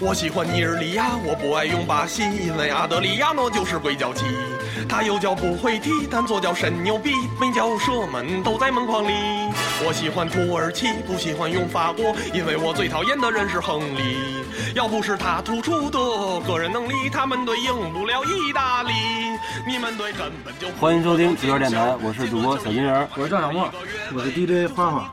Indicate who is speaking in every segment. Speaker 1: 我喜欢尼日利亚，我不爱用巴西，因为阿德里亚诺就是鬼脚七，他右脚不会踢，但左脚神牛逼，每脚射门都在门框里。我喜欢土耳其，不喜欢用法国，因为我最讨厌的人是亨利。要不是他突出的个人能力，他们队赢不了意大利。你们队根本就不
Speaker 2: 欢迎收听足球电台，我是主播小金人儿。
Speaker 3: 我是赵小沫，我是 DJ 花花，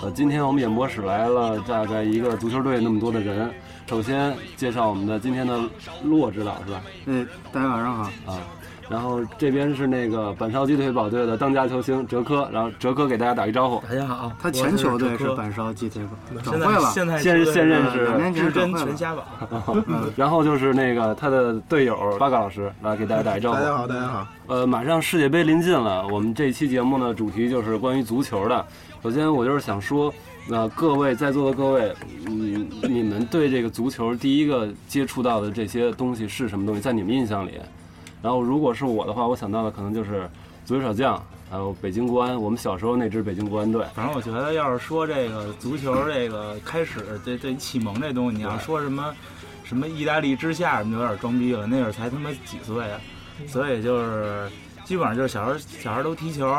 Speaker 2: 呃，今天我们演播室来了大概一个足球队那么多的人。首先介绍我们的今天的洛指导是吧？
Speaker 3: 哎，大家晚上好，
Speaker 2: 啊，然后这边是那个板烧鸡腿堡队的当家球星哲科，然后哲科给大家打一招
Speaker 4: 哎
Speaker 2: 呼。
Speaker 5: 大家好，
Speaker 3: 他前球队是板烧鸡腿堡，
Speaker 5: 现
Speaker 3: 转会
Speaker 5: 在
Speaker 3: 了，
Speaker 5: 现在
Speaker 2: 现现任
Speaker 3: 嗯两
Speaker 2: 是，
Speaker 3: 年前
Speaker 5: 至
Speaker 3: 转
Speaker 5: 臻
Speaker 3: 会
Speaker 5: 全
Speaker 3: 了。
Speaker 5: 家宝，
Speaker 2: 然后就是那个他的队友巴嘎老师来给大家打一招呼。
Speaker 4: 大家好，大家好。
Speaker 2: 呃，马上世界杯临近了，我们这期节目呢，主题就是关于足球的。首先，我就是想说，呃，各位在座的各位，嗯，你们对这个足球第一个接触到的这些东西是什么东西，在你们印象里？然后，如果是我的话，我想到的可能就是足球小将，还有北京国安，我们小时候那支北京国安 队。
Speaker 5: 反正我觉得，要是说这个足球这个开始这这启蒙这东西，你要说什么什么意大利之下，什么有点装逼了。那会儿才他妈几岁啊，所以就是基本上就是小时候小孩都踢球。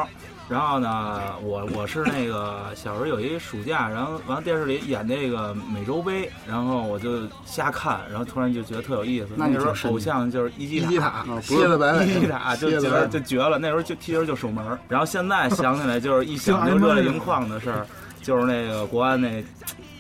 Speaker 5: 然后呢，我我是那个小时候有一暑假，然后完了电视里演那个美洲杯，然后我就瞎看，然后突然就觉得特有意思。
Speaker 3: 那
Speaker 5: 那
Speaker 3: 你
Speaker 5: 时
Speaker 3: 挺
Speaker 5: 候
Speaker 3: 神
Speaker 5: 偶
Speaker 3: 奇
Speaker 5: 像就是伊基
Speaker 4: 伊
Speaker 5: 塔，
Speaker 4: 基塔
Speaker 3: 哦不，是
Speaker 4: 蝎子白尾，
Speaker 5: 一 打就
Speaker 4: 蝎
Speaker 5: 觉
Speaker 4: 子
Speaker 5: 得
Speaker 4: 白
Speaker 5: 就
Speaker 4: 尾。
Speaker 5: 绝了，那时候就踢球就守门儿，然后现在想起来就是一想就热泪盈眶的事儿，就是那个国安那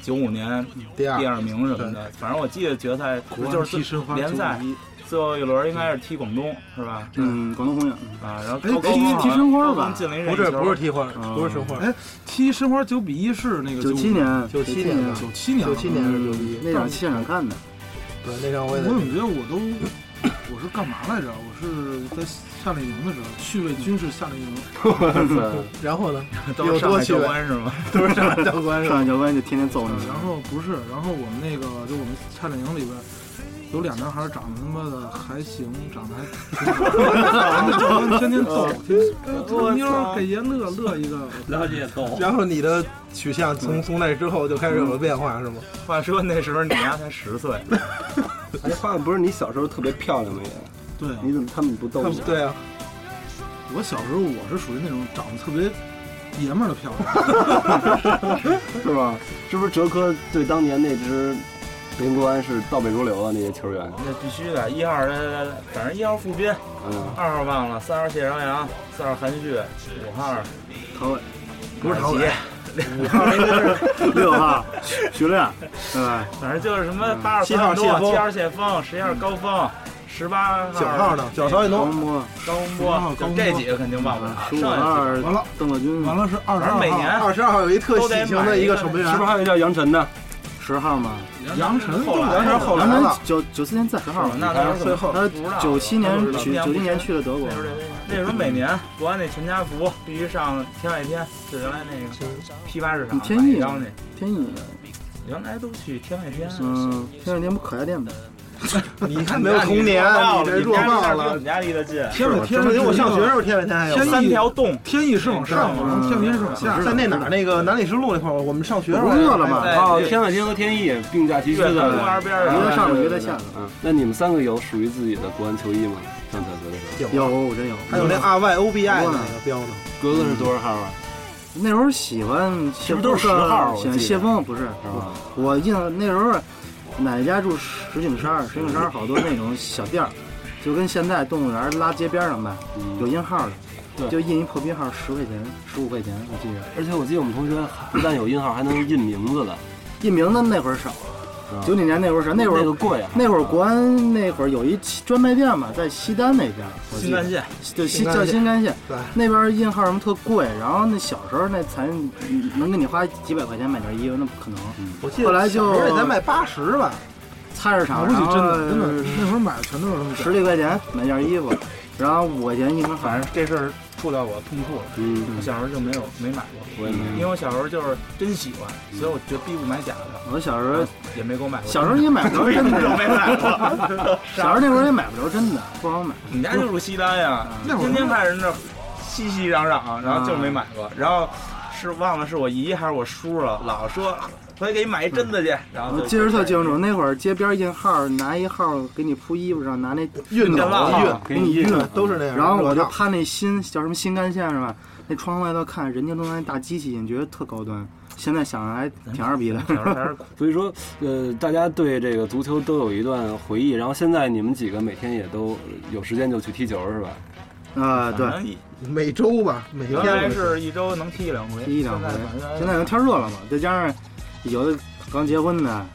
Speaker 5: 九五年
Speaker 4: 第
Speaker 5: 第
Speaker 4: 二，
Speaker 5: 二名什么的，反正我记得决赛就是最联赛最后一轮应该是踢广东是吧？
Speaker 3: 嗯，广东宏远，
Speaker 5: 啊，然后
Speaker 6: 哎
Speaker 5: 高高
Speaker 6: 踢
Speaker 5: 光好
Speaker 3: 踢
Speaker 5: 像
Speaker 3: 申花
Speaker 5: 高
Speaker 3: 吧
Speaker 5: 光进了一任
Speaker 6: 不是
Speaker 5: 意球
Speaker 6: 不是踢花，
Speaker 3: 嗯
Speaker 6: 不是申花，
Speaker 4: 哎，
Speaker 6: 踢申花九比一是那个
Speaker 3: 九七年，
Speaker 4: 九七年的
Speaker 6: 九七年
Speaker 4: 九七年是牛逼，
Speaker 3: 那场现场看的，
Speaker 4: 对那场我
Speaker 6: 我
Speaker 4: 也
Speaker 6: 怎么觉得我都 我是干嘛来着？我是在夏令营的时候，趣味军事夏令营，
Speaker 4: 然后呢，
Speaker 5: 都是
Speaker 4: 有
Speaker 5: 上
Speaker 4: 多
Speaker 5: 海
Speaker 4: 趣
Speaker 5: 教
Speaker 4: 味
Speaker 5: 官是吗？
Speaker 4: 都是上教官是吧？
Speaker 3: 上来教官就天天揍你，
Speaker 6: 然后不是，然后我们那个就我们夏令营里边。有俩男孩长得他妈的还行，长得还挺好，然后教官天天逗，天天逗妞儿给爷乐乐一个，
Speaker 2: 然后你也逗，
Speaker 4: 然后你的取向从从那之后就开始有了变化是吗？
Speaker 5: 话说那时候你丫才十岁，
Speaker 2: 哎，话不是你小时候特别漂亮吗？也，
Speaker 6: 对啊，
Speaker 2: 你怎么他们不逗你？
Speaker 4: 对啊，
Speaker 6: 我小时候我是属于那种长得特别爷们儿的漂亮，
Speaker 2: 是吧？是不是哲科对当年那支北京国安是倒背如流啊？那些球员，
Speaker 5: 那必须的，一号来来来，反正一号傅斌，
Speaker 2: 嗯，
Speaker 5: 二号忘了，三号谢长阳，四号韩旭，五号
Speaker 3: 头尾
Speaker 5: 不是陶杰，五号那就是
Speaker 3: 六号徐徐亮，对吧？
Speaker 5: 反正就是什么八号
Speaker 4: 七号
Speaker 5: 三多
Speaker 4: 谢峰嗯
Speaker 5: 七号谢峰，十一号高峰，十八
Speaker 4: 九号呢？九曹云
Speaker 3: 高
Speaker 4: 东，
Speaker 3: 波，
Speaker 5: 高洪
Speaker 6: 十八号
Speaker 5: 波，
Speaker 6: 高
Speaker 5: 就
Speaker 6: 洪波
Speaker 5: 这几个肯定忘不了。啊
Speaker 3: 十
Speaker 5: 剩
Speaker 4: 嗯
Speaker 3: 五
Speaker 5: 下
Speaker 3: 二
Speaker 6: 完了
Speaker 3: 邓乐军，
Speaker 6: 完了是二十
Speaker 5: 反正
Speaker 6: 二
Speaker 5: 每
Speaker 6: 号，
Speaker 5: 年
Speaker 4: 哎二十二号有一特喜庆的一个守门
Speaker 2: 是不
Speaker 4: 员
Speaker 2: 是，还有一个叫杨晨的？
Speaker 3: 十号嘛，
Speaker 6: 杨晨
Speaker 5: 啊后来
Speaker 4: 杨晨后来
Speaker 3: 咱们
Speaker 4: 了，
Speaker 3: 九九四年在十号嘛，
Speaker 5: 那当时
Speaker 6: 最后
Speaker 3: 他
Speaker 5: 不知道
Speaker 3: 九七年
Speaker 5: 不知道
Speaker 3: 去九七年去了德国
Speaker 5: 那，时候那时候每年国安那全家福必须上天外天，就原来那个批发市场
Speaker 3: 天
Speaker 5: 买
Speaker 3: 意
Speaker 5: 一张去，
Speaker 3: 天意，
Speaker 5: 原来都去天外天。嗯
Speaker 3: 嗯，天意天不可家店吗？
Speaker 4: 你看没有童年，你这弱爆
Speaker 5: 离我
Speaker 4: 了
Speaker 5: 们。家离得近，
Speaker 6: 天伟天
Speaker 4: 说
Speaker 6: 伟
Speaker 4: 明我上学时候天天天还有
Speaker 6: 天
Speaker 5: 有
Speaker 6: 意
Speaker 5: 三条洞。
Speaker 6: 天意是往上，
Speaker 3: 嗯
Speaker 6: 天明是往下，
Speaker 4: 在那哪儿那个南礼士路那块儿，我们上学时候
Speaker 3: 不饿了吗？
Speaker 5: 哎
Speaker 2: 哦，天外天和天意并驾齐驱
Speaker 5: 月
Speaker 2: 的，
Speaker 5: 公园边
Speaker 3: 一
Speaker 5: 上
Speaker 3: 个上面
Speaker 2: 对
Speaker 3: 一个在下。
Speaker 2: 对
Speaker 3: 面
Speaker 2: 对对嗯，那你们三个有属于自己的国安球衣吗？上小学的时候，
Speaker 3: 有，我真有。
Speaker 4: 还有那 R Y O B I 的那个标呢，
Speaker 2: 格格是多少号啊？
Speaker 3: 那时候喜欢
Speaker 2: 是
Speaker 3: 谢
Speaker 2: 不是都是
Speaker 3: 峰
Speaker 2: 10
Speaker 3: 啊
Speaker 2: 号我
Speaker 3: 喜
Speaker 2: 记
Speaker 3: 欢
Speaker 2: 得
Speaker 3: 谢峰不是
Speaker 2: 是吧？
Speaker 3: 我印象那时候奶奶家住石井山，石井山好多那种小店儿，就跟现在动物园拉街边上卖，有
Speaker 2: 嗯，
Speaker 3: 印号
Speaker 2: 对
Speaker 3: 的，就印一破冰号十块钱、十五块钱，我记得。
Speaker 2: 而且我记得我们同学不但有印号，还能印名字的，
Speaker 3: 印名字那会儿
Speaker 2: 是
Speaker 3: 少
Speaker 6: 啊
Speaker 2: 吧，
Speaker 3: 九几年那会儿少，那会
Speaker 2: 那个
Speaker 3: 儿。
Speaker 2: 贵啊。
Speaker 3: 那会儿国安那会儿有一专卖店嘛，在西单那边，我记
Speaker 5: 新
Speaker 3: 得
Speaker 5: 干线，
Speaker 3: 就新
Speaker 4: 新干
Speaker 3: 叫
Speaker 4: 线
Speaker 3: 新干线
Speaker 4: 对，
Speaker 3: 那边印号什么特贵，然后那小时候那才能给你花几百块钱买件衣服，那不可能。
Speaker 4: 我记
Speaker 3: 后
Speaker 4: 得
Speaker 3: 来
Speaker 4: 小时候
Speaker 3: 就
Speaker 4: 得咱卖八十吧，
Speaker 3: 菜市
Speaker 6: 了
Speaker 3: 场，
Speaker 6: 不起
Speaker 3: 然后
Speaker 6: 真的真的，那会儿买的全都是他们
Speaker 3: 十
Speaker 6: 家。
Speaker 3: 几块钱买件衣服，然后五块钱一根
Speaker 5: 反
Speaker 3: 好，
Speaker 5: 正这事儿触到我痛处了。
Speaker 2: 嗯，
Speaker 5: 我小时候就没有没买过，
Speaker 2: 我也
Speaker 5: 因
Speaker 2: 没
Speaker 5: 为
Speaker 2: 有。
Speaker 5: 我小时候就是真喜欢，所以我就逼不买假的，
Speaker 3: 我小时候
Speaker 5: 也没给我买过。
Speaker 3: 小时候也买不着真
Speaker 5: 就
Speaker 3: 的，
Speaker 5: 没买过。
Speaker 3: 小时候那会儿也买不着真的，不好买。
Speaker 5: 你们家就住西单呀，
Speaker 6: 那会儿
Speaker 5: 天天看人那熙熙攘攘，然后就没买过。然后是忘了是我姨还是我叔了，老说。回去给你买一针子去。然后
Speaker 3: 我
Speaker 5: 就
Speaker 3: 记得特清楚，那会儿街边印号，拿一号给你铺衣服上，拿那
Speaker 4: 熨
Speaker 5: 真
Speaker 4: 的
Speaker 5: 辣
Speaker 4: 熨，
Speaker 2: 给你印，
Speaker 4: 都是那样。
Speaker 3: 然后我就趴那新叫什么新干线是吧？那窗外头看，人家都拿那大机器印，觉得特高端。现在想来挺二逼的。
Speaker 5: 小时候还是苦
Speaker 2: 所以说，呃，大家对这个足球都有一段回忆。然后现在你们几个每天也都有时间就去踢球是吧？
Speaker 3: 啊、对，
Speaker 5: 反正
Speaker 4: 每周吧，每
Speaker 5: 原来
Speaker 4: 天
Speaker 5: 是一周能踢一两回，
Speaker 3: 踢一两回
Speaker 5: 现在反正
Speaker 3: 现在能天热了嘛，再加上有的刚结婚的，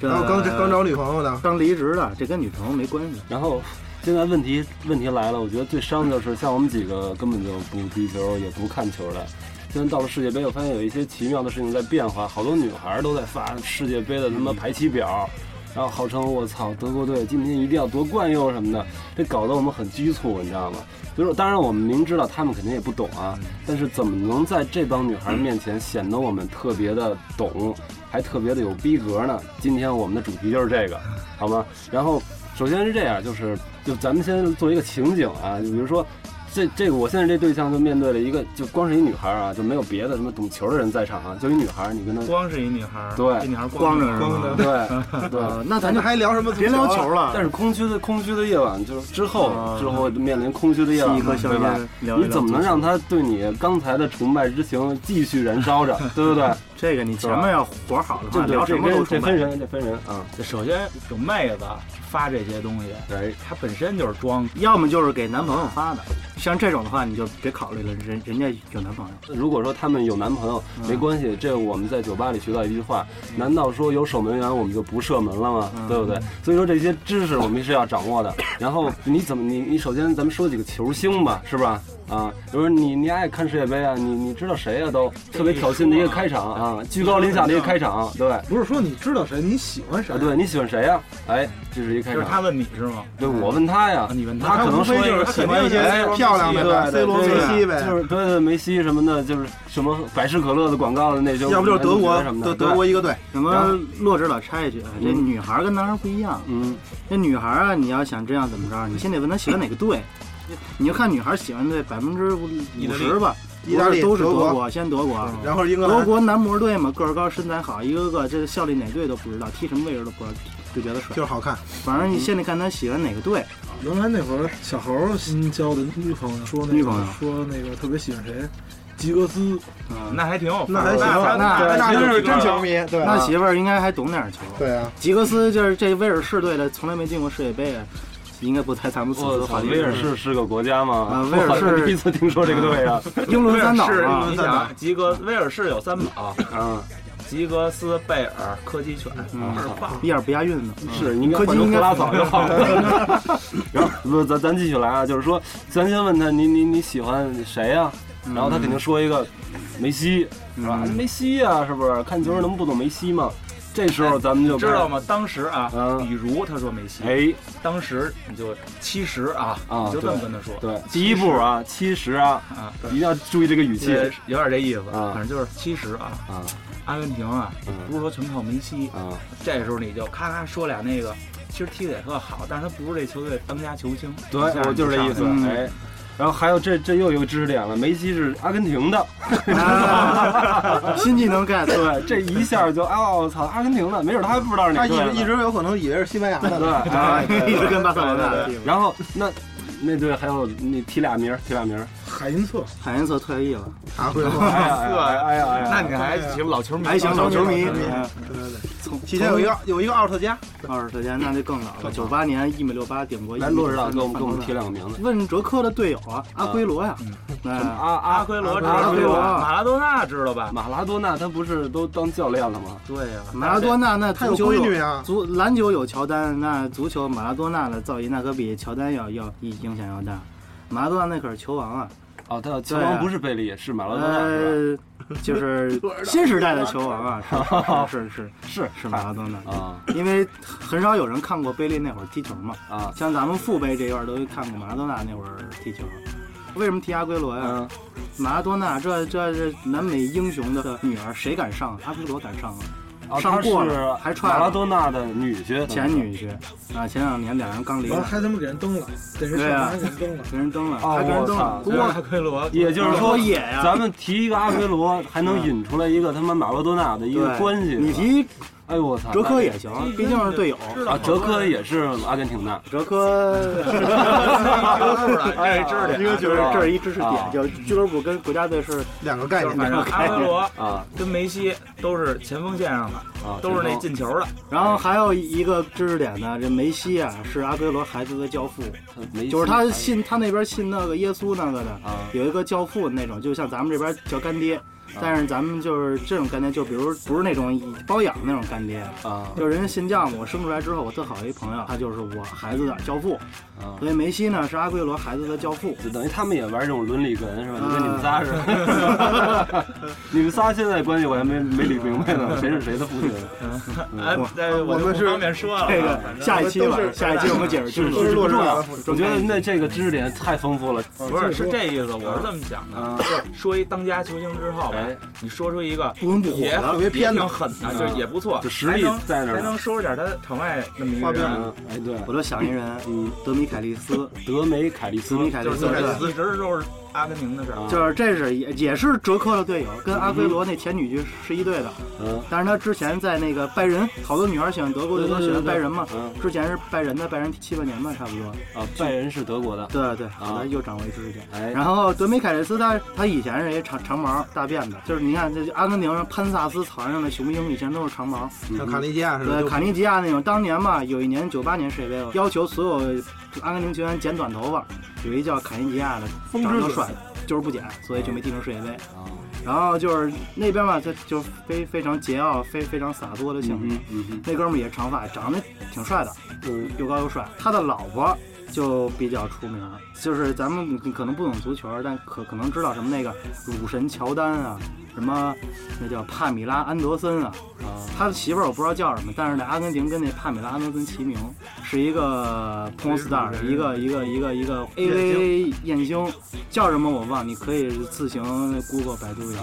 Speaker 3: 这
Speaker 4: 然后刚刚找女朋友的，
Speaker 3: 刚离职的，这跟女朋友没关系。
Speaker 2: 然后现在问题问题来了，我觉得最伤的就是像我们几个根本就不踢球，也不看球的。现在到了世界杯，我发现有一些奇妙的事情在变化，好多女孩儿都在发世界杯的他妈排期表，然后号称我操德国队今天一定要夺冠哟什么的，这搞得我们很局促，你知道吗？就是当然我们明知道他们肯定也不懂啊，但是怎么能在这帮女孩儿面前显得我们特别的懂，还特别的有逼格呢？今天我们的主题就是这个，好吗？然后首先是这样，就是就咱们先做一个情景啊，就比如说。这这个我现在这对象就面对了一个，就光是一女孩儿啊，就没有别的什么懂球的人在场啊，就一女孩儿，你跟她
Speaker 5: 光是一女孩儿，
Speaker 2: 对
Speaker 5: 这女孩儿
Speaker 3: 光着
Speaker 5: 着
Speaker 3: 是
Speaker 5: 呢
Speaker 3: 吧
Speaker 4: 光着
Speaker 2: 对对，
Speaker 3: 呃，那咱
Speaker 4: 咱
Speaker 3: 就
Speaker 4: 这还聊什么？啊
Speaker 3: 别聊球，了，
Speaker 2: 但是空虚的空虚的夜晚，就是之后
Speaker 3: 啊
Speaker 2: 之后面临空虚的夜晚
Speaker 3: 吸一
Speaker 2: 嘛，
Speaker 3: 颗啊香
Speaker 2: 对吧？
Speaker 3: 烟，聊一
Speaker 2: 你
Speaker 3: 聊
Speaker 2: 怎么能让他对你刚才的崇拜之情继续燃烧 着，对不对？
Speaker 3: 这个你前面要活好的
Speaker 2: 这
Speaker 3: 话，
Speaker 2: 对
Speaker 3: 聊什
Speaker 2: 这
Speaker 3: 么都嗯
Speaker 2: 跟
Speaker 3: 出
Speaker 2: 这分
Speaker 3: 卖。
Speaker 2: 人这分人啊，
Speaker 5: 首先有妹子发这些东西，
Speaker 2: 对，
Speaker 5: 她本身就是装，
Speaker 3: 要么就是给男朋友发的，像这种的话你就别考虑了，人人家有男朋友。
Speaker 2: 如果说他们有男朋友
Speaker 3: 嗯
Speaker 2: 没关系，这个我们在酒吧里学到一句话，
Speaker 5: 嗯
Speaker 2: 难道说有守门员我们就不射门了吗？
Speaker 3: 嗯
Speaker 2: 对不对？所以说这些知识我们是要掌握 的。然后你怎么你你首先咱们说几个球星吧，是吧？啊，比如说你你爱看世界杯啊，你你知道谁呀、都特别挑衅的一个开场啊，居高临下的一个开场，对啊，
Speaker 6: 不是说你知道谁，你喜欢
Speaker 4: 啊
Speaker 6: 谁，
Speaker 2: 对你喜欢谁呀、哎，这是一个开
Speaker 5: 就是
Speaker 2: 场。
Speaker 5: 她问你是吗？
Speaker 2: 对，我问他呀
Speaker 5: 啊，你问
Speaker 2: 他可能说哎
Speaker 4: 无非就是喜欢一些哎漂亮的
Speaker 2: 对
Speaker 4: C 罗、
Speaker 2: 对
Speaker 4: 梅西呗，
Speaker 2: 就是对对梅西什么的，就是什么百事可乐的广告的那些，
Speaker 4: 要不就是德国
Speaker 2: 什么
Speaker 4: 德
Speaker 2: 的，
Speaker 4: 德国
Speaker 2: 对，
Speaker 4: 一个队，
Speaker 3: 什么落指导插一句，啊，这
Speaker 2: 嗯
Speaker 3: 女孩跟男孩不一样，
Speaker 2: 嗯，
Speaker 3: 这女孩啊，你要想这样怎么着，你先得问她喜欢哪个队，你就看女孩喜欢队百分之
Speaker 5: 意
Speaker 3: 五
Speaker 5: 大
Speaker 3: 十
Speaker 5: 利
Speaker 3: 吧，
Speaker 4: 意大利
Speaker 3: 都是
Speaker 4: 德国嗯
Speaker 3: 德国，先德国。
Speaker 4: 然后是英格
Speaker 3: 嗯德
Speaker 4: 兰，
Speaker 3: 国男模队嘛，个儿高，身材好，一个个这效力哪队都不知道，踢什么位置都不知道，就觉得帅
Speaker 4: 就。是好看。
Speaker 3: 反正你先得看他喜欢哪个队。
Speaker 6: 原来那会儿小猴儿新交的女朋友说那
Speaker 3: 女
Speaker 6: 个
Speaker 3: 朋友
Speaker 6: 说那个特别喜欢谁，吉格斯，
Speaker 3: 嗯，
Speaker 5: 那还挺有范
Speaker 4: 那
Speaker 5: 儿，
Speaker 4: 还
Speaker 5: 那
Speaker 4: 行，那那真是真球
Speaker 5: 迷。
Speaker 4: 迷，对啊
Speaker 3: 那媳妇儿应该还懂点儿球。
Speaker 4: 对啊，
Speaker 3: 吉格斯就是这威尔士队的，从来没进过世界杯啊，应该不太咱们所
Speaker 2: 我
Speaker 3: 的
Speaker 2: 操，
Speaker 3: 法律。
Speaker 2: 威尔士是个国家吗
Speaker 3: 嗯啊？威尔 士
Speaker 2: 我好像第一次听说这个队啊，
Speaker 3: 英伦
Speaker 5: 威尔
Speaker 3: 三岛
Speaker 5: 士，
Speaker 3: 嘛
Speaker 5: 你，想，吉格威尔士有三宝，
Speaker 2: 啊，
Speaker 5: 吉格斯、贝尔、柯基犬，啊
Speaker 3: 嗯
Speaker 5: 二棒。
Speaker 3: 一点不押韵呢。
Speaker 2: 是嗯你应该换成
Speaker 3: 应
Speaker 2: 胡
Speaker 3: 该
Speaker 2: 拉草就好了。然后不，咱咱继续来啊，就是说，咱先问他，你你你喜欢谁呀、然后他肯定说一个梅西，是吧？
Speaker 3: 嗯
Speaker 2: 梅西呀、是不是？看球能不懂梅西吗？这时候咱们就
Speaker 5: 哎知道吗？当时啊，
Speaker 2: 嗯
Speaker 5: 比如他说梅西，
Speaker 2: 哎，
Speaker 5: 当时你就七十啊，
Speaker 2: 啊
Speaker 5: 你就这么跟他说，
Speaker 2: 对，第一步啊，七十啊，
Speaker 5: 啊，
Speaker 2: 一定要注意这个语气
Speaker 5: 也有点这意思，
Speaker 2: 啊
Speaker 5: 反正就是七十啊。
Speaker 2: 啊
Speaker 5: 阿根廷啊，不是说全靠梅西，
Speaker 2: 啊！
Speaker 5: 这时候你就咔咔说俩那个，其实踢得也特好，但是他不是这球队当家球星，
Speaker 2: 对
Speaker 5: 一下，
Speaker 2: 我就是这意思，
Speaker 3: 嗯
Speaker 2: 哎。然后还有这这又有一个知识点了，梅西是阿根廷的，
Speaker 3: 啊 新技能 get，
Speaker 2: 对，这一下就啊，我操，阿根廷的，没准他还不知道是
Speaker 4: 他
Speaker 2: 哪
Speaker 4: 一
Speaker 2: 队
Speaker 4: 直
Speaker 2: 呢
Speaker 4: 一直有可能以为是西班牙的
Speaker 2: 对，
Speaker 4: 呢，
Speaker 2: 哎
Speaker 3: 一直跟巴塞罗那
Speaker 4: 对
Speaker 3: 踢。
Speaker 2: 然后那那队还有你提俩名儿，提俩名儿。
Speaker 6: 海因策，
Speaker 3: 海因策退役了，
Speaker 4: 啊，会
Speaker 2: 哎
Speaker 4: 吗？
Speaker 2: 呀哎呀哎呀哎呀！
Speaker 5: 那你啊还行，老球迷
Speaker 3: 还行，老球迷。
Speaker 4: 对对 对，
Speaker 3: 从
Speaker 4: 提前有一个有一个奥特加，
Speaker 3: 二十年那就更老了，九八年一米六八顶过一米
Speaker 2: 来
Speaker 3: 六
Speaker 2: 骆
Speaker 3: 三
Speaker 2: 指
Speaker 3: 的
Speaker 2: 导
Speaker 3: 范
Speaker 2: 给我们给
Speaker 3: 德
Speaker 2: 我们
Speaker 3: 萨
Speaker 2: 提两个名字。
Speaker 3: 问哲科的队友啊，阿圭罗呀，
Speaker 4: 啊嗯
Speaker 3: 哎，
Speaker 2: 阿
Speaker 5: 阿奎罗知
Speaker 2: 阿
Speaker 5: 道
Speaker 2: 奎
Speaker 5: 吧？
Speaker 2: 罗
Speaker 5: 啊马拉多纳知道吧？
Speaker 2: 马拉多纳他不是都当教练了吗？
Speaker 5: 对呀，
Speaker 3: 马拉多纳那
Speaker 4: 他
Speaker 3: 足
Speaker 4: 有
Speaker 3: 球
Speaker 4: 闺女啊，
Speaker 3: 足篮球有乔丹，那足球马拉多纳的造诣那可比乔丹要要影响要大。马拉多纳那可是球王啊，
Speaker 2: 哦，他球
Speaker 3: 对
Speaker 2: 王
Speaker 3: 啊
Speaker 2: 不是贝利，是马拉多纳是
Speaker 3: 呃，就是新时代的球王啊，是是是
Speaker 2: 吧？是
Speaker 3: 是是马拉多纳，
Speaker 2: 啊
Speaker 3: 因为很少有人看过贝利那会儿踢球嘛，
Speaker 2: 啊
Speaker 3: 像咱们父辈这一段都看过马拉多纳那会儿踢球。为什么提阿圭罗呀、
Speaker 2: 嗯，
Speaker 3: 马拉多纳这这这南美英雄的女儿，谁敢上？阿圭罗敢上啊？
Speaker 2: 啊，
Speaker 3: 上
Speaker 2: 她是
Speaker 3: 过了还踹了
Speaker 2: 马拉多纳的女婿，
Speaker 3: 前女婿啊，前两年两人刚离
Speaker 6: 完
Speaker 3: 了
Speaker 6: 了，还他妈给人蹬了，给人
Speaker 3: 对
Speaker 6: 上
Speaker 3: 啊
Speaker 6: 还给人蹬了。
Speaker 3: 给人蹬了。
Speaker 2: 啊，
Speaker 6: 还跟人
Speaker 2: 我
Speaker 6: 斗
Speaker 2: 操
Speaker 6: 呢！
Speaker 5: 不过阿奎罗
Speaker 2: 也就是
Speaker 3: 多
Speaker 2: 说，
Speaker 3: 野呀！
Speaker 2: 咱们提一个阿奎罗，还能引出来一个他妈马拉多纳的一个
Speaker 3: 对
Speaker 2: 关系。
Speaker 3: 你，提
Speaker 2: 哎呦我操，
Speaker 3: 哲科也行，毕竟是队友。
Speaker 2: 啊，哲科也是阿根廷的，
Speaker 3: 哲科，
Speaker 5: 哎，知道
Speaker 3: 因为就是
Speaker 2: 啊
Speaker 3: 这是一知识
Speaker 2: 啊
Speaker 3: 点，就是俱乐部跟国家队是
Speaker 4: 两个概
Speaker 5: 就是
Speaker 4: 念。
Speaker 5: 反正阿奎罗
Speaker 2: 啊
Speaker 5: 跟梅西都是前锋线上的，
Speaker 2: 啊，
Speaker 5: 都是那
Speaker 2: 前锋
Speaker 5: 进球的。
Speaker 3: 然后还有一个知识点呢，这梅西啊是阿圭罗孩子的教父，
Speaker 2: 梅西
Speaker 3: 就是他信他那边信那个耶稣那个的，
Speaker 2: 啊，
Speaker 3: 有一个教父那种，就像咱们这边叫干爹，但是咱们就是这种干爹，就比如不是那种以包养那种干爹，
Speaker 2: 啊
Speaker 3: 就是人家信教嘛。我生出来之后，我特好一朋友，他就是我孩子的教父，
Speaker 2: 啊，
Speaker 3: 所以梅西呢是阿圭罗孩子的教父。
Speaker 2: 就等于他们也玩这种伦理哏是吧？
Speaker 3: 啊
Speaker 2: 你跟你们仨似 的，你们仨现在关系我还没没理明白呢，谁是谁的父亲？啊
Speaker 5: 哎，哎我
Speaker 4: 我
Speaker 5: 就
Speaker 4: 们
Speaker 5: 不
Speaker 4: 是
Speaker 5: 方便说了。啊
Speaker 3: 这个下一期吧，下一期我们解释清楚。
Speaker 4: 都是
Speaker 2: 不重要
Speaker 4: 都是，
Speaker 2: 啊我觉得那这个知识点太丰富了
Speaker 5: 不是是这意思，我是这么想
Speaker 2: 啊
Speaker 3: 嗯
Speaker 5: 的。就是说一当家球星之后吧
Speaker 2: 哎，
Speaker 5: 你说出一个
Speaker 3: 不温不火
Speaker 5: 也
Speaker 4: 别偏
Speaker 5: 也
Speaker 4: 的
Speaker 5: 挺狠的，就是也不错，
Speaker 2: 就实力
Speaker 5: 还能
Speaker 2: 在那儿
Speaker 5: 还能收拾点他场外那么一
Speaker 4: 花
Speaker 5: 个
Speaker 4: 边
Speaker 5: 人。
Speaker 2: 啊！哎，对，
Speaker 3: 我就想一人，嗯德米凯利 斯，
Speaker 2: 德梅凯利斯
Speaker 3: 德米凯利
Speaker 5: 就是
Speaker 3: 斯
Speaker 5: 就
Speaker 4: 德米
Speaker 3: 对
Speaker 4: 凯利斯
Speaker 5: 是一直都是阿根廷的事儿。
Speaker 2: 啊
Speaker 3: 就是这是也也是哲科的队友，跟阿圭罗那前女婿是一队的。
Speaker 2: 嗯
Speaker 3: 但是他之前在那个拜仁，好多女孩喜欢德国队都喜欢拜仁嘛。
Speaker 2: 嗯
Speaker 3: 之前是拜仁的，拜仁七八年吧，差不多。
Speaker 2: 啊，拜仁是德国的，
Speaker 3: 对对，
Speaker 6: 啊
Speaker 3: 好的，又掌握一知识点。
Speaker 2: 哎
Speaker 3: 然后德米凯利斯他他以前是一长长毛大辫子，就是你看这阿根廷人潘萨斯草原上的雄鹰以前都是长毛，
Speaker 2: 嗯
Speaker 4: 像卡利基亚似的，
Speaker 3: 对
Speaker 4: 就
Speaker 3: 卡尼吉亚那种。当年嘛，有一年九八年世界杯，要求所有阿根廷球员剪短头发，有一叫卡尼吉亚的
Speaker 6: 风
Speaker 3: 长
Speaker 6: 之
Speaker 3: 得
Speaker 6: 子
Speaker 3: 帅，就是不剪，所以就没踢成世界杯。
Speaker 2: 啊，
Speaker 3: 然后就是那边嘛，就就非非常桀骜、非非常洒脱的性格。
Speaker 2: 嗯嗯
Speaker 3: 那哥们儿也长发，长得挺帅的，
Speaker 2: 嗯，
Speaker 3: 又高又帅。他的老婆就比较出名，就是咱们可能不懂足球，但可可能知道什么那个乳神乔丹啊，什么那叫帕米拉安德森啊。
Speaker 2: 啊
Speaker 3: 他的媳妇儿我不知道叫什么，但是那阿根廷跟那帕米拉安德森齐名，是一个 porn star，一个一个一个一个 AV 艳星，叫什么我忘，你可以自行 Google 百度一下。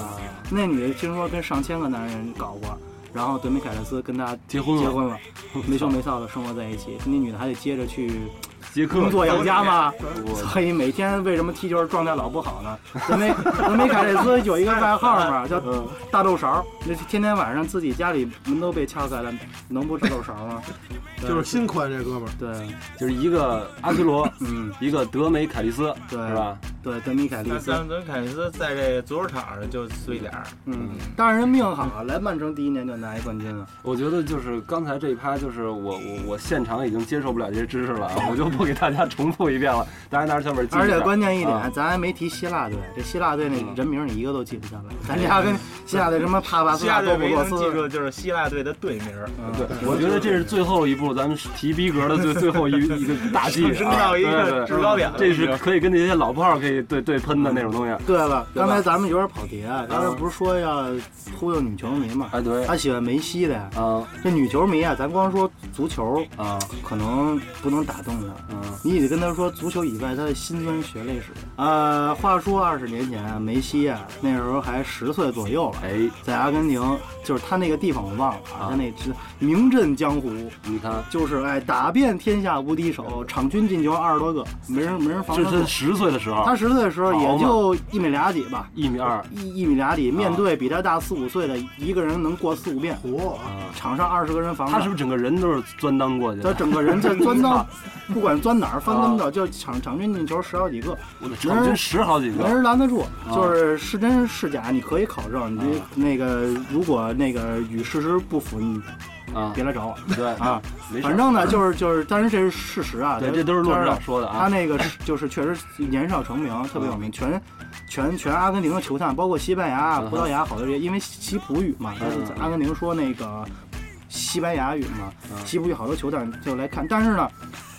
Speaker 3: 那女的听说跟上千个男人搞过，然后德米凯勒斯跟她
Speaker 2: 结婚了
Speaker 3: 结婚了，没羞没臊的生活在一起。那女的还得接着去
Speaker 2: 捷克
Speaker 3: 工作养家嘛，
Speaker 2: 我
Speaker 3: 所以每天为什么踢球状态老不好呢？德米德米凯勒斯有一个外号嘛，叫大豆勺，那天天晚上自己家里门都被撬开了，能不吃豆勺吗？
Speaker 4: 就是心宽这哥们儿，
Speaker 3: 对，
Speaker 2: 就是一个阿奎 罗，
Speaker 3: 嗯，
Speaker 2: 一个德梅凯利斯，
Speaker 3: 对
Speaker 2: 是吧？
Speaker 3: 对，德米凯利
Speaker 5: 那
Speaker 3: 斯，
Speaker 5: 咱们凯斯在这足球场上就碎点儿，
Speaker 3: 嗯，但是人命好，来曼城第一年就拿一冠军了。
Speaker 2: 我觉得就是刚才这一趴，就是我我我现场已经接受不了这些知识了啊，我就不给大家重复一遍了，大家拿着小本记一下。
Speaker 3: 而且关键一
Speaker 2: 啊
Speaker 3: 点，咱还没提希腊队，这希腊队那人名你一个都记不下来。咱家跟希腊队什么帕帕斯
Speaker 5: 希
Speaker 3: 塔
Speaker 5: 腊
Speaker 3: 多
Speaker 5: 队
Speaker 3: 普
Speaker 5: 唯一
Speaker 3: 洛
Speaker 5: 能记
Speaker 3: 斯，
Speaker 5: 住就是希腊队的队名儿，
Speaker 2: 对，我觉得这是最后一步，咱们提逼格的最最后一一个大 忌啊，
Speaker 5: 上 升到一
Speaker 2: 对
Speaker 5: 个
Speaker 2: 对
Speaker 5: 制高点了。
Speaker 2: 这是可以跟那些老炮儿可以对对喷的那种东西。
Speaker 3: 对了，
Speaker 2: 对吧嗯
Speaker 3: 刚才咱们有点跑题，啊刚才不是说要忽悠女球迷嘛？
Speaker 2: 哎，对，
Speaker 3: 她喜欢梅西的呀。
Speaker 2: 啊
Speaker 3: 这女球迷啊，咱光说足球
Speaker 2: 啊
Speaker 3: 可能不能打动她，
Speaker 2: 啊
Speaker 3: 你也得跟她说足球以外她的辛酸血泪史。呃，话说二十年前啊，梅西啊那时候还十岁左右吧，
Speaker 2: 哎，
Speaker 3: 在阿根廷，就是他那个地方我忘了
Speaker 2: 啊
Speaker 3: 啊，他那支名震江湖。
Speaker 2: 你看，
Speaker 3: 就是哎，打遍天下无敌手，场均进球二十多个，没人没人防
Speaker 2: 这
Speaker 3: 得
Speaker 2: 是
Speaker 3: 住
Speaker 2: 他。十岁的时候，
Speaker 3: 他十岁的时候
Speaker 2: 好嘛
Speaker 3: 也就一米俩几吧，
Speaker 2: 一米二，
Speaker 3: 一一米俩几，
Speaker 2: 啊
Speaker 3: 面对比他大四五岁的，一个人能过四五遍，
Speaker 4: 嚯，
Speaker 2: 啊
Speaker 3: 场上二十个人防
Speaker 2: 他是
Speaker 3: 着
Speaker 2: 不。是整个人都是钻裆过去
Speaker 3: 他
Speaker 2: 的？
Speaker 3: 整个人在钻 裆，不管钻哪儿翻跟斗，就场场均进球十好几个，
Speaker 2: 我的场均十好几
Speaker 3: 没
Speaker 2: 个，
Speaker 3: 人拦得住。
Speaker 2: 啊
Speaker 3: 就是是真是假，你可以考证。你这那个如果那个与事实不符，你
Speaker 2: 啊，
Speaker 3: 别来找我
Speaker 2: 对
Speaker 3: 啊。
Speaker 2: 没事儿
Speaker 3: 反正呢，就是就是，但是这是事实啊。
Speaker 2: 对，
Speaker 3: 他
Speaker 2: 这都是洛
Speaker 3: 当
Speaker 2: 指
Speaker 3: 然
Speaker 2: 导说的
Speaker 3: 他
Speaker 2: 啊。
Speaker 3: 那个是就是确实年少成名，特别有名，全全全阿根廷的球探，包括西班牙、
Speaker 2: 嗯
Speaker 3: 葡萄牙好多人，因为西葡语嘛，他
Speaker 2: 嗯嗯
Speaker 3: 是阿根廷说那个西班牙语嘛，
Speaker 2: 嗯
Speaker 3: 西葡语好多球探就来看，但是呢，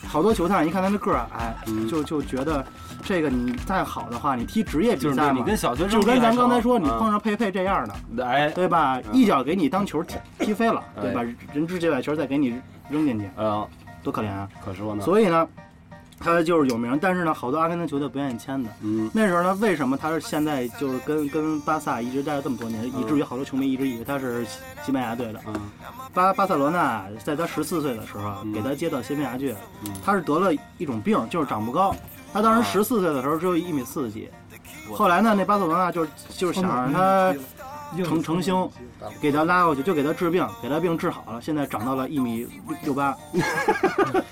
Speaker 3: 好多球探一看他那个儿矮，
Speaker 2: 嗯
Speaker 3: 就就觉得这个你再好的话，你踢职业
Speaker 2: 就是
Speaker 3: 比赛
Speaker 2: 你
Speaker 3: 嘛。
Speaker 2: 跟小学生
Speaker 3: 就
Speaker 2: 比还
Speaker 3: 跟
Speaker 2: 少，
Speaker 3: 咱刚才说，你
Speaker 2: 啊
Speaker 3: 碰上佩佩这样的，
Speaker 2: 哎，
Speaker 3: 对吧？一脚给你当球踢踢飞了，对吧？人之界外球再给你扔进去，
Speaker 2: 哎呀，
Speaker 3: 多可怜啊！
Speaker 2: 可说呢，
Speaker 3: 所以呢，他就是有名，但是呢，好多阿根廷球队不愿意签他。
Speaker 2: 嗯，
Speaker 3: 那时候呢，为什么他是现在就是跟跟巴萨一直待了这么多年，以至于好多球迷一直以为他是西西班牙队的。
Speaker 2: 嗯
Speaker 3: 巴巴塞罗那在他十四岁的时候啊
Speaker 2: 嗯
Speaker 3: 给他接到西班牙去
Speaker 2: 嗯，啊
Speaker 3: 他是得了一种病，就是长不高。他当时十四岁的时候只有一米四几，后来呢，那巴塞罗那就是就是想让他
Speaker 2: 嗯
Speaker 3: 成成星给他拉过去，就给他治病，给他病治好了，现在长到了一米 六八，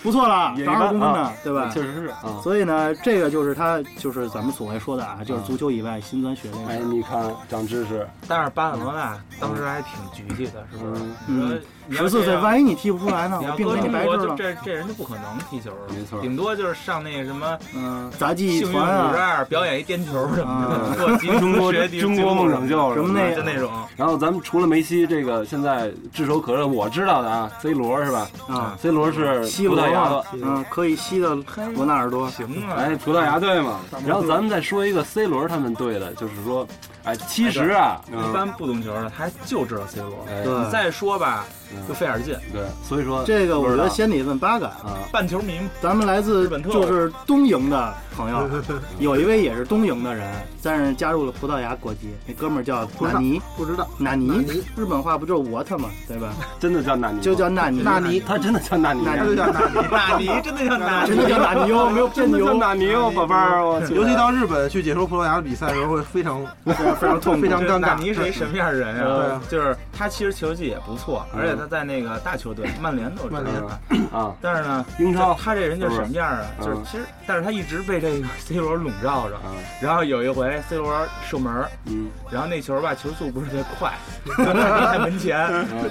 Speaker 3: 不错了，
Speaker 2: 也一
Speaker 3: 长
Speaker 2: 般
Speaker 3: 二公分呢
Speaker 2: 啊，
Speaker 3: 对吧？
Speaker 2: 确实是啊。
Speaker 3: 所以呢，这个就是他就是咱们所谓说的啊，就是足球以外辛酸血泪
Speaker 2: 哎，
Speaker 3: 史。
Speaker 2: 你看，长知识，
Speaker 5: 但是巴塞罗那当时还挺局气的，是不是？
Speaker 3: 嗯，
Speaker 5: 你说
Speaker 3: 十四岁，
Speaker 5: 你要这样
Speaker 3: 万一你踢不出来呢，
Speaker 5: 你
Speaker 3: 我
Speaker 5: 要
Speaker 3: 病
Speaker 5: 搁
Speaker 3: 给你
Speaker 5: 中
Speaker 3: 白治
Speaker 5: 国，就
Speaker 3: 了。
Speaker 5: 这这人就不可能踢球了，
Speaker 2: 没错
Speaker 5: 顶多就是上那什么
Speaker 3: 嗯，杂技
Speaker 5: 幸运五
Speaker 3: 团
Speaker 5: 十
Speaker 3: 啊，
Speaker 5: 二表演一颠球什么
Speaker 3: 啊
Speaker 5: 的，做集体
Speaker 2: 中国
Speaker 5: 学习
Speaker 2: 嗯中国梦想秀
Speaker 3: 什么那
Speaker 5: 哎就那种。
Speaker 2: 然后咱们除了梅西这个，现在炙手可热，我知道的啊，C 罗是吧
Speaker 3: 啊，
Speaker 2: ？C 罗是
Speaker 3: 吸
Speaker 2: 葡
Speaker 3: 罗
Speaker 2: 萄牙
Speaker 3: 嘛
Speaker 2: 的，，
Speaker 3: 嗯，可以吸的罗纳尔多，
Speaker 5: 行啊，
Speaker 2: 哎，葡萄牙队嘛。然后咱们再说一个 C 罗他们队的，就是说，哎，其实啊，
Speaker 5: 一
Speaker 2: 嗯，
Speaker 5: 般不懂球的他就知道 C 罗。
Speaker 2: 哎
Speaker 3: 对
Speaker 5: 你再说吧，就
Speaker 2: 嗯
Speaker 5: 费点劲，
Speaker 2: 对，所以说
Speaker 3: 这个我
Speaker 2: 不
Speaker 3: 觉
Speaker 2: 知道
Speaker 3: 得先得问八嘎，
Speaker 2: 啊，
Speaker 5: 半球迷嘛。
Speaker 3: 咱们来自
Speaker 5: 日本特务
Speaker 3: 就是东营的朋友，有一位也是东营的人，但是加入了葡萄牙国籍，那哥们儿叫纳尼，
Speaker 4: 不知道，
Speaker 3: 纳尼
Speaker 4: 纳尼，
Speaker 3: 日本话不就是我他妈对吧？
Speaker 2: 真的叫纳尼，
Speaker 3: 就叫纳尼，
Speaker 4: 纳尼，
Speaker 2: 他真的叫纳尼，啊
Speaker 3: 纳
Speaker 4: 这就叫纳尼。
Speaker 5: 纳尼真的叫纳
Speaker 3: 真
Speaker 5: 尼，
Speaker 3: 的叫纳尼哦，没有骗
Speaker 2: 真
Speaker 3: 你
Speaker 2: 的叫
Speaker 3: 哦。
Speaker 2: 纳尼哦，宝贝儿，我去，
Speaker 4: 尤其到日本去解说葡萄牙的比赛的时候，会非常非常痛非常尴
Speaker 5: 纳
Speaker 4: 尬。
Speaker 5: 尼是一什么样的人
Speaker 4: 对
Speaker 5: 啊
Speaker 4: 啊？
Speaker 5: 就是他其实球技也不错，而且他在那个大球队曼联都是
Speaker 4: 曼
Speaker 5: 知
Speaker 4: 联
Speaker 5: 道吧
Speaker 2: 啊，
Speaker 5: 但是呢，
Speaker 2: 英超
Speaker 5: 他这人就是什么样啊？
Speaker 2: 是
Speaker 5: 就
Speaker 2: 不是
Speaker 5: 是其实，但是他一直被这个 C 罗笼罩着。
Speaker 2: 啊，
Speaker 5: 然后有一回 C 罗射门，
Speaker 2: 嗯，
Speaker 5: 然后那球吧球速不是特别快，就在门前，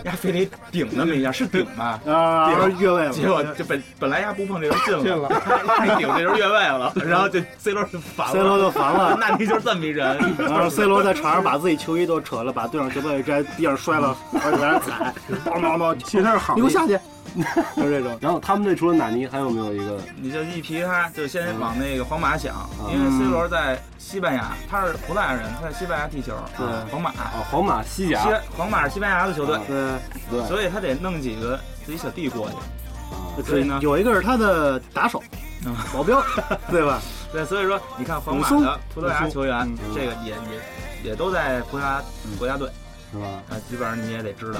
Speaker 5: 丫非得顶那么一下，是顶 吧？
Speaker 3: 啊，越位了，
Speaker 5: 结果就本本来丫不碰这球进
Speaker 4: 进
Speaker 5: 了，
Speaker 4: 了
Speaker 5: 他一顶这球越位了，然后就 C 罗就烦
Speaker 3: C 罗
Speaker 5: 了。
Speaker 3: 就烦了。
Speaker 5: 那你就是这么一人，
Speaker 3: 然 后 C 罗在场上把自己球衣都扯了，把队长球拍摘地上摔了，而且在那踩，当当当，
Speaker 4: 其实他是好
Speaker 3: 你给我
Speaker 4: 的，
Speaker 3: 下去， 就是这种。
Speaker 2: 然后他们队除了纳尼，还有没有一个
Speaker 5: 你就一提他，就先往那个皇马想，
Speaker 2: 嗯
Speaker 5: 因为 C 罗在西班牙，他是葡萄牙人，他在西班牙踢球，皇马，
Speaker 2: 啊？皇马西甲
Speaker 5: 西皇马是西班牙的球队
Speaker 2: 啊，
Speaker 3: 对，
Speaker 2: 对
Speaker 5: 所以他得弄几个自己小弟过去。
Speaker 2: 啊，
Speaker 5: 所以呢
Speaker 3: 有一个是他的打手
Speaker 5: 嗯，
Speaker 3: 保 镖，对吧？
Speaker 5: 对，所以说你看皇马
Speaker 3: 武松
Speaker 5: 的葡萄牙球员
Speaker 2: 嗯
Speaker 3: 武，
Speaker 5: 这个也也也都在葡萄牙国家队
Speaker 2: 是吧？
Speaker 5: 啊，基本上你也得知道。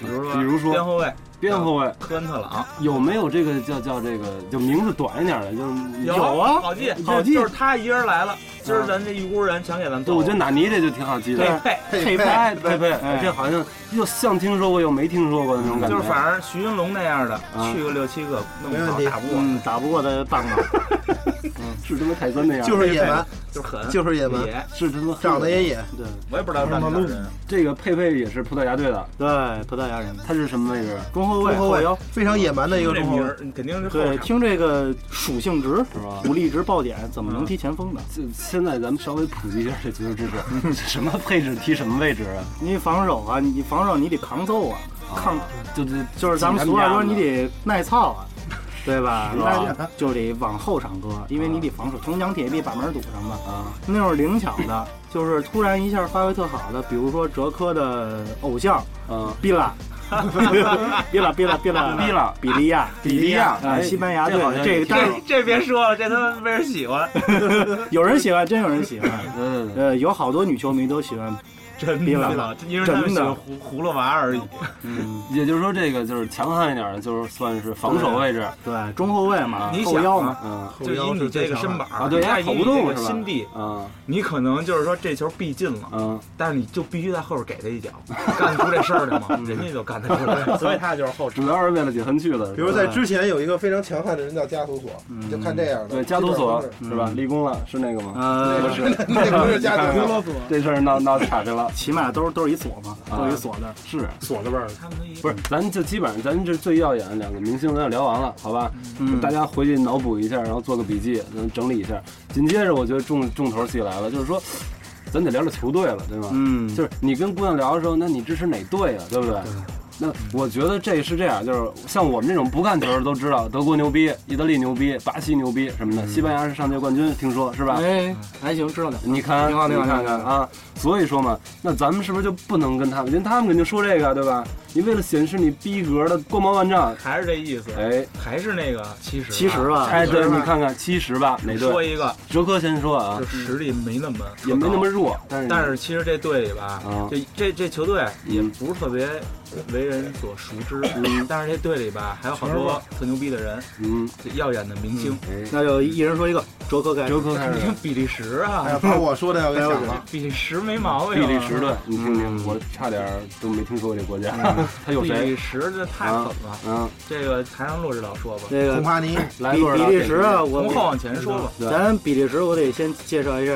Speaker 5: 比如说，
Speaker 2: 比如说
Speaker 5: 边后卫
Speaker 2: 边后卫
Speaker 5: 科恩特朗
Speaker 2: 有没有这个叫叫这个就名字短一点的？就是
Speaker 3: 有啊
Speaker 5: 好记，
Speaker 3: 好记
Speaker 5: 就是他一人来了，今儿咱这一屋人全给咱
Speaker 2: 对，
Speaker 5: 揍
Speaker 2: 我觉
Speaker 5: 了
Speaker 2: 得。纳尼这就挺好记的。
Speaker 5: 佩佩，
Speaker 3: 配拍，
Speaker 2: 哎，佩佩，
Speaker 3: 哎
Speaker 2: 这好像又像听说过又没听说过的那种感觉。
Speaker 5: 就是反正徐云龙那样的，
Speaker 2: 嗯
Speaker 5: 去个六七个弄
Speaker 4: 没
Speaker 5: 不
Speaker 4: 问
Speaker 5: 好
Speaker 4: 题
Speaker 5: 打不过，
Speaker 3: 嗯，打不过他棒 棒。
Speaker 2: 是他妈泰森那样，
Speaker 4: 就是野蛮，
Speaker 5: 就是狠，
Speaker 4: 就是野蛮，
Speaker 5: 野。
Speaker 2: 是他妈
Speaker 4: 长得也野，
Speaker 3: 对
Speaker 5: 我也不知道他们哪人，
Speaker 2: 这个佩佩也是葡萄牙队的，
Speaker 3: 对，葡萄牙人，
Speaker 2: 他是什么位置
Speaker 3: 中后卫
Speaker 4: 中后
Speaker 3: 后
Speaker 4: 卫
Speaker 3: 腰。
Speaker 4: 非常野蛮的一个
Speaker 5: 这
Speaker 4: 中后
Speaker 5: 名
Speaker 4: 卫
Speaker 5: 儿。肯定是后
Speaker 3: 对，
Speaker 5: 场
Speaker 3: 听这个属性值、
Speaker 2: 是吧？
Speaker 3: 武力值爆点，怎么
Speaker 4: 嗯
Speaker 3: 能踢前锋呢？
Speaker 2: 就现在咱们稍微普及一下这足球知 识，什么配置踢什么位置啊？
Speaker 3: 你防守啊，你防守你得扛揍啊，
Speaker 4: 哦
Speaker 3: 抗
Speaker 2: 就就
Speaker 3: 就是咱们俗话说，你
Speaker 2: 得
Speaker 3: 得耐操啊，对吧？
Speaker 2: 是吧
Speaker 3: 那就得往后场搁，因为你得防守，铜墙铁壁把门堵上嘛。
Speaker 2: 啊，
Speaker 3: 那种灵巧的，就是突然一下发挥特好的，比如说哲科的偶像
Speaker 2: 嗯，
Speaker 3: 毕拉，毕拉毕拉毕拉
Speaker 2: 逼了，
Speaker 3: 比利亚，
Speaker 2: 比利亚
Speaker 3: 啊，西班牙
Speaker 2: 这
Speaker 3: 队
Speaker 2: 好像，
Speaker 3: 这
Speaker 2: 也
Speaker 3: 个
Speaker 2: 挺
Speaker 3: 但是
Speaker 5: 这这别说了，这他妈没人喜欢，
Speaker 3: 有人喜欢，真有人喜欢。
Speaker 2: 嗯，
Speaker 3: 呃，有好多女球迷都喜欢，
Speaker 5: 真
Speaker 3: 别
Speaker 5: 的
Speaker 3: 了，
Speaker 5: 因为他们
Speaker 3: 真
Speaker 5: 喜
Speaker 3: 的
Speaker 5: 欢胡胡芦娃而已。
Speaker 3: 嗯，
Speaker 2: 也就是说这个就是强悍一点的，就是算是防守位置，
Speaker 3: 对，中后卫嘛，
Speaker 5: 你
Speaker 3: 后
Speaker 5: 想
Speaker 3: 腰
Speaker 5: 啊
Speaker 3: 嘛，
Speaker 2: 嗯
Speaker 4: 后
Speaker 5: 就以
Speaker 4: 腰
Speaker 5: 你
Speaker 4: 是
Speaker 5: 这
Speaker 4: 最
Speaker 5: 个
Speaker 4: 强
Speaker 5: 身
Speaker 4: 的
Speaker 5: 板儿
Speaker 2: 啊，对，
Speaker 5: 再
Speaker 2: 他
Speaker 5: 以
Speaker 2: 跑
Speaker 5: 你
Speaker 2: 不动
Speaker 5: 这
Speaker 2: 是
Speaker 5: 个
Speaker 2: 吧？
Speaker 5: 心地，
Speaker 2: 嗯
Speaker 5: 你可能就是说这球必进了，
Speaker 2: 嗯，
Speaker 5: 但是你就必须在后边给他一脚，干得出这事儿来 吗？
Speaker 2: 嗯
Speaker 5: 人家就干得出来，所以他就是后场。
Speaker 2: 主要是为了解恨去的。
Speaker 4: 比如在之前有一个非常强悍的人叫加图索，你就看这样的，
Speaker 2: 对加图索
Speaker 4: 基本
Speaker 2: 是吧？
Speaker 3: 嗯
Speaker 2: 立功了是那个吗？
Speaker 3: 呃，
Speaker 4: 上都是那个不是加图索，
Speaker 3: 嗯
Speaker 2: 这事儿闹闹岔去了。
Speaker 3: 起码都是都是一锁嘛，都是一锁的，
Speaker 2: 是，
Speaker 3: 锁的味儿。
Speaker 5: 他们一
Speaker 2: 不是？咱就基本上，咱这最耀眼的两个明星，咱就聊完了，好吧？
Speaker 3: 嗯
Speaker 2: 大家回去脑补一下，然后做个笔记，咱整理一下。紧接着，我觉得重重头戏来了，就是说，咱得聊聊球队了，对吗？
Speaker 3: 嗯，
Speaker 2: 就是你跟姑娘聊的时候，那你支持哪队啊？对不对？那我觉得这是这样，就是像我们这种不看球的都知道，德国牛逼，意大利牛逼，巴西牛逼什么的，西班牙是上届冠军，听说是吧？
Speaker 3: 嗯哎，还行，知道点。
Speaker 2: 你看，
Speaker 3: 挺好
Speaker 2: 你
Speaker 3: 挺好
Speaker 2: 看
Speaker 3: 挺好
Speaker 2: 看啊，所以说嘛，那咱们是不是就不能跟他们？因为他们肯定说这个，对吧？你为了显示你逼格的光芒万丈，
Speaker 5: 还是这意思，
Speaker 2: 哎
Speaker 5: 还是那个七十
Speaker 3: 其实吧，
Speaker 2: 哎，对
Speaker 5: 啊是吧
Speaker 2: 你看看七十吧，哪
Speaker 5: 说
Speaker 2: 队？
Speaker 5: 一个，
Speaker 2: 哲科先说啊
Speaker 5: 就，实力没那么
Speaker 2: 也没那么
Speaker 5: 高，
Speaker 2: 弱，但是
Speaker 5: 但是其实这队里吧
Speaker 2: 嗯，
Speaker 5: 这这这球队
Speaker 2: 也
Speaker 5: 不是特别为人所熟知， 但是这队里吧还有好多特牛逼的人，
Speaker 2: 嗯，哎
Speaker 5: 这耀眼的明星，
Speaker 3: 那就一人说一个，哲科开始。
Speaker 2: 哲科开
Speaker 5: 你
Speaker 2: 始
Speaker 5: 看，比利时
Speaker 4: 哎呀
Speaker 5: 啊，，
Speaker 4: 把我说的要给想了。
Speaker 5: 比利时没毛
Speaker 2: 比
Speaker 5: 病啊，
Speaker 2: 利时队，你听听，我差点儿都没听说过这国家， 他有
Speaker 5: 比
Speaker 2: 谁？
Speaker 5: 利时这太狠了，
Speaker 2: 嗯，
Speaker 5: 这个还让洛指导说吧，
Speaker 3: 这
Speaker 4: 孔
Speaker 3: 个
Speaker 4: 帕尼，
Speaker 2: 来
Speaker 3: 比
Speaker 2: 洛尔
Speaker 3: 比
Speaker 2: 达
Speaker 3: 利时
Speaker 2: 点
Speaker 3: 啊，
Speaker 2: 评
Speaker 3: 我
Speaker 5: 从后往前说吧，
Speaker 2: 对
Speaker 3: 咱比利时，我得先介绍一下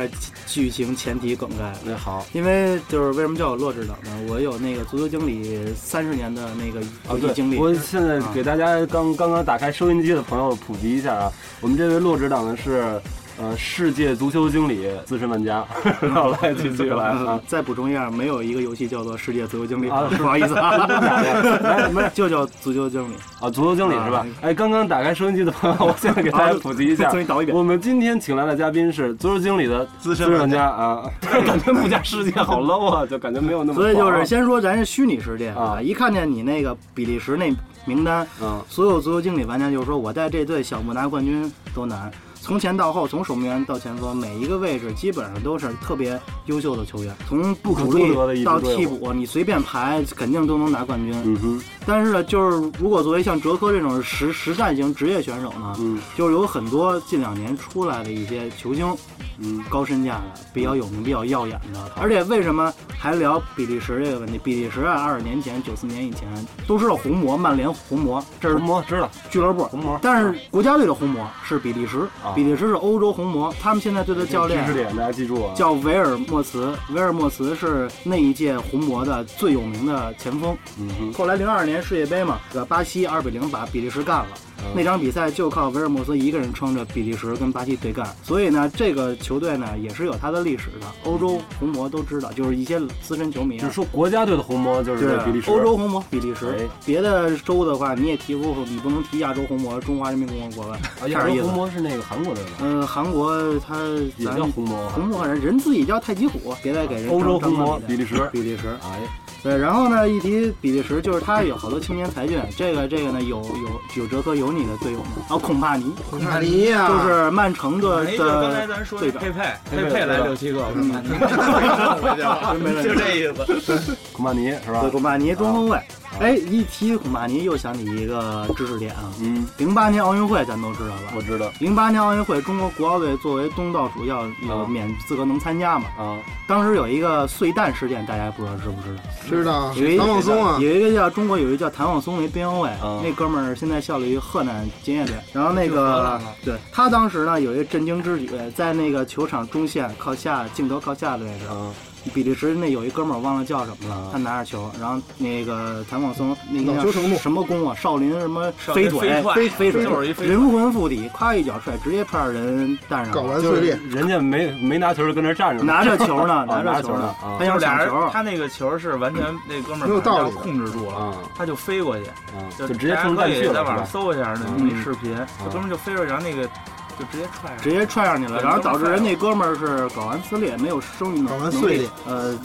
Speaker 3: 剧情前提梗概。
Speaker 2: 那哎好
Speaker 3: 因为就是为什么叫我洛指导呢？我有那个足球经理三十年的那个
Speaker 2: 啊，
Speaker 3: 游戏经
Speaker 2: 对，
Speaker 3: 历。
Speaker 2: 我现在给大家刚刚刚打开收音机的朋友普及一下啊，我们这位洛指导呢是呃世界足球经理资深玩家， 老赖继续来啊
Speaker 3: 嗯，再补充一下，没有一个游戏叫做《世界足球经理》
Speaker 2: 啊是
Speaker 3: 不好意思啊，
Speaker 2: 来来
Speaker 3: 就叫足球经 理。
Speaker 2: 啊，足球经理是吧？哎，刚刚打开收音机的朋友，我现在给大家普及一下
Speaker 3: 终于，倒一 遍。
Speaker 2: 我们今天请来的嘉宾是足球经理的资
Speaker 4: 资深
Speaker 2: 深玩
Speaker 4: 玩家
Speaker 2: 家啊， 感觉不加世界好 low 啊，就感觉没有那么
Speaker 3: 所以就是
Speaker 2: 广
Speaker 3: 先说咱是虚拟世界啊，
Speaker 2: 啊
Speaker 3: 一看见你那个比利时那名单，
Speaker 2: 嗯
Speaker 3: 所有足球经理玩家就是说我带这队想不拿冠军都难。从前到后，从守门员到前锋，每一个位置基本上都是特别优秀的球员，从不啊主
Speaker 2: 不可多得的一支
Speaker 3: 力到
Speaker 2: 队伍
Speaker 3: 替补，你随便排肯定都能拿冠军。
Speaker 2: 嗯哼
Speaker 3: 但是呢，就是如果作为像哲科这种实实战型职业选手呢，
Speaker 2: 嗯
Speaker 3: 就是有很多近两年出来的一些球星，
Speaker 2: 嗯
Speaker 3: 高身价的、比较有名、比较耀眼的。而且为什么还聊比利时这个问题？比利时啊，二十年前、九四年以前都知道红魔、曼联红魔，这是
Speaker 2: 红魔知道
Speaker 3: 俱乐部。
Speaker 2: 红魔
Speaker 3: 但是国家队的红魔是比利时，
Speaker 2: 啊
Speaker 3: 比利时是欧洲红魔，他们现在队的教
Speaker 2: 知识
Speaker 3: 练
Speaker 2: 点大家记住啊，
Speaker 3: 叫维尔莫茨，维尔莫茨是那一届红魔的最有名的前锋。
Speaker 2: 嗯哼
Speaker 3: 后来零二年世界杯嘛，这个巴西二比零把比利时干了。
Speaker 2: 嗯
Speaker 3: 那场比赛就靠维尔莫斯一个人撑着比利时跟巴西对干，所以呢，这个球队呢也是有它的历史的。欧洲红魔都知道，就是一些资深球迷
Speaker 2: 就
Speaker 3: 啊
Speaker 2: 是，说国家队的红魔就是
Speaker 3: 对啊
Speaker 2: 在比利时，
Speaker 3: 欧洲红魔比利
Speaker 2: 哎
Speaker 3: 时，别的州的话你也提不，你不能提亚洲红魔中华人民共和国吧？
Speaker 2: 啊，
Speaker 3: 差
Speaker 2: 亚
Speaker 3: 点意
Speaker 2: 洲
Speaker 3: 思
Speaker 2: 红。魔是那个韩国队吧？
Speaker 3: 呃，韩国它
Speaker 2: 也
Speaker 3: 咱
Speaker 2: 叫红魔，
Speaker 3: 红魔人人自己叫太极虎，别再给人
Speaker 2: 欧洲红
Speaker 3: 整整
Speaker 2: 魔，
Speaker 3: 那
Speaker 2: 比利时，
Speaker 3: 比利时。
Speaker 2: 哎，
Speaker 3: 对，然后呢，一提比利时，就是他有好多青年才俊，这个这个呢，有有有哲科有你的队友吗？啊，孔帕尼，
Speaker 4: 孔帕尼呀，
Speaker 3: 就是曼城的
Speaker 5: 哎，就是刚才
Speaker 3: 的
Speaker 5: 咱说
Speaker 3: 队
Speaker 5: 的
Speaker 3: 长
Speaker 5: 佩佩，
Speaker 2: 佩佩嗯
Speaker 5: 佩佩来
Speaker 2: 对吧
Speaker 5: 六七个，我看看
Speaker 3: 就
Speaker 5: 这意思。
Speaker 2: 孔帕尼是吧
Speaker 3: 对？孔帕尼中锋卫。哎，一提孔帕尼，又想起一个知识点啊，
Speaker 2: 嗯，
Speaker 3: 零八年奥运会咱都知道吧
Speaker 2: 我？知道
Speaker 3: 零八年奥运会，中国国奥队作为东道主要有
Speaker 2: 啊
Speaker 3: 免资格能参加嘛？
Speaker 2: 啊，
Speaker 3: 当时有一个碎弹事件，大家不知道知不知道？
Speaker 4: 知道
Speaker 3: 有一
Speaker 4: 唐放松啊，
Speaker 3: 有一个叫中国有一个叫谭望松为边后卫
Speaker 5: 啊
Speaker 2: 嗯，
Speaker 3: 那哥们儿现在效力于河南建业队。然后那
Speaker 5: 荷
Speaker 3: 个
Speaker 5: 兰了
Speaker 3: 对他当时呢有一个震惊之举，在那个球场中线靠下镜头靠下的位置，
Speaker 2: 嗯，
Speaker 3: 比利时那有一哥们儿忘了叫什么了
Speaker 2: 嗯，
Speaker 3: 他拿着球，然后那个谭望松那
Speaker 4: 恼
Speaker 3: 个
Speaker 4: 羞成怒
Speaker 3: 叫什么功啊，少林什么
Speaker 5: 少
Speaker 3: 飞
Speaker 5: 林
Speaker 3: 腿
Speaker 5: 飞踹
Speaker 3: 飞飞
Speaker 5: 就
Speaker 3: 腿
Speaker 5: 是一，飞
Speaker 3: 灵魂附体，夸一脚踹，直接踹着人蛋上
Speaker 4: 睾
Speaker 3: 了。
Speaker 4: 丸碎裂，
Speaker 2: 人家没没拿球就跟那儿站着呢，
Speaker 3: 拿着球
Speaker 5: 哦
Speaker 3: 呢，
Speaker 2: 啊
Speaker 3: 着球
Speaker 2: 拿着球呢
Speaker 3: 呢
Speaker 2: 啊，
Speaker 3: 他
Speaker 5: 就
Speaker 3: 想
Speaker 5: 是俩
Speaker 3: 抢
Speaker 5: 人
Speaker 3: 球，，
Speaker 5: 他那个球是完全那哥们儿
Speaker 4: 没有道理的
Speaker 5: 把人控制住了，
Speaker 2: 啊
Speaker 5: 他就飞过去，
Speaker 2: 啊，
Speaker 5: 就
Speaker 2: 就直接冲
Speaker 5: 大
Speaker 2: 蛋
Speaker 5: 家可
Speaker 2: 去
Speaker 5: 以在
Speaker 2: 了，
Speaker 5: 网
Speaker 2: 是
Speaker 5: 上
Speaker 2: 吧？
Speaker 5: 搜一下那
Speaker 2: 嗯
Speaker 5: 那视频，这哥们儿就飞过去，然后那个就直接踹
Speaker 3: 直
Speaker 5: 上。
Speaker 3: 接踹上去了，
Speaker 5: 对
Speaker 3: 然后导致人那哥们儿是睾丸撕裂，没有生育能
Speaker 4: 睾
Speaker 3: 力，
Speaker 4: 丸碎裂
Speaker 3: 呃，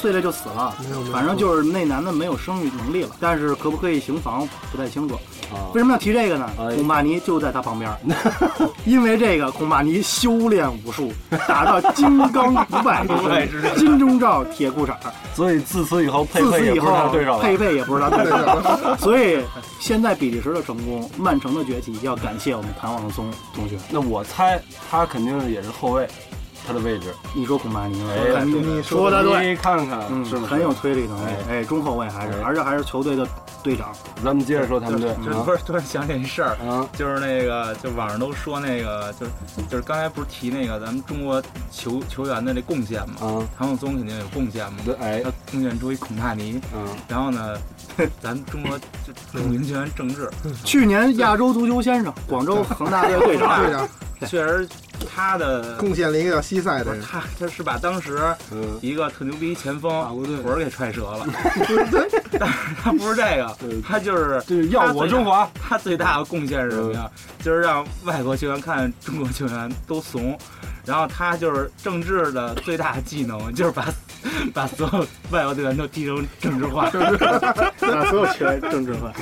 Speaker 3: 碎裂就死了
Speaker 4: 没有没有。
Speaker 3: 反正就是那男的没有生育能力了，但是可不可以行房不太清楚。
Speaker 2: 啊
Speaker 3: 为，什么要提这个呢？
Speaker 2: 哎
Speaker 3: 孔帕尼就在他旁边， 因为这个孔帕尼修炼武术，打到金刚不败 之身，金钟罩铁裤衩儿。
Speaker 2: 所以自此以后， 佩
Speaker 3: 自
Speaker 2: 佩
Speaker 3: 此
Speaker 2: 也
Speaker 3: 以
Speaker 2: 不是他
Speaker 3: 后
Speaker 2: 的对手，了
Speaker 3: 佩。佩也不是他对手，所以现在比利时的成功，曼城的崛起，要感谢我们谭望松同学。
Speaker 2: 那我猜他肯定也是后卫，他的位置，
Speaker 3: 你说孔帕尼，
Speaker 2: 哎
Speaker 3: 肯定
Speaker 4: 你
Speaker 3: 说的对，
Speaker 2: 你看看
Speaker 3: 嗯
Speaker 2: 是不，是
Speaker 3: 很有。推理能力。哎，中后卫还是，
Speaker 2: 哎
Speaker 3: 而且还是球队的队长。
Speaker 2: 咱们接着说他们队
Speaker 5: 就
Speaker 2: 啊
Speaker 5: 不是突然想起一事儿，
Speaker 2: 啊，
Speaker 5: 就是那个，就网上都说那个，就是就是刚才不是提那个咱们中国球球员的这贡献嘛？
Speaker 2: 啊，
Speaker 5: 唐永宗肯定有贡献嘛，
Speaker 2: 对，哎，
Speaker 5: 他贡献出一孔帕尼，
Speaker 2: 嗯，
Speaker 5: 然后呢，咱们中国就著名球员郑智，
Speaker 3: 去年亚洲足球先生，广州恒大队队长，
Speaker 4: 对的，
Speaker 5: 确实他的
Speaker 4: 贡献了一个叫西塞的
Speaker 5: 不是
Speaker 4: 人，
Speaker 5: 他，他是把当时
Speaker 2: 嗯，
Speaker 5: 一个特牛逼前
Speaker 2: 啊
Speaker 6: 法
Speaker 5: 锋
Speaker 6: 国队
Speaker 5: 腿儿给踹折了，但是他不是这个
Speaker 2: 对，
Speaker 5: 他就是
Speaker 2: 就是要我中华，嗯
Speaker 5: 他最大的贡献是什么呀？就是让外国球员看中国球员都怂，然后他就是政治的最大技能就是把把所有外国队员都踢成政治化。
Speaker 3: 把所有球员政治化，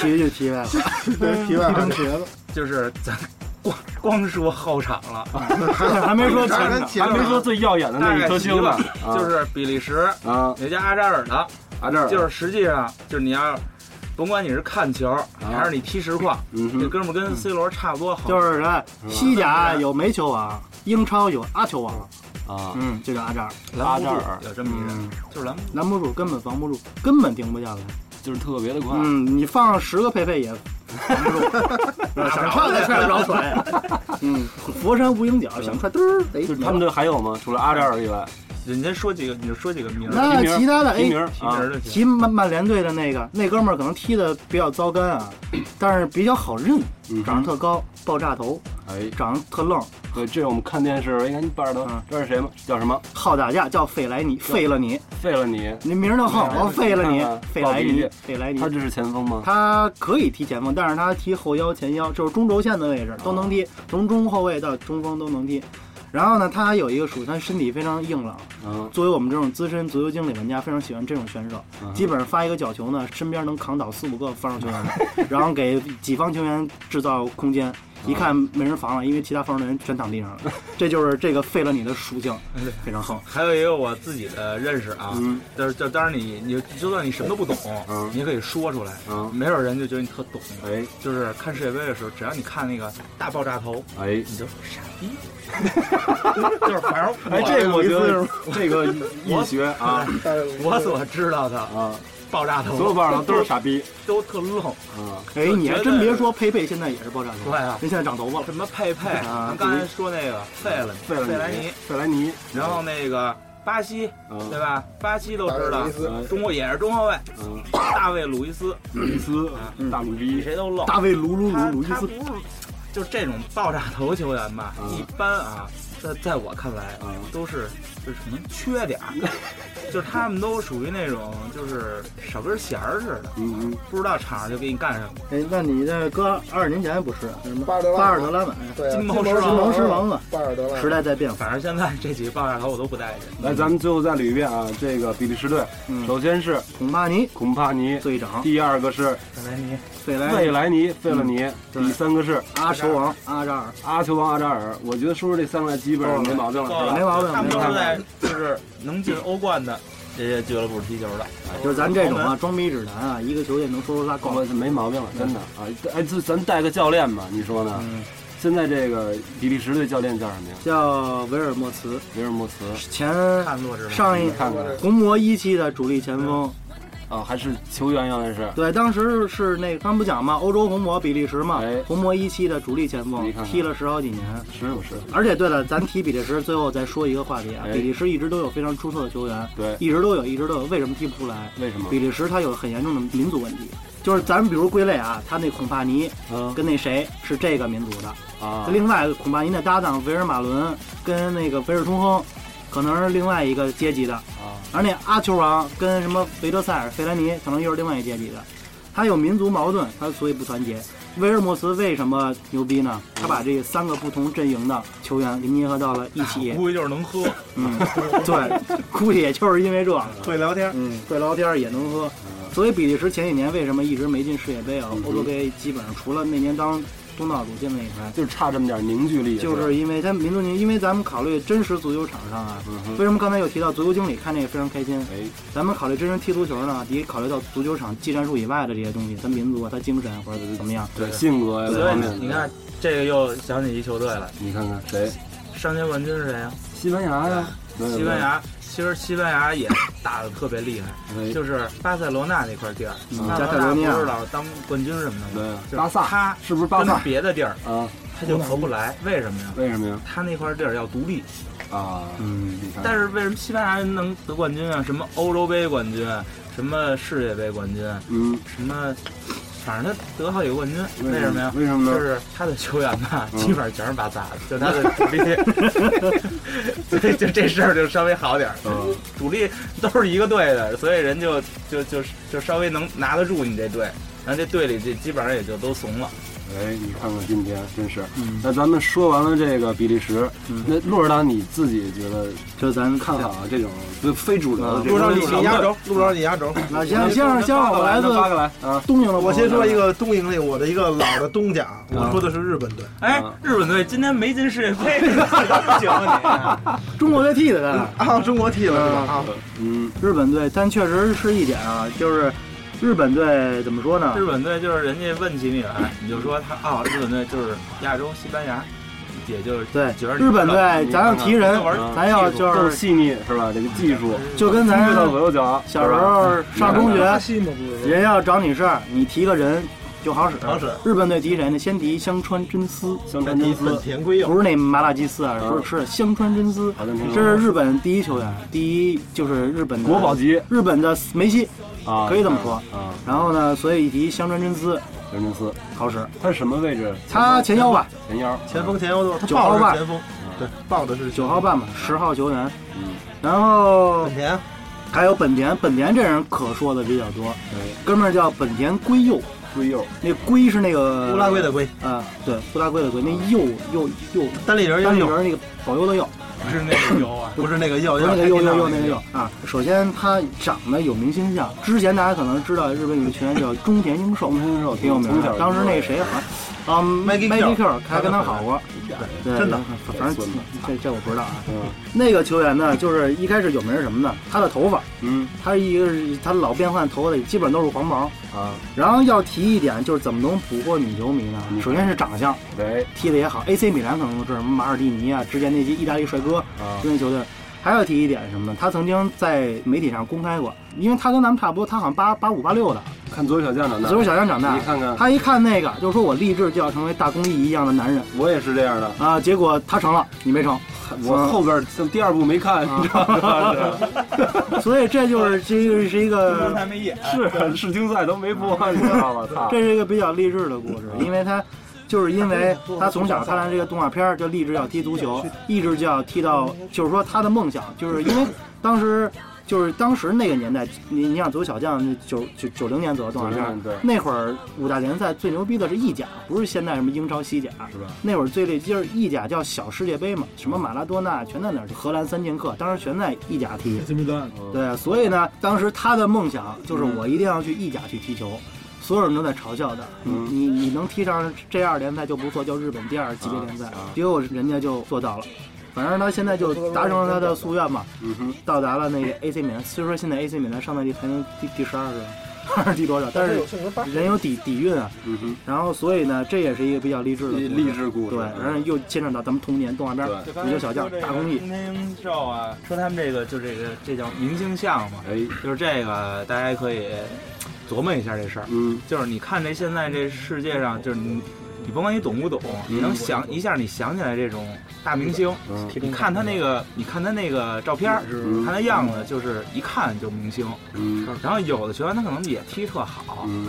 Speaker 3: 题就题外话，
Speaker 4: 对，题外话
Speaker 3: 当，瘸子，
Speaker 5: 就是咱光光说后场了，
Speaker 3: 还没说
Speaker 4: 咱
Speaker 3: 前
Speaker 4: 们
Speaker 3: 场，
Speaker 4: 前
Speaker 2: 还没说最耀眼的那一颗星呢
Speaker 5: 大概齐，
Speaker 2: 啊
Speaker 5: 就是比利时
Speaker 2: 啊
Speaker 5: 有一家阿扎尔的，
Speaker 2: 啊这儿
Speaker 5: 就是实际上就是你要甭管你是看球还是你踢实况，
Speaker 2: 啊嗯
Speaker 5: 这
Speaker 2: 哼
Speaker 5: 哥们儿跟 C 罗差不多好，
Speaker 3: 就是啥，西甲有煤球王，英超有阿球王，
Speaker 2: 啊，
Speaker 3: 嗯，就叫阿扎尔，
Speaker 5: 拦不
Speaker 2: 阿扎尔嗯
Speaker 5: 住有这么一人，就是拦不住。
Speaker 3: 拦不住，根本防不住，根本停不下来。
Speaker 2: 就是特别的快，
Speaker 3: 嗯，你放十个佩佩也防不 住，想踹也踹不着腿。嗯，佛山无影脚，想踹嘚儿得
Speaker 2: 就是他们队还有吗？除了阿扎尔以外，
Speaker 5: 你先说几个，你就说几个名儿，
Speaker 3: 那
Speaker 2: 提名
Speaker 3: 其他的哎
Speaker 2: 提名
Speaker 3: A
Speaker 2: 儿
Speaker 5: 提名
Speaker 2: 啊，
Speaker 5: 儿就行。
Speaker 3: 提曼曼联队的那个那哥们儿可能踢的比较糟糕啊，但是比较好认，
Speaker 2: 嗯哼
Speaker 3: 长得特高，爆炸头，
Speaker 2: 哎，
Speaker 3: 长得特愣，
Speaker 2: 对，这我们看电视，哎，看你巴尔德
Speaker 3: 嗯，
Speaker 2: 这是谁吗？叫什么？
Speaker 3: 好打架，叫费莱尼，废了你，
Speaker 2: 废了你，
Speaker 3: 你名儿就好，我废了你
Speaker 2: 看看，
Speaker 3: 费莱尼啊
Speaker 2: 暴，
Speaker 3: 费莱尼
Speaker 2: 他。这是前锋吗？
Speaker 3: 他可以踢前锋，但是他踢后腰、前腰，就是中轴线的位置都能踢，从中后卫到中锋都能踢。然后呢，他还有一个属于他身体非常硬朗，
Speaker 2: 嗯，
Speaker 3: 作为我们这种资深足球经理玩家，非常喜欢这种选手。
Speaker 2: 嗯
Speaker 3: 基本上发一个角球呢，身边能扛倒四五个防守球员来，然后给己方球员制造空间。一看没人防了，因为其他防守的人全躺地上了，这就是这个废了你的属性，非常横。
Speaker 5: 还有一个我自己的认识啊，
Speaker 2: 嗯
Speaker 5: 就是就当然你你就算你什么都不懂，
Speaker 2: 嗯
Speaker 5: 你也可以说出来，
Speaker 2: 嗯
Speaker 5: 没有人就觉得你特懂。
Speaker 2: 哎
Speaker 5: 就是看世界杯的时候，只要你看那个大爆炸头，
Speaker 2: 哎，
Speaker 5: 你就傻逼，就是反正我
Speaker 2: 哎，这个我觉得 这个易学啊
Speaker 5: 我所知道的
Speaker 2: 啊，
Speaker 5: 爆炸头，
Speaker 2: 所有巴尔德都是傻逼
Speaker 5: 都特愣，
Speaker 2: 啊，
Speaker 3: 哎，你还真别说，佩佩现在也是爆炸头，
Speaker 5: 对啊
Speaker 3: 人现在长头发了。
Speaker 5: 什么佩佩，
Speaker 3: 啊
Speaker 5: 咱刚才说那个费了
Speaker 2: 费了你
Speaker 5: 费莱尼，
Speaker 2: 费莱尼，
Speaker 5: 然后那个巴西，
Speaker 2: 嗯
Speaker 5: 对吧？巴西都知道
Speaker 4: 达尔维，斯
Speaker 2: 嗯
Speaker 5: 中国也是中后卫，
Speaker 2: 嗯，
Speaker 5: 大卫·鲁伊斯，
Speaker 2: 鲁伊嗯斯大鲁
Speaker 5: 比
Speaker 2: 逼，
Speaker 5: 谁都愣。
Speaker 3: 大卫卢
Speaker 2: 嗯
Speaker 3: 卢
Speaker 5: 他
Speaker 3: 卢鲁伊
Speaker 5: 他
Speaker 3: 斯
Speaker 5: 不，是，就是这种爆炸头球员吧，
Speaker 2: 嗯
Speaker 5: 一般啊，在在我看来啊
Speaker 2: 嗯
Speaker 5: 都是就是可能缺点儿，就是他们都属于那种就是少根弦儿似的，
Speaker 2: 嗯嗯，
Speaker 5: 不知道场上就给你干什么。
Speaker 3: 哎，那你这搁二十年前不是什么
Speaker 4: 巴尔德拉
Speaker 3: 巴尔德拉满，
Speaker 4: 对啊，
Speaker 5: 金毛
Speaker 4: 金
Speaker 5: 狮
Speaker 3: 王
Speaker 4: 狮
Speaker 3: 狮王嘛
Speaker 4: 巴尔德拉
Speaker 3: 时代在变化。
Speaker 5: 反正现在这几个爆炸头我都不待见。
Speaker 2: 来，咱们最后再捋一遍啊，这个比利时队，
Speaker 3: 嗯
Speaker 2: 首先是
Speaker 3: 孔帕尼
Speaker 2: 孔帕尼，
Speaker 3: 队长，
Speaker 2: 第二个是
Speaker 5: 看来你
Speaker 3: 费莱
Speaker 2: 费莱尼，费了尼，
Speaker 3: 嗯
Speaker 2: 第三个是
Speaker 3: 阿球王阿扎尔，
Speaker 2: 阿球王阿扎尔，我觉得说出这三个来基本上没毛病了，
Speaker 3: 没
Speaker 2: 是吧？
Speaker 3: 毛病，
Speaker 5: 他们
Speaker 3: 没
Speaker 5: 都
Speaker 3: 毛
Speaker 5: 是
Speaker 3: 病。
Speaker 5: 在就是能进欧冠的这些俱乐部踢球的，
Speaker 3: 就是咱这种啊，装逼指南啊，一个球队能说出仨够
Speaker 2: 我
Speaker 3: 了。
Speaker 2: 是没毛病了，真的啊！哎，这咱带个教练吧，你说呢？
Speaker 3: 嗯
Speaker 2: 现在这个比利时队教练叫什么呀？
Speaker 3: 叫维尔莫茨，
Speaker 2: 维尔莫茨
Speaker 3: 前
Speaker 5: 看弱智了。
Speaker 3: 上一
Speaker 2: 看看
Speaker 3: 红魔一期的主力前锋。
Speaker 2: 啊，还是球员原来是
Speaker 3: 对，当时是那个刚不讲嘛，欧洲红魔比利时嘛
Speaker 2: 哎，
Speaker 3: 红魔一期的主力前锋
Speaker 2: 你看看
Speaker 3: 踢了十好几年。
Speaker 2: 是不是？
Speaker 3: 而且对了，咱提比利时，最后再说一个话题啊，
Speaker 2: 哎
Speaker 3: 比利时一直都有非常出色的球员，
Speaker 2: 对
Speaker 3: 一直都有，一直都有，为什么踢不出来？
Speaker 2: 为什么
Speaker 3: 比？利时它有很严重的民族问题，就是咱们比如归类啊，他那孔帕尼
Speaker 2: 嗯
Speaker 3: 跟那谁是这个民族的，
Speaker 2: 啊，
Speaker 3: 另外孔帕尼的搭档维尔马伦跟那个维尔通亨，可能是另外一个阶级的，
Speaker 2: 啊
Speaker 3: 而那阿球王跟什么维德塞尔、费兰尼可能又是另外一阶级的，他有民族矛盾，他所以不团结。威尔莫茨为什么牛逼呢？他把这三个不同阵营的球员给捏合到了一起，
Speaker 5: 估计就是能喝，
Speaker 3: 嗯， 对，估计也就是因为这个，
Speaker 4: 会聊天，
Speaker 3: 嗯，会聊天也能喝。所以比利时前几年为什么一直没进世界杯啊？欧洲杯基本上除了那年当东道主进了以外，
Speaker 2: 就是差这么点凝聚力，
Speaker 3: 就是因为他民族因为咱们考虑真实足球场上啊，
Speaker 2: 嗯哼，
Speaker 3: 为什么刚才有提到足球经理看这个非常开心？
Speaker 2: 哎，
Speaker 3: 咱们考虑真人踢足球呢，得考虑到足球场技战术以外的这些东西，他民族啊，他精神啊或者是怎么样。
Speaker 2: 对性格呀各
Speaker 5: 所以
Speaker 2: 方面，
Speaker 5: 你看，这个又想起一球队来，
Speaker 2: 你看看谁？
Speaker 5: 上届冠军是谁啊？
Speaker 2: 西班牙呀，
Speaker 5: 西班牙，其实西班牙也打的特别厉害，
Speaker 2: 对，对
Speaker 5: 就是巴塞罗那那块地儿，
Speaker 3: 嗯
Speaker 5: 巴
Speaker 3: 加泰
Speaker 5: 塞
Speaker 3: 罗
Speaker 5: 罗
Speaker 3: 尼亚
Speaker 5: 那不是老当冠军什么的吗？就是
Speaker 2: 巴萨
Speaker 5: 他
Speaker 2: 是不是巴
Speaker 5: 跟
Speaker 2: 萨嗯
Speaker 5: 别的地儿
Speaker 2: 啊？
Speaker 5: 他就合不来，为什么呀？
Speaker 2: 为什么呀？
Speaker 5: 他那块地儿要独立，
Speaker 2: 啊，嗯，你看，
Speaker 5: 但是为什么西班牙人能得啊冠军啊？什么欧洲杯冠军，什么世界杯冠军，
Speaker 2: 嗯，
Speaker 5: 什么反正他得好几个冠军，为什么呀？
Speaker 2: 为什么
Speaker 5: 就
Speaker 2: 呢？
Speaker 5: 是他的球员吧，
Speaker 2: 嗯
Speaker 5: 基本上全是巴萨的，就他的主力， 所以就这事儿就稍微好点儿。
Speaker 2: 嗯，
Speaker 5: 主力都是一个队的，所以人就就就就稍微能拿得住你这队，然后这队里这基本上也就都怂了。
Speaker 2: 哎，你看看今天真是。
Speaker 3: 嗯，
Speaker 2: 那咱们说完了这个比利时，
Speaker 3: 嗯
Speaker 2: 那鹿尔达你自己觉得
Speaker 3: 这咱
Speaker 2: 看好啊这种不非主流的这
Speaker 4: 陆
Speaker 2: 种
Speaker 4: 少
Speaker 2: 强
Speaker 4: 你
Speaker 2: 队？
Speaker 4: 你压轴，陆少你压轴。
Speaker 3: 啊，先先先让我来自
Speaker 2: 发过来啊！
Speaker 3: 东营的朋友，
Speaker 4: 我先说一个东营里我的一个老的东家，我说的是日本队。
Speaker 5: 哎
Speaker 2: 啊，
Speaker 5: 日本队今天没进世界杯，你行吗
Speaker 3: 中国队替的咱俩。
Speaker 4: 啊，中国踢了是吧？啊，
Speaker 2: 嗯，
Speaker 3: 日本队，但确实是一点啊，就是日本队怎么说呢
Speaker 5: 你？？日本队就是人家问起你来，你就说他啊、日本队就是亚洲西班牙，也就是
Speaker 3: 对，
Speaker 5: 觉得
Speaker 3: 日本队，咱要提人
Speaker 5: 这，玩意
Speaker 2: 嗯
Speaker 5: 儿
Speaker 3: 咱要就
Speaker 2: 更
Speaker 3: 是
Speaker 2: 细腻是吧？这个技术，
Speaker 3: 就跟咱
Speaker 2: 知道左右脚，
Speaker 3: 小时候上中
Speaker 6: 巴
Speaker 3: 学，
Speaker 6: 西嘛不是，
Speaker 3: 人要找你事儿，你提个人就好使。
Speaker 4: 好使
Speaker 3: 日本队提谁呢？先提香川真司，
Speaker 2: 香川
Speaker 4: 本
Speaker 2: 真
Speaker 4: 田
Speaker 2: 司
Speaker 4: 本，田圭佑，
Speaker 3: 不是那麻辣鸡丝啊，
Speaker 2: 嗯
Speaker 3: 是是香川真司
Speaker 2: 好像听，说
Speaker 3: 这是日本第一球员，第一就是日本
Speaker 2: 嗯
Speaker 3: 的
Speaker 2: 国宝，级
Speaker 3: 日本的梅西。
Speaker 2: 啊，
Speaker 3: 可以这么说
Speaker 2: 啊，
Speaker 3: 然后呢，所以一提香川真司
Speaker 2: 香川真司，
Speaker 3: 好使，
Speaker 2: 他是什么位置？
Speaker 3: 他前腰吧，
Speaker 2: 前腰，啊
Speaker 4: 前锋前腰都是
Speaker 3: 九
Speaker 4: 他
Speaker 3: 号
Speaker 4: 抱着
Speaker 3: 半
Speaker 4: 是前锋，对，抱的是
Speaker 3: 九号半吧，十号球员。
Speaker 2: 嗯，
Speaker 3: 然后
Speaker 4: 本田，
Speaker 3: 还有本田，本田这人可说的比较多，
Speaker 2: 对，
Speaker 3: 哥们儿叫本田圭佑，
Speaker 2: 龟右，
Speaker 3: 那圭是那个
Speaker 4: 乌拉圭的圭，
Speaker 3: 啊，对，乌拉圭的圭，那佑佑佑，
Speaker 4: 单立人
Speaker 3: 单立
Speaker 4: 佑，
Speaker 3: 人那个保佑的佑，
Speaker 5: 不是那个牛啊。
Speaker 4: 不是那个佑，
Speaker 3: 不是那个佑佑
Speaker 4: 右右
Speaker 3: 佑
Speaker 4: 右
Speaker 3: 那个佑
Speaker 4: 佑，
Speaker 3: 啊。首先他长得有明星相，之前大家可能知道日本有个球员叫中田英寿
Speaker 2: 中，村寿
Speaker 3: 挺有名的，当时那谁好像，嗯
Speaker 4: Maggie
Speaker 3: ，Maggie
Speaker 4: Q
Speaker 3: Q 还跟他好过，对，
Speaker 4: 真的，
Speaker 3: 反正
Speaker 2: 孙子
Speaker 3: 这这我不知道啊。
Speaker 2: 嗯
Speaker 3: 那个球员呢，就是一开始有名是什么呢？他的头发，
Speaker 2: 嗯
Speaker 3: 他一个是他老变换头发，基本都是黄毛。
Speaker 2: 啊，
Speaker 3: 然后要提一点，就是怎么能捕获女球迷呢
Speaker 2: 嗯？
Speaker 3: 首先是长相，
Speaker 2: 喂
Speaker 3: 踢的也好，AC 米兰可能都知道，什么马尔蒂尼啊，之前那些意大利帅哥
Speaker 2: 啊
Speaker 3: 就那球队。还要提一点什么呢？他曾经在媒体上公开过，因为他跟咱们差不多，他好像八八五八六的，
Speaker 2: 看左右小将长大，
Speaker 3: 足球小将长大
Speaker 2: 你。看看，
Speaker 3: 他一看那个，就说我立志就要成为大公益一样的男人
Speaker 2: 我也是这样的，
Speaker 3: 啊！结果他成了，你没成。
Speaker 2: 我后
Speaker 3: 嗯
Speaker 2: 边像第二部没看，你知道 吗？啊
Speaker 3: 所以这就是这个是 一个
Speaker 5: 还没演，
Speaker 2: 是啊世青赛都没播，你知道吗？操
Speaker 3: 这是一个比较励志的故事，因为他就是因为他从小看了这个动画片儿，就立志要踢足球，一直就要踢到，就是说他的梦想，就是因为当时就是当时那个年代，你你想足球小将那九九九零年左右动画片儿，
Speaker 2: 对，
Speaker 3: 那会儿五大联赛最牛逼的是意甲，不是现在什么英超、西甲。
Speaker 2: 是吧？
Speaker 3: 那会儿最厉就是意甲叫小世界杯嘛，什么马拉多纳全在那儿，荷兰三剑客当时全在意甲踢，
Speaker 6: 金密丹，
Speaker 3: 对，所以呢，当时他的梦想就是我一定要去意甲去踢球，所有人都在嘲笑他，你
Speaker 2: 嗯
Speaker 3: 你你能踢上 J 二联赛就不错，就日本第二级别联赛
Speaker 2: 啊啊，
Speaker 3: 结果人家就做到了。反正他现在就达成了他的夙愿嘛，
Speaker 2: 嗯哼，
Speaker 3: 到达了那个 AC 米兰。虽说现在 AC 米兰上赛季排名第第十二是吧， 还是第多少？但是人有底底蕴啊。
Speaker 2: 嗯哼，
Speaker 3: 然后所以呢，这也是一个比较励志的故事嗯
Speaker 2: 励志故事，
Speaker 3: 对，然后又牵扯到咱们童年动画片
Speaker 2: 对
Speaker 3: 《足球小将》大公益。
Speaker 5: 中天英寿啊，说他们这个就这个这叫明星相嘛，
Speaker 2: 哎，
Speaker 5: 就是这个大家可以琢磨一下这事儿。
Speaker 2: 嗯，
Speaker 5: 就是你看这现在这世界上，就是你，你甭管你懂不懂，你能想一下，你想起来这种大明星，
Speaker 2: 嗯
Speaker 5: 你看他那个，你看他那个照片儿，
Speaker 2: 嗯
Speaker 5: 看他样子，就是一看就明星。
Speaker 2: 嗯
Speaker 5: 然后有的球员他可能也踢特好，
Speaker 2: 嗯，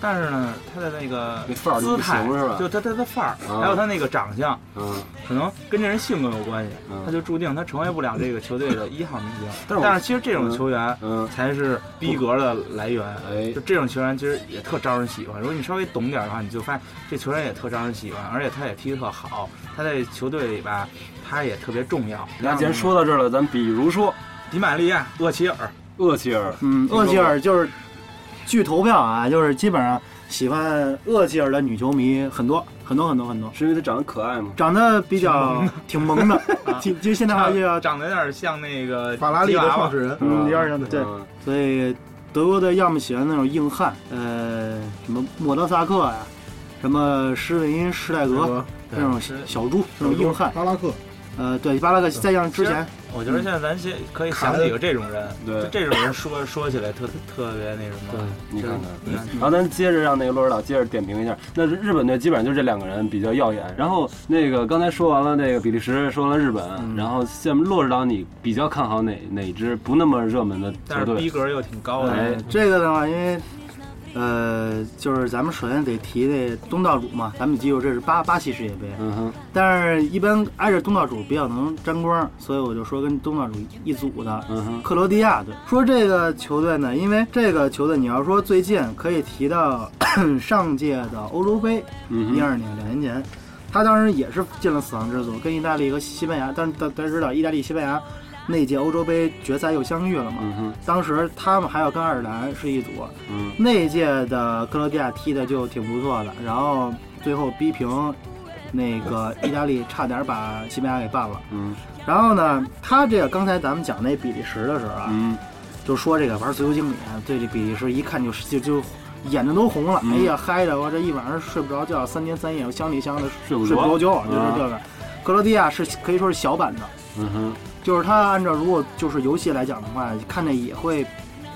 Speaker 5: 但是呢，他的那个
Speaker 2: 那范儿就
Speaker 5: 姿
Speaker 2: 不
Speaker 5: 态
Speaker 2: 行是吧，
Speaker 5: 就他他的范儿，
Speaker 2: 啊
Speaker 5: 还有他那个长相，
Speaker 2: 嗯，
Speaker 5: 可能跟这人性格有关系
Speaker 2: 嗯，
Speaker 5: 他就注定他成为不了这个球队的一号明星。
Speaker 2: 但是我
Speaker 5: 但是其实这种
Speaker 2: 嗯
Speaker 5: 球员
Speaker 2: 嗯，
Speaker 5: 才是逼格的来源。
Speaker 2: 哎
Speaker 5: 就，这种球员其实也特招人喜欢。如果你稍微懂点儿的话，你就发现这球员也特招人喜欢，而且他也踢得特好，他在球队里吧，他也特别重要。
Speaker 2: 那既然说到这儿了，咱比如说
Speaker 5: 迪玛利亚、厄齐尔，
Speaker 2: 厄齐尔，
Speaker 3: 嗯，厄齐尔就是，据投票啊，就是基本上喜欢厄齐尔的女球迷很多很多很多很多，
Speaker 2: 是因为他长得可爱吗？
Speaker 3: 长得比较挺萌的，
Speaker 5: 啊
Speaker 3: 挺就现在话就要，
Speaker 5: 长得有点像那个
Speaker 4: 法拉
Speaker 5: 吉
Speaker 4: 利的
Speaker 5: 娃娃
Speaker 4: 创始人，
Speaker 3: 嗯，有点像对，
Speaker 2: 嗯
Speaker 3: 所以德国队要么喜欢那种硬汉，呃，什么莫德萨克呀、什么施韦因施泰格那
Speaker 5: 对
Speaker 3: 种
Speaker 5: 是
Speaker 3: 小猪那种硬汉，
Speaker 6: 巴拉克，
Speaker 3: 呃，对，巴拉克再像之前
Speaker 5: 我觉得现在咱先可以想几个这种人，
Speaker 2: 对
Speaker 5: 就这种人说说起来特特别那什么。嗯
Speaker 2: 你看看。
Speaker 5: 你看
Speaker 2: 然后咱接着让那个洛指导接着点评一下，那日本队基本上就这两个人比较耀眼。然后那个刚才说完了那个比利时，说完了日本，然后下面洛指导你比较看好哪哪支不那么热门的球
Speaker 5: 但是
Speaker 2: 队？
Speaker 3: 呃
Speaker 5: 逼格又挺高
Speaker 2: 哎
Speaker 5: 的，
Speaker 3: 这个的话，因为呃，就是咱们首先得提那东道主嘛，咱们记住这是巴巴西世界杯，
Speaker 2: 嗯哼，
Speaker 3: 但是一般挨着东道主比较能沾光，所以我就说跟东道主一组的，
Speaker 2: 嗯哼，
Speaker 3: 克罗地亚队。说这个球队呢，因为这个球队你要说最近可以提到 上届的欧洲杯，
Speaker 2: 嗯
Speaker 3: 一
Speaker 2: 哼，
Speaker 3: 二年两年前，他当时也是进了死亡之组，跟意大利和西班牙，但是大大家知道意大利西班牙那届欧洲杯决赛又相遇了嘛，
Speaker 2: 嗯哼，
Speaker 3: 当时他们还有跟爱尔兰是一组，啊
Speaker 2: 嗯
Speaker 3: 那一届的克罗地亚踢的就挺不错的，然后最后逼平那个意大利，差点把西班牙给办了。
Speaker 2: 嗯
Speaker 3: 然后呢，他这个刚才咱们讲那比利时的时候啊，
Speaker 2: 嗯
Speaker 3: 就说这个玩足球经理对这比利时一看就就就眼睛都红了，
Speaker 2: 嗯
Speaker 3: 哎呀嗨的，我这一晚上睡不着觉，三天三夜我想你想的
Speaker 2: 睡
Speaker 3: 睡
Speaker 2: 不着
Speaker 3: 不着觉，就是
Speaker 2: 啊
Speaker 3: 这个。克罗地亚是可以说是小版的，
Speaker 2: 嗯哼，
Speaker 3: 就是他按照如果就是游戏来讲的话，看着也会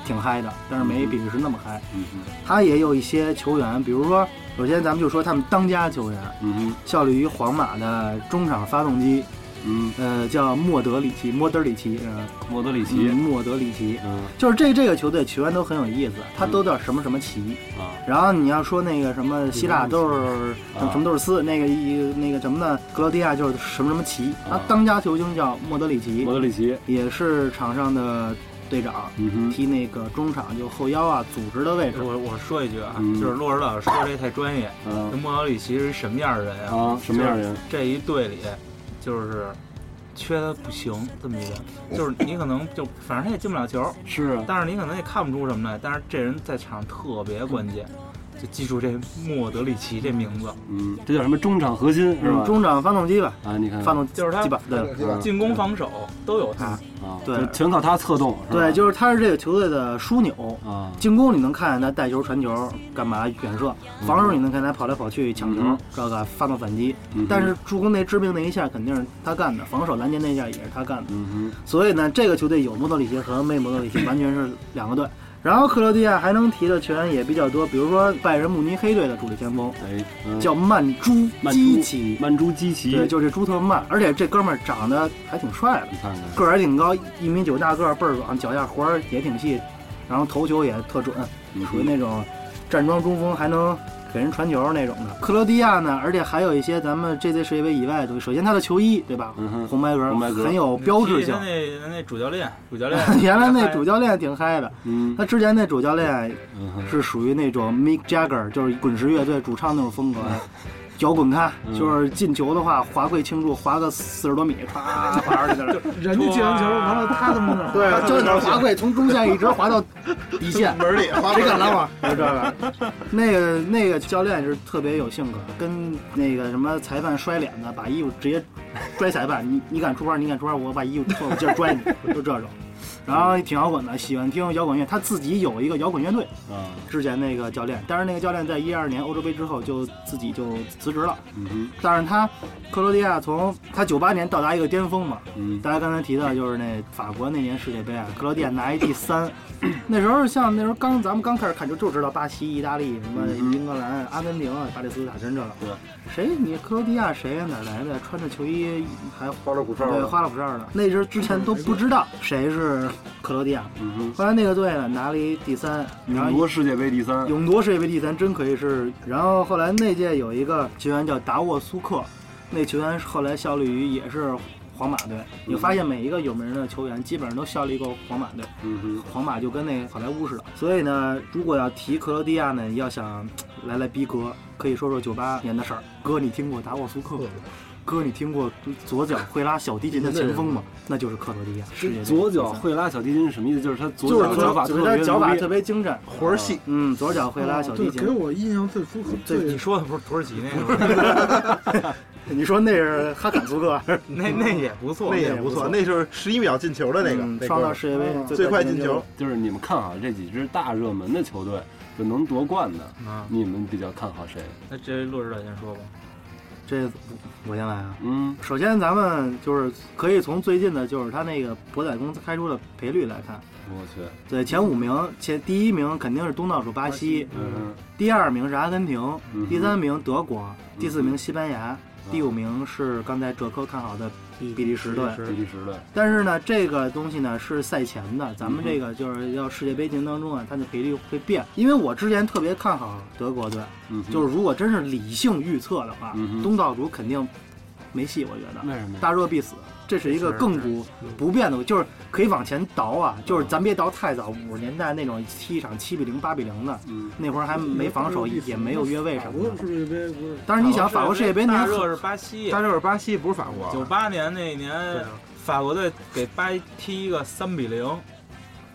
Speaker 3: 挺嗨的，但是没比利时那么嗨。
Speaker 2: 嗯哼，
Speaker 3: 他也有一些球员，比如说，首先咱们就说他们当家球员，
Speaker 2: 嗯哼，
Speaker 3: 效力于皇马的中场发动机，
Speaker 2: 嗯，
Speaker 3: 呃，叫莫德里奇，莫德里奇，呃，
Speaker 2: 莫德里
Speaker 3: 嗯
Speaker 2: 奇，
Speaker 3: 莫德里奇，
Speaker 2: 嗯
Speaker 3: 就是这这个球队球员都很有意思，他都叫什么什么奇。
Speaker 2: 啊，
Speaker 3: 然后你要说那个什么希腊都是
Speaker 2: 啊
Speaker 3: 什么都是斯，那个一那个什么呢，格罗地亚就是什么什么奇，他
Speaker 2: 啊
Speaker 3: 当家球星叫莫德里奇
Speaker 2: 莫，德里奇，
Speaker 3: 也是场上的队长，
Speaker 2: 嗯哼，
Speaker 3: 踢那个中场就后腰啊，组织的位置。
Speaker 5: 我我说一句啊，
Speaker 2: 嗯
Speaker 5: 就是洛指导说这太专业。那
Speaker 2: 嗯
Speaker 5: 莫德里奇是什么样的人啊？
Speaker 2: 啊，什么样的人？
Speaker 5: 这一队里，就是缺他不行这么一个人， 就是你可能就反正他也进不了球，
Speaker 2: 是啊，
Speaker 5: 但是你可能也看不出什么来。但是这人在场上特别关键，就记住这莫德里奇这名字，
Speaker 2: 嗯，这叫什么中场核心是吧
Speaker 3: 嗯，？中场发动机吧，
Speaker 2: 啊，你看，
Speaker 3: 发动
Speaker 5: 就是他嗯
Speaker 3: 机吧，对
Speaker 4: 对吧？
Speaker 5: 进攻防守都有他
Speaker 3: 啊。
Speaker 2: 啊，
Speaker 3: 对
Speaker 2: 就全靠他策动，是吧
Speaker 3: 对，就是他是这个球队的枢纽。
Speaker 2: 啊，
Speaker 3: 进攻你能看见他带球、传球、干嘛远射；防守你能看见他跑来跑去、抢球
Speaker 2: 嗯、
Speaker 3: 这个发动反击。
Speaker 2: 嗯哼
Speaker 3: 但是，助攻那致命那一下肯定是他干的，防守拦截那一下也是他干的。
Speaker 2: 嗯
Speaker 3: 所以呢，这个球队有莫德里奇和没莫德里奇完全是两个队。然后克罗地亚还能提的球员也比较多，比如说拜仁慕尼黑队的主力前锋
Speaker 2: 哼，哎，嗯
Speaker 3: 叫曼朱
Speaker 2: 曼朱
Speaker 3: 基奇，
Speaker 2: 曼朱基奇，
Speaker 3: 对，就是这朱特曼，而且这哥们儿长得还挺帅的。
Speaker 2: 你看看，
Speaker 3: 个儿也挺高，一米九大个儿，倍儿壮，脚下活儿也挺细，然后头球也特准，
Speaker 2: 嗯
Speaker 3: 属于那种站桩中锋，还能给人传球那种的。克罗地亚呢，而且还有一些咱们这届世界杯以外的东西。首先，他的球衣对吧？
Speaker 2: 嗯哼，
Speaker 3: 红白格
Speaker 2: 红白格
Speaker 3: 很有标志性
Speaker 5: 他。那他那主教练，主教练
Speaker 3: 原来那主教练挺嗨的，
Speaker 2: 嗯
Speaker 3: 他之前那主教练
Speaker 2: 嗯哼，
Speaker 3: 是属于那种 Mick Jagger，就是滚石乐队主唱那种风格。 摇滚咖
Speaker 2: 嗯
Speaker 3: 就是进球的话，滑跪庆祝，滑个四十多米，啪滑上去 了。
Speaker 6: 人家进完球，完了他他妈那儿
Speaker 3: 对，啊就是那滑跪从中线一直滑到底 线，
Speaker 4: 门里花
Speaker 3: 谁敢拦我？就这个，那个那个教练是特别有性格，跟那个什么裁判摔脸的，把衣服直接拽裁判，你你敢出包，你敢出包，我把衣服脱了，我接着拽你，就这种。然后挺摇滚的，喜欢听摇滚乐，他自己有一个摇滚乐队。
Speaker 2: 啊，
Speaker 3: 之前那个教练，但是那个教练在一二年欧洲杯之后就自己就辞职了。
Speaker 2: 嗯哼，
Speaker 3: 但是他克罗地亚从他九八年到达一个巅峰嘛，
Speaker 2: 嗯
Speaker 3: 大家刚才提到就是那法国那年世界杯啊，克罗地亚 拿一第三，那时候像那时候刚咱们刚开始看球就知道巴西、意大利什么
Speaker 2: 嗯
Speaker 3: 英格兰、阿根廷、啊巴勒斯坦真这个
Speaker 2: 对，
Speaker 3: 谁你克罗地亚谁呀哪来的？穿着球衣还
Speaker 4: 花里胡哨
Speaker 3: 对
Speaker 4: 的，
Speaker 3: 花里胡哨的，那时候之前都不知道谁是克罗地亚，
Speaker 2: 嗯哼，
Speaker 3: 后来那个队呢拿了一第三，然后
Speaker 2: 勇夺世界杯第三，
Speaker 3: 勇夺世界杯第三，真可以是。然后后来那届有一个球员叫达沃苏克，那球员是后来效力于也是皇马队。你发现每一个有名的球员基本上都效力过皇马队，
Speaker 2: 嗯哼，
Speaker 3: 皇马就跟那好莱坞似的。所以呢，如果要提克罗地亚呢，要想嘖来来逼格，可以说说九八年的事儿。哥，你听过达沃苏克吗？哥，你听过左脚会拉小提琴的前锋吗？那就是克罗地亚。世界杯
Speaker 2: 左脚
Speaker 3: 第三
Speaker 2: 会拉小提琴是什么意思？就是他左
Speaker 3: 就是
Speaker 2: 脚
Speaker 3: 左
Speaker 2: 脚法
Speaker 3: 脚，
Speaker 2: 特
Speaker 3: 就是他
Speaker 2: 别
Speaker 3: 脚法
Speaker 2: 牛
Speaker 3: 特
Speaker 2: 逼，
Speaker 3: 别精湛。
Speaker 4: 活儿细，
Speaker 3: 嗯，左脚会拉小提
Speaker 6: 对，
Speaker 3: 琴
Speaker 6: 给。我印象最深刻
Speaker 5: 你
Speaker 6: 最
Speaker 5: 说的不是土耳其 那个吗？
Speaker 3: 你说那是哈坎苏克，
Speaker 5: 那那也不错，
Speaker 4: 那也
Speaker 3: 也
Speaker 4: 不
Speaker 3: 不
Speaker 4: 错，
Speaker 3: 错
Speaker 4: 那就是十一秒进球的那个
Speaker 3: 嗯，
Speaker 4: 那
Speaker 3: 创
Speaker 4: 哥
Speaker 3: 造
Speaker 4: 们儿
Speaker 3: 世界
Speaker 6: 嗯
Speaker 3: 杯
Speaker 4: 最快进球，，
Speaker 2: 就是你们看好这几支大热门的球队，就能夺冠的，
Speaker 5: 啊。
Speaker 2: 你们比较看好谁？
Speaker 5: 那这洛指导先说吧。
Speaker 3: 这我先来啊。
Speaker 2: 嗯
Speaker 3: 首先，咱们就是可以从最近的，就是他那个博彩公司开出的赔率来看，
Speaker 2: 我去，
Speaker 3: 对前五名，前第一名肯定是东道主巴西，
Speaker 2: 嗯
Speaker 3: 第二名是阿根廷，
Speaker 2: 嗯哼
Speaker 3: 第三名德国，
Speaker 2: 哼
Speaker 3: 第四名西班牙，
Speaker 2: 嗯
Speaker 3: 第五名是刚才哲科看好的啊比利时队。
Speaker 2: 比利时的，
Speaker 3: 但是呢，这个东西呢是赛前的，咱
Speaker 2: 嗯
Speaker 3: 们这个就是要世界杯进程当中啊，它的赔率会变。因为我之前特别看好德国队，
Speaker 2: 嗯哼，
Speaker 3: 就是如果真是理性预测的话，
Speaker 2: 嗯哼
Speaker 3: 东道主肯定没戏，我觉得。
Speaker 2: 为什么呀？
Speaker 3: 大热必死，这是一个亘古不变的，就是可以往前倒啊，就是咱别倒太早。五十年代那种踢一场七比零、八比零的，
Speaker 2: 嗯，
Speaker 3: 那会儿还没防守，也没有越位什么的。
Speaker 6: 世界杯不是
Speaker 3: 当然你想法国世界杯
Speaker 5: 大
Speaker 3: 那
Speaker 5: 热是巴西，
Speaker 4: 但是巴西不是法国，
Speaker 5: 九八年那
Speaker 4: 啊对
Speaker 5: 年
Speaker 4: 啊
Speaker 5: 法国队给巴西踢一个三比零，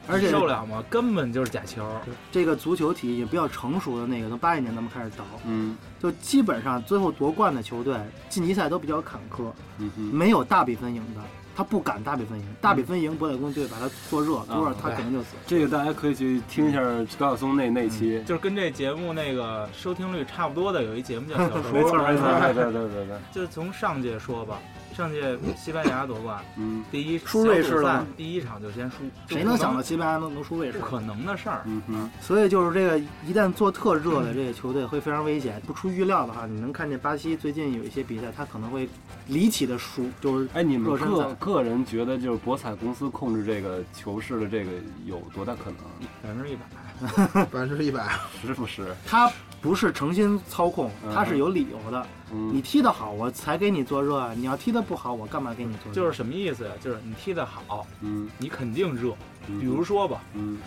Speaker 3: 而且
Speaker 5: 受了吗？根本就是假球。
Speaker 3: 这个足球体也比较成熟的那个，从八一年咱们开始倒，
Speaker 2: 嗯，
Speaker 3: 就基本上最后夺冠的球队晋级赛都比较坎坷，
Speaker 2: 嗯哼，
Speaker 3: 没有大比分赢的。他不敢大比分赢，大比分赢博彩公就得把他做热，做热他肯定就死。
Speaker 2: 这个大家可以去听一下高晓松那那期。
Speaker 5: 就是跟这节目那个收听率差不多的，有一节目叫《小说》，
Speaker 2: 没错，没错，对对对对对，
Speaker 5: 就从上届说吧，上届西班牙夺冠，
Speaker 2: 嗯
Speaker 5: 第一
Speaker 3: 输瑞士了
Speaker 5: 小组赛
Speaker 3: 吗
Speaker 5: 第一场就先输，
Speaker 3: 谁能想到
Speaker 5: 到
Speaker 3: 西班牙能能输卫士
Speaker 5: 不？可能的事儿？
Speaker 2: 嗯哼，
Speaker 3: 所以就是这个，一旦做特热的这个球队会非常危险。不出预料的话，你能看见巴西最近有一些比赛，他可能会离奇的输，就是
Speaker 2: 哎，你们
Speaker 3: 热身
Speaker 2: 个
Speaker 3: 赛
Speaker 2: 个人觉得就是博彩公司控制这个球市的这个有多大可能？
Speaker 5: 百分之一百，
Speaker 4: 百分之一百，
Speaker 2: 是不是？
Speaker 3: 他不是诚心操控，
Speaker 2: 嗯
Speaker 3: 他是有理由的。你
Speaker 2: 嗯，
Speaker 3: 踢得好，我才给你做热啊；你要踢得不好，我干嘛给你做热？
Speaker 5: 就是什么意思呀？就是你踢得好，
Speaker 2: 嗯，
Speaker 5: 你肯定热。
Speaker 2: 嗯
Speaker 5: 比如，说吧，
Speaker 2: 嗯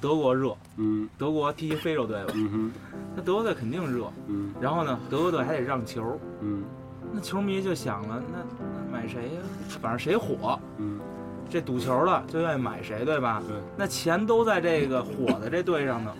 Speaker 5: 德国热，
Speaker 2: 嗯
Speaker 5: 德国踢非洲队吧，
Speaker 2: 嗯哼，
Speaker 5: 那德国队肯定热。
Speaker 2: 嗯
Speaker 5: 然后呢，德国队还得让球，
Speaker 2: 嗯
Speaker 5: 那球迷就想了，那那买谁呀？反正谁火，
Speaker 2: 嗯，
Speaker 5: 这赌球了就愿意买谁，对吧？
Speaker 2: 对。
Speaker 5: 那钱都在这个火的这队上呢，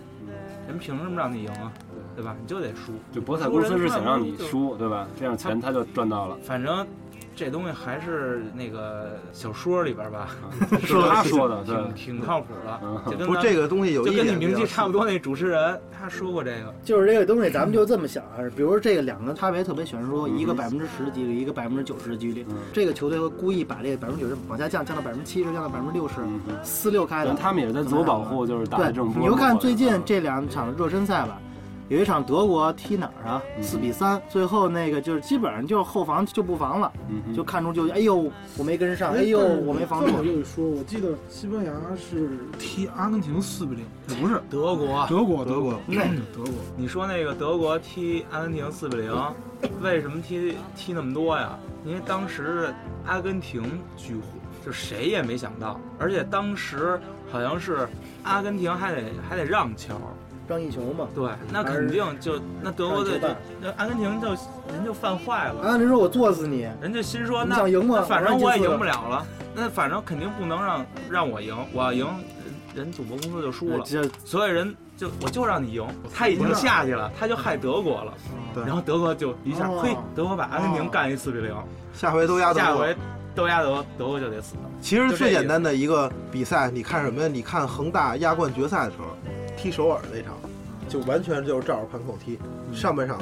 Speaker 5: 人凭什么让你赢啊？对吧？你就得输。
Speaker 2: 就博彩公司是想让你输，对吧？这样钱他就赚到了。
Speaker 5: 反正这东西还是那个小说里边吧，
Speaker 2: 啊是他说的，对
Speaker 5: 挺，挺靠谱的。
Speaker 2: 嗯
Speaker 5: 就跟
Speaker 4: 不是
Speaker 5: 咱
Speaker 4: 这个东西有
Speaker 5: 就
Speaker 4: 一
Speaker 5: 跟
Speaker 4: 点
Speaker 5: 你名
Speaker 4: 比
Speaker 5: 气
Speaker 4: 较
Speaker 5: 差不多那主持人，他说过这个，
Speaker 3: 就是这个东西，咱们就这么想啊，比如说这个两个差别特别悬殊，
Speaker 2: 嗯
Speaker 3: 一个百分之十的几率，一个百分之九十的几率。
Speaker 2: 嗯
Speaker 3: 这个球队会故意把这个百分之九十往下降，降到百分之七十，降到百分之六十，
Speaker 2: 嗯哼，
Speaker 3: 四六开
Speaker 2: 可
Speaker 3: 的
Speaker 2: 能。他们也是在自我保护，就是打
Speaker 3: 对
Speaker 2: 这，种波。
Speaker 3: 你就看最
Speaker 5: 嗯
Speaker 3: 近这两场热身赛吧，有一场德国踢哪儿啊？
Speaker 2: 嗯
Speaker 3: 四比三，最后那个就是基本上就是后防就不防了，
Speaker 2: 嗯哼，
Speaker 3: 就看出就哎呦我没跟上，哎呦我没防
Speaker 6: 这
Speaker 3: 住
Speaker 6: 么，又说，我记得西班牙是踢阿根廷四比零，也不是
Speaker 5: 德国，
Speaker 6: 德国，德国，
Speaker 3: 那
Speaker 6: 德国，
Speaker 5: 你说那个德国踢阿根廷四比零，为什么踢踢那么多呀？因为当时阿根廷巨火，就谁也没想到，而且当时好像是阿根廷还得还得让球，
Speaker 3: 张艺球嘛。
Speaker 5: 对，那肯定就那德国队就那阿根廷就人就犯坏了，
Speaker 3: 啊，你说我作死你，
Speaker 5: 人就心说
Speaker 3: 你
Speaker 5: 哦那
Speaker 3: 想赢
Speaker 5: 那
Speaker 3: 吗？
Speaker 5: 反正我也赢不
Speaker 3: 了。
Speaker 5: 了了，那反正肯定不能让让我赢，我要赢人人赌博公司就输了，
Speaker 3: 这
Speaker 5: 所有人就我就让你赢，他已经下去了，他就害德国了，
Speaker 4: 对
Speaker 5: 然后德国就一下，
Speaker 3: 嗯哦
Speaker 5: 嘿，德国把阿根廷干一四比零，
Speaker 4: 下回都压得
Speaker 5: 下
Speaker 4: 过
Speaker 5: 回都压德国，德国就得死了。
Speaker 4: 其实最简单的一个比赛，你看什么呀？你看恒大亚冠决赛的时候，踢首尔那场，就完全就是照着盘口踢，上半场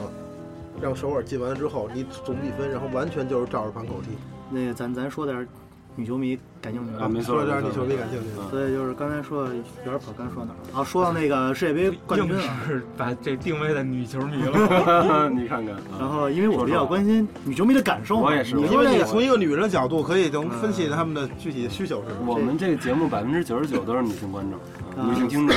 Speaker 4: 让首尔进完了之后，你总比分，然后完全就是照着盘口踢。
Speaker 3: 那个咱咱说点女球迷感兴趣
Speaker 2: 啊，
Speaker 3: 的。
Speaker 2: 没错，
Speaker 4: 说点你球迷感兴趣的，
Speaker 2: 嗯
Speaker 3: 所以就是刚才说有点跑，刚才说哪儿了？啊，说到那个世界杯冠军
Speaker 5: 硬
Speaker 3: 啊，
Speaker 5: 是把这定位在女球迷 了，
Speaker 2: 你看看，
Speaker 3: 然后因为我比较关心女球迷的感受嘛，
Speaker 2: 嗯我也是
Speaker 3: 你
Speaker 2: 我
Speaker 4: 因
Speaker 3: 说
Speaker 4: 为
Speaker 3: 这
Speaker 4: 你
Speaker 3: 个
Speaker 4: 从一个女人的角度，可以能分析他们的具体的需求是什么。
Speaker 2: 我们这个节目百分之九十九都是女性观众、
Speaker 3: 啊
Speaker 2: 女性听众。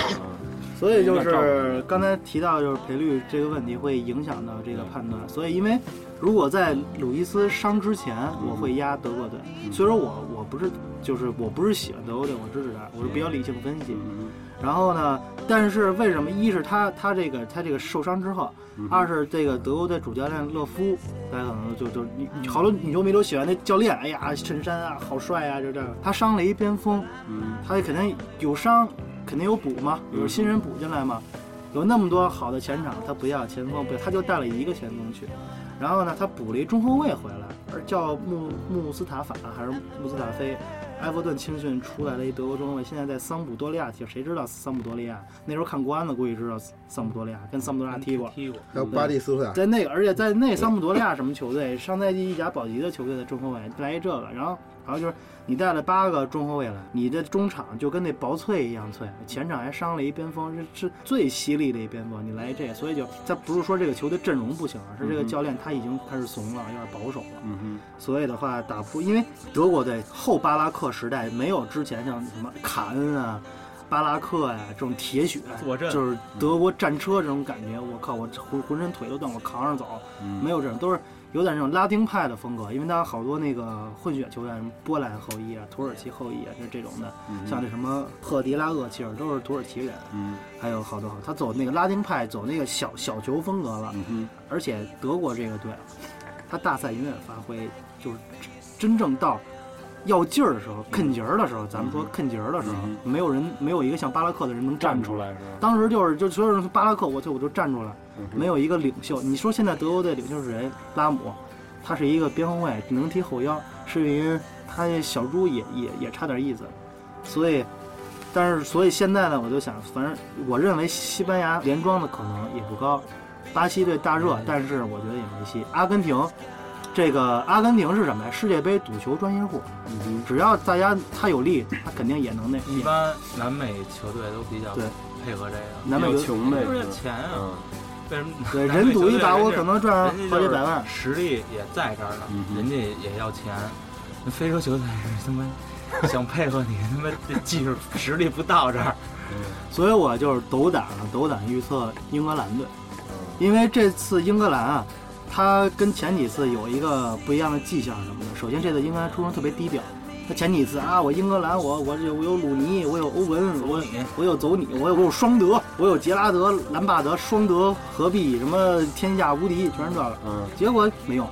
Speaker 3: 所以就是刚才提到，就是赔率这个问题会影响到这个判断。所以因为如果在鲁伊斯伤之前，我会压德国队。
Speaker 2: 嗯
Speaker 3: 所以说我我不是就是我不是喜欢德国队，我支持他，我是比较理性分析。
Speaker 2: 嗯
Speaker 3: 然后呢，但是为什么？一是他他这个他这个受伤之后，
Speaker 2: 嗯
Speaker 3: 二是这个德国队主教练勒夫，大家可能就就你你好多女球迷都喜欢那教练，哎呀衬衫啊好帅啊，就这样。他伤了一边锋，
Speaker 2: 嗯
Speaker 3: 他肯定有伤，肯定有补嘛，有新人补进来嘛，有那么多好的前场，他不要前锋，不要，他就带了一个前锋去，然后呢，他补了一中后卫回来，而叫穆穆斯塔法还是穆斯塔菲。埃弗顿青训出来了一德国中卫，现在在桑普多利亚踢，谁知道桑普多利亚？那时候看国安的估计知道桑普多利亚，跟桑普多利啊亚踢过。
Speaker 5: 踢过，
Speaker 4: 还有巴蒂斯图
Speaker 3: 在那个，而且在那桑普多利亚什么球队，上赛季意甲保级的球队的中后卫来一这个，然后还有就是你带了八个中后卫来，你的中场就跟那薄脆一样脆，前场还伤了一边锋，是是最犀利的一边锋，你来这，所以就他不是说这个球队阵容不行，而是这个教练他已经开始怂了，有点保守了。
Speaker 2: 嗯
Speaker 3: 所以的话，打破，因为德国队后巴拉克时代没有之前像什么卡恩啊、巴拉克呀、这种铁血，
Speaker 5: 坐镇嗯
Speaker 3: 就是德国战车这种感觉。我靠，我浑浑身腿都断，我扛着走，
Speaker 2: 嗯
Speaker 3: 没有这种，都是有点那种拉丁派的风格。因为他好多那个混血球员，什么波兰后裔啊、土耳其后裔啊，就是这种的。
Speaker 5: 嗯
Speaker 2: 哼，
Speaker 3: 像那什么赫迪拉厄齐尔都是土耳其人，
Speaker 2: 嗯
Speaker 3: 还有好多好，他走那个拉丁派，走那个小小球风格了。
Speaker 2: 嗯哼，
Speaker 3: 而且德国这个队，他大赛永远发挥就是真正到要劲儿的时候、啃劲儿的时候，咱们说啃劲儿的时候，
Speaker 2: 嗯
Speaker 3: 没有人没有一个像巴拉克的人能
Speaker 2: 站
Speaker 3: 站
Speaker 2: 出
Speaker 3: 出来。
Speaker 2: 来是吧？
Speaker 3: 当时就是就所有人说巴拉克，我就我就站出来，
Speaker 2: 嗯哼
Speaker 3: 没有一个领袖。你说现在德国队领袖是谁？拉姆，他是一个边后卫，能踢后腰，是因为他小猪也 也也差点意思，所以。但是，所以现在呢，我就想，反正我认为西班牙连庄的可能也不高，巴西队大热，但是我觉得也没戏。阿根廷，这个阿根廷是什么呀？世界杯赌球专业户，
Speaker 2: 嗯哼，
Speaker 3: 只要大家他有力，他肯定也能那。
Speaker 5: 一般南美球队都比较
Speaker 3: 对嗯
Speaker 5: 配合这个，
Speaker 3: 南美
Speaker 2: 比较
Speaker 3: 有
Speaker 2: 穷呗，
Speaker 5: 就是
Speaker 2: 是吧
Speaker 5: 钱啊，
Speaker 2: 嗯
Speaker 5: 为什么？
Speaker 3: 对
Speaker 5: 南美
Speaker 3: 人
Speaker 5: 球
Speaker 3: 赌
Speaker 5: 队
Speaker 3: 一把，
Speaker 5: 人
Speaker 3: 我
Speaker 5: 家
Speaker 3: 可能赚好
Speaker 5: 人家就
Speaker 3: 几
Speaker 5: 是
Speaker 3: 百万。
Speaker 5: 实力也在这儿呢
Speaker 2: 嗯，哼
Speaker 5: 人家也要钱。那非洲球队 是他妈想配合你，他妈这技术实力不到这儿，
Speaker 3: 所以我就是斗胆啊，斗胆预测英格兰队，因为这次英格兰啊，它跟前几次有一个不一样的迹象什么的。首先，这次英格兰出生特别低调，他前几次啊，我英格兰，我我这我有鲁尼，我有欧文，我我有走你，我有我有双德，我有杰拉德、兰帕德，双德合璧，什么天下无敌，全是这个。
Speaker 2: 嗯
Speaker 3: 结果没用，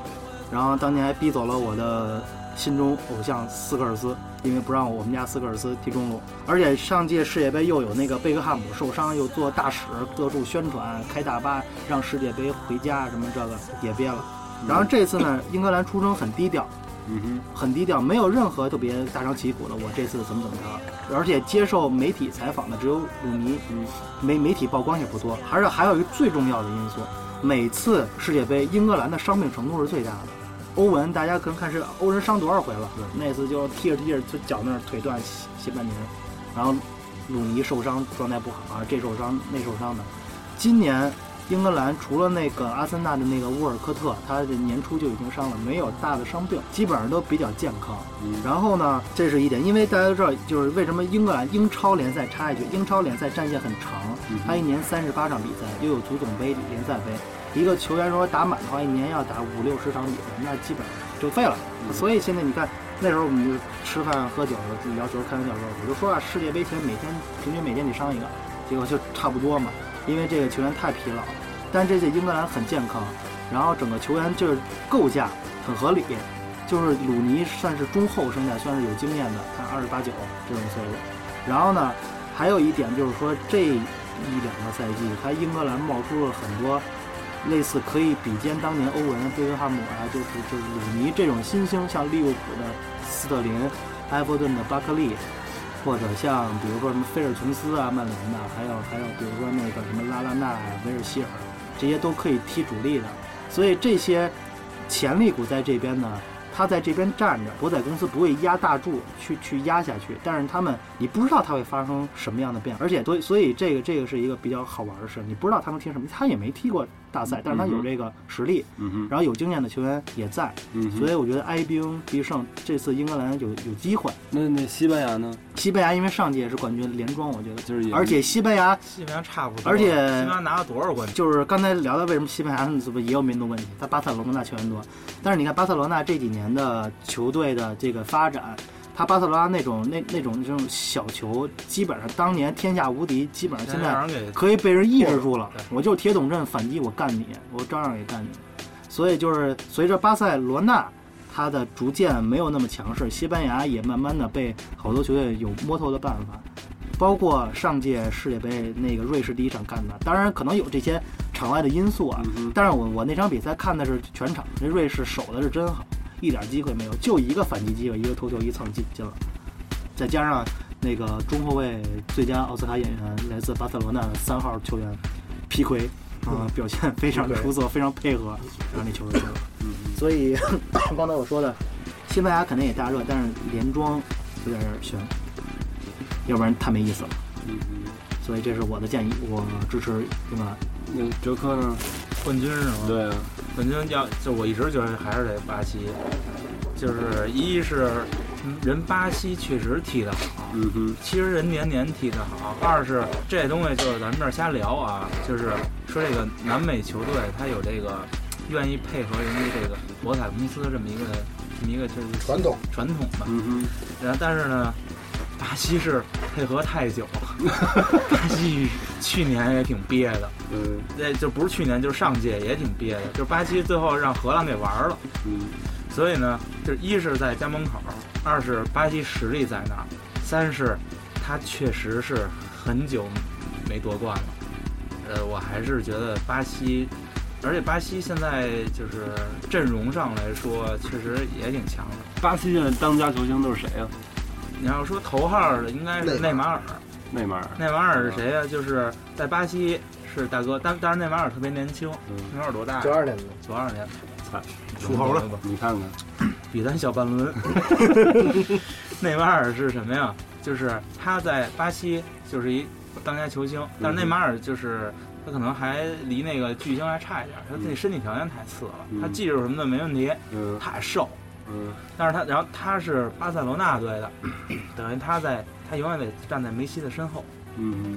Speaker 3: 然后当年还逼走了我的心中偶像斯科尔斯，因为不让我们家斯科尔斯踢中路，而且上届世界杯又有那个贝克汉姆受伤，又做大使各处宣传，开大巴让世界杯回家什么这个也憋了。然后这次呢，英格兰出征很低调，
Speaker 2: 嗯哼，
Speaker 3: 很低调，没有任何特别大张旗鼓的我这次怎么怎么着，而且接受媒体采访的只有鲁尼，嗯媒媒体曝光也不多，而且还有一个最重要的因素，每次世界杯英格兰的伤病程度是最大的。欧文，大家可能看是欧文伤多少回了？那次就踢着踢着，就脚那儿腿断斜斜半年，然后鲁尼受伤状态不好啊，这受伤那受伤的。今年英格兰除了那个阿森纳的那个沃尔科特，他这年初就已经伤了，没有大的伤病，基本上都比较健康。然后呢，这是一点，因为大家都知道，就是为什么英格兰英超联赛插一句，英超联赛战线很长，它一年三十八场比赛，又有足总杯、联赛杯，一个球员如果打满的话，一年要打五六十场比赛，那基本上就废了。所以现在你看，那时候我们就吃饭喝酒聊球开玩笑说，我就说啊，世界杯前每天平均每天得伤一个，结果就差不多嘛，因为这个球员太疲劳了。但这届英格兰很健康，然后整个球员就是构架很合理，就是鲁尼算是中后生代，算是有经验的，他二十八九这种岁数。然后呢，还有一点就是说，这一两个赛季，他英格兰冒出了很多类似可以比肩当年欧文、贝克汉姆啊，就是就是鲁尼这种新星，像利物浦的斯特林、埃弗顿的巴克利，或者像比如说什么菲尔琼斯啊、曼联呐，还有还有比如说那个什么拉拉纳、呀、维尔希尔，这些都可以踢主力的。所以这些潜力股在这边呢，他在这边站着，博彩公司不会压大注去去压下去，但是他们你不知道它会发生什么样的变化，而且所以所以这个这个是一个比较好玩的事，你不知道他能踢什么，他也没踢过大赛，但是他有这个实力，
Speaker 2: 嗯哼，
Speaker 3: 然后有经验的球员也在，
Speaker 2: 嗯哼
Speaker 3: 所以我觉得哀兵必胜，这次英格兰有有机会。
Speaker 2: 那那西班牙呢？
Speaker 3: 西班牙因为上届是冠军连庄，我觉得
Speaker 2: 就是也
Speaker 3: 而且西班牙
Speaker 5: 西班牙差不多。
Speaker 3: 而且
Speaker 5: 西班牙拿了多少冠军？
Speaker 3: 就是刚才聊到为什么西班牙怎么也有民族问题，他巴塞罗那球员多，但是你看巴塞罗那这几年的球队的这个发展，他巴塞罗那那种那那种这种小球，基本上当年天下无敌，基本上现在
Speaker 5: 让人给
Speaker 3: 可以被人抑制住了
Speaker 5: 对。
Speaker 3: 我就是铁桶阵反击，我干你，我照样也干你。所以就是随着巴塞罗那它的逐渐没有那么强势，西班牙也慢慢的被好多球队有摸透的办法，包括上届世界杯那个瑞士第一场干的，当然可能有这些场外的因素啊。但是我我那场比赛看的是全场，这瑞士守的是真好，一点机会没有，就一个反击机会，一个头球一蹭进进了，再加上那个中后卫最佳奥斯卡演员来自巴塞罗那的三号球员皮奎啊、表现呃非常出色，非常配合，让那球进了。所以嗯刚才我说的，西班牙肯定也大热，但是连庄有点悬，要不然太没意思了。
Speaker 2: 嗯嗯，
Speaker 3: 所以这是我的建议，我支持英格兰。
Speaker 2: 那哲科呢？
Speaker 5: 冠军是吗？
Speaker 2: 对啊，
Speaker 5: 本身要就我一直觉得还是得巴西，就是一是嗯人巴西确实踢得好，
Speaker 2: 嗯哼，
Speaker 5: 其实人年年踢得好；二是这东西就是咱们这儿瞎聊啊，就是说这个南美球队它有这个愿意配合人家这个博彩公司这么一个这么一个就是
Speaker 4: 传统
Speaker 5: 传统吧。
Speaker 2: 嗯哼，
Speaker 5: 然后但是呢，巴西是配合太久了， 巴西去年也挺憋的。
Speaker 2: 嗯
Speaker 5: 那就不是去年，就是上届也挺憋的，就是巴西最后让荷兰给玩了。
Speaker 2: 嗯
Speaker 5: 所以呢，就是一是在家门口，二是巴西实力在那儿，三是他确实是很久没夺冠了。呃，我还是觉得巴西，而且巴西现在就是阵容上来说，确实也挺强的。
Speaker 2: 巴西现在当家球星都是谁呀、
Speaker 5: 你要说头号的，应该是内马尔。
Speaker 2: 内马尔。
Speaker 5: 内马尔是谁呀、就是在巴西是大哥，但但是内马尔特别年轻，内马尔多大
Speaker 4: 九
Speaker 5: 呀？
Speaker 4: 二年的，
Speaker 5: 九二年，
Speaker 2: 操
Speaker 4: 属猴的
Speaker 5: 吧。
Speaker 2: 你看看，
Speaker 5: 比咱小 半轮。 内马尔是什么呀？就是他在巴西就是一当家球星，
Speaker 2: 嗯
Speaker 5: 但是内马尔就是他可能还离那个巨星还差一点，他自己身体条件太次了，
Speaker 2: 嗯
Speaker 5: 他技术什么的没问题，
Speaker 2: 嗯
Speaker 5: 他也瘦，
Speaker 2: 嗯
Speaker 5: 但是他然后他是巴塞罗那队的，等于他在他永远得站在梅西的身后。
Speaker 2: 嗯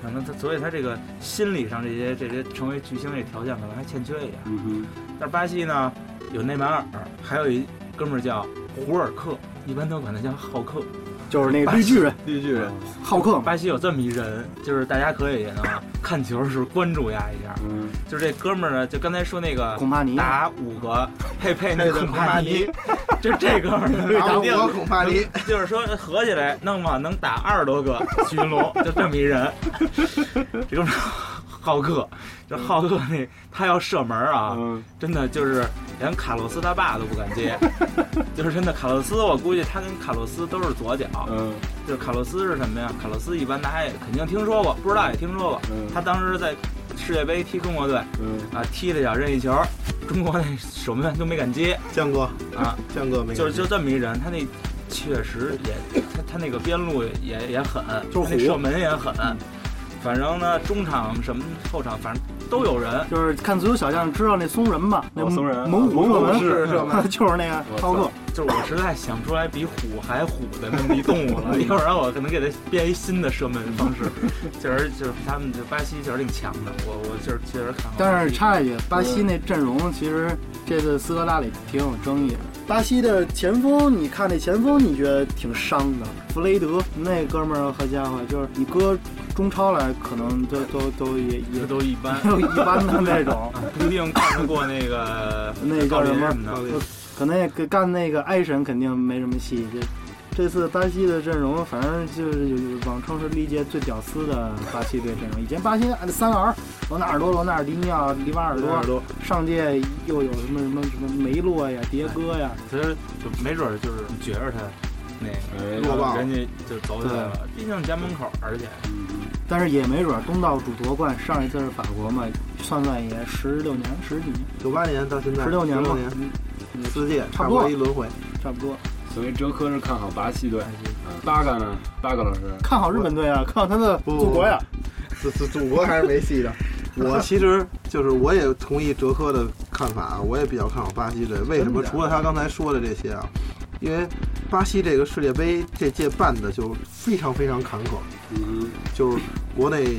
Speaker 5: 可能他，所以他这个心理上这些这些成为巨星这条件可能还欠缺一点。
Speaker 2: 嗯嗯
Speaker 5: 但是巴西呢，有内马尔，还有一哥们儿叫胡尔克，一般都管他叫浩克。
Speaker 3: 就是那个绿巨人
Speaker 4: 绿巨人，
Speaker 3: 浩克 嘛，
Speaker 5: 巴西有这么一人，就是大家可以呢看球的时候关注他一下。
Speaker 2: 嗯
Speaker 5: 就是这哥们儿呢，就刚才说那个
Speaker 3: 孔帕尼，
Speaker 5: 打五个佩佩那个
Speaker 4: 佩佩
Speaker 5: 孔帕 尼，就这哥们儿 呢
Speaker 4: 打我恐怕你
Speaker 5: 就是说合起来弄吧，能打二十多个群龙，就这么一人。这哥们儿浩克，这浩克那他要射门啊，
Speaker 2: 嗯
Speaker 5: 真的就是连卡洛斯他爸都不敢 接，就是真的卡洛斯，我估计他跟卡洛斯都是左脚。
Speaker 2: 嗯
Speaker 5: 就是卡洛斯是什么呀？卡洛斯一般大家也肯定听说过，不知道也听说过。他当时在世界杯踢中国队
Speaker 2: 嗯
Speaker 5: 啊，踢了脚任意球，中国那守门员都没敢接
Speaker 4: 江哥，
Speaker 5: 啊，
Speaker 4: 江哥没
Speaker 5: 就
Speaker 4: 看见
Speaker 5: 就这么一人，他那确实也他他那个边路也也狠，
Speaker 3: 就是
Speaker 5: 他
Speaker 3: 虎
Speaker 5: 那射门也狠，反正呢中场什么后场反正都有人。
Speaker 3: 就是看足球小将知道那松人嘛，那
Speaker 2: 哦松人
Speaker 3: 蒙古
Speaker 2: 蒙古
Speaker 3: 射
Speaker 2: 是
Speaker 4: 是是吧
Speaker 3: 门就是那个浩克，
Speaker 5: 就是我实在想不出来比虎还虎的那么一动 物了，要不然我可能给他编一新的射门方式。确实，就是他们这巴西确实挺强的，我我就是确实看好。
Speaker 3: 但是插一句，巴西那阵容其实这次斯科拉里挺有争议的。巴西的前锋，你看那前锋，你觉得挺伤的。弗雷德那哥们儿，好家伙，就是你搁中超来，可能都都都也也
Speaker 5: 这都一般，
Speaker 3: 都一般的那种，
Speaker 5: 不一定干得过那个
Speaker 3: 那叫什么
Speaker 5: 什么的。
Speaker 3: 可能也跟干那个埃神肯定没什么戏。这这次巴西的阵容，反正就是有有网称是历届最屌丝的巴西队阵容。以前巴西那三 R，罗纳尔多、罗纳尔迪尼奥、里瓦尔多，
Speaker 4: 多，
Speaker 3: 啊上届又有什么什么什么梅洛呀、迭戈呀，
Speaker 5: 其实就没准儿就是你觉着他那
Speaker 2: 哎
Speaker 4: 落棒
Speaker 5: 个，人家就走起来了。毕竟家门口儿，而且
Speaker 3: 但是也没准儿东道主夺冠。上一次是法国嘛，算算也十六年、十几年，
Speaker 4: 九八年到现在
Speaker 3: 16年吧
Speaker 4: 16
Speaker 3: 嗯
Speaker 4: 四届
Speaker 3: 差
Speaker 4: 差
Speaker 3: 不
Speaker 4: 不
Speaker 3: 多
Speaker 4: 多一轮回。
Speaker 3: 差不多。
Speaker 2: 所以哲科是看好巴西队
Speaker 5: 巴。西
Speaker 2: 嗯八嘎呢？八嘎老师，
Speaker 3: 看好日本队啊，看好他的祖国呀。
Speaker 4: 祖祖祖国还是没戏的。我其实就是我也同意哲科的看法，啊我也比较看好巴西队。为什么？除了他刚才说的这些啊，因为巴西这个世界杯这届办的就非常非常坎坷，
Speaker 2: 嗯
Speaker 4: 就是国内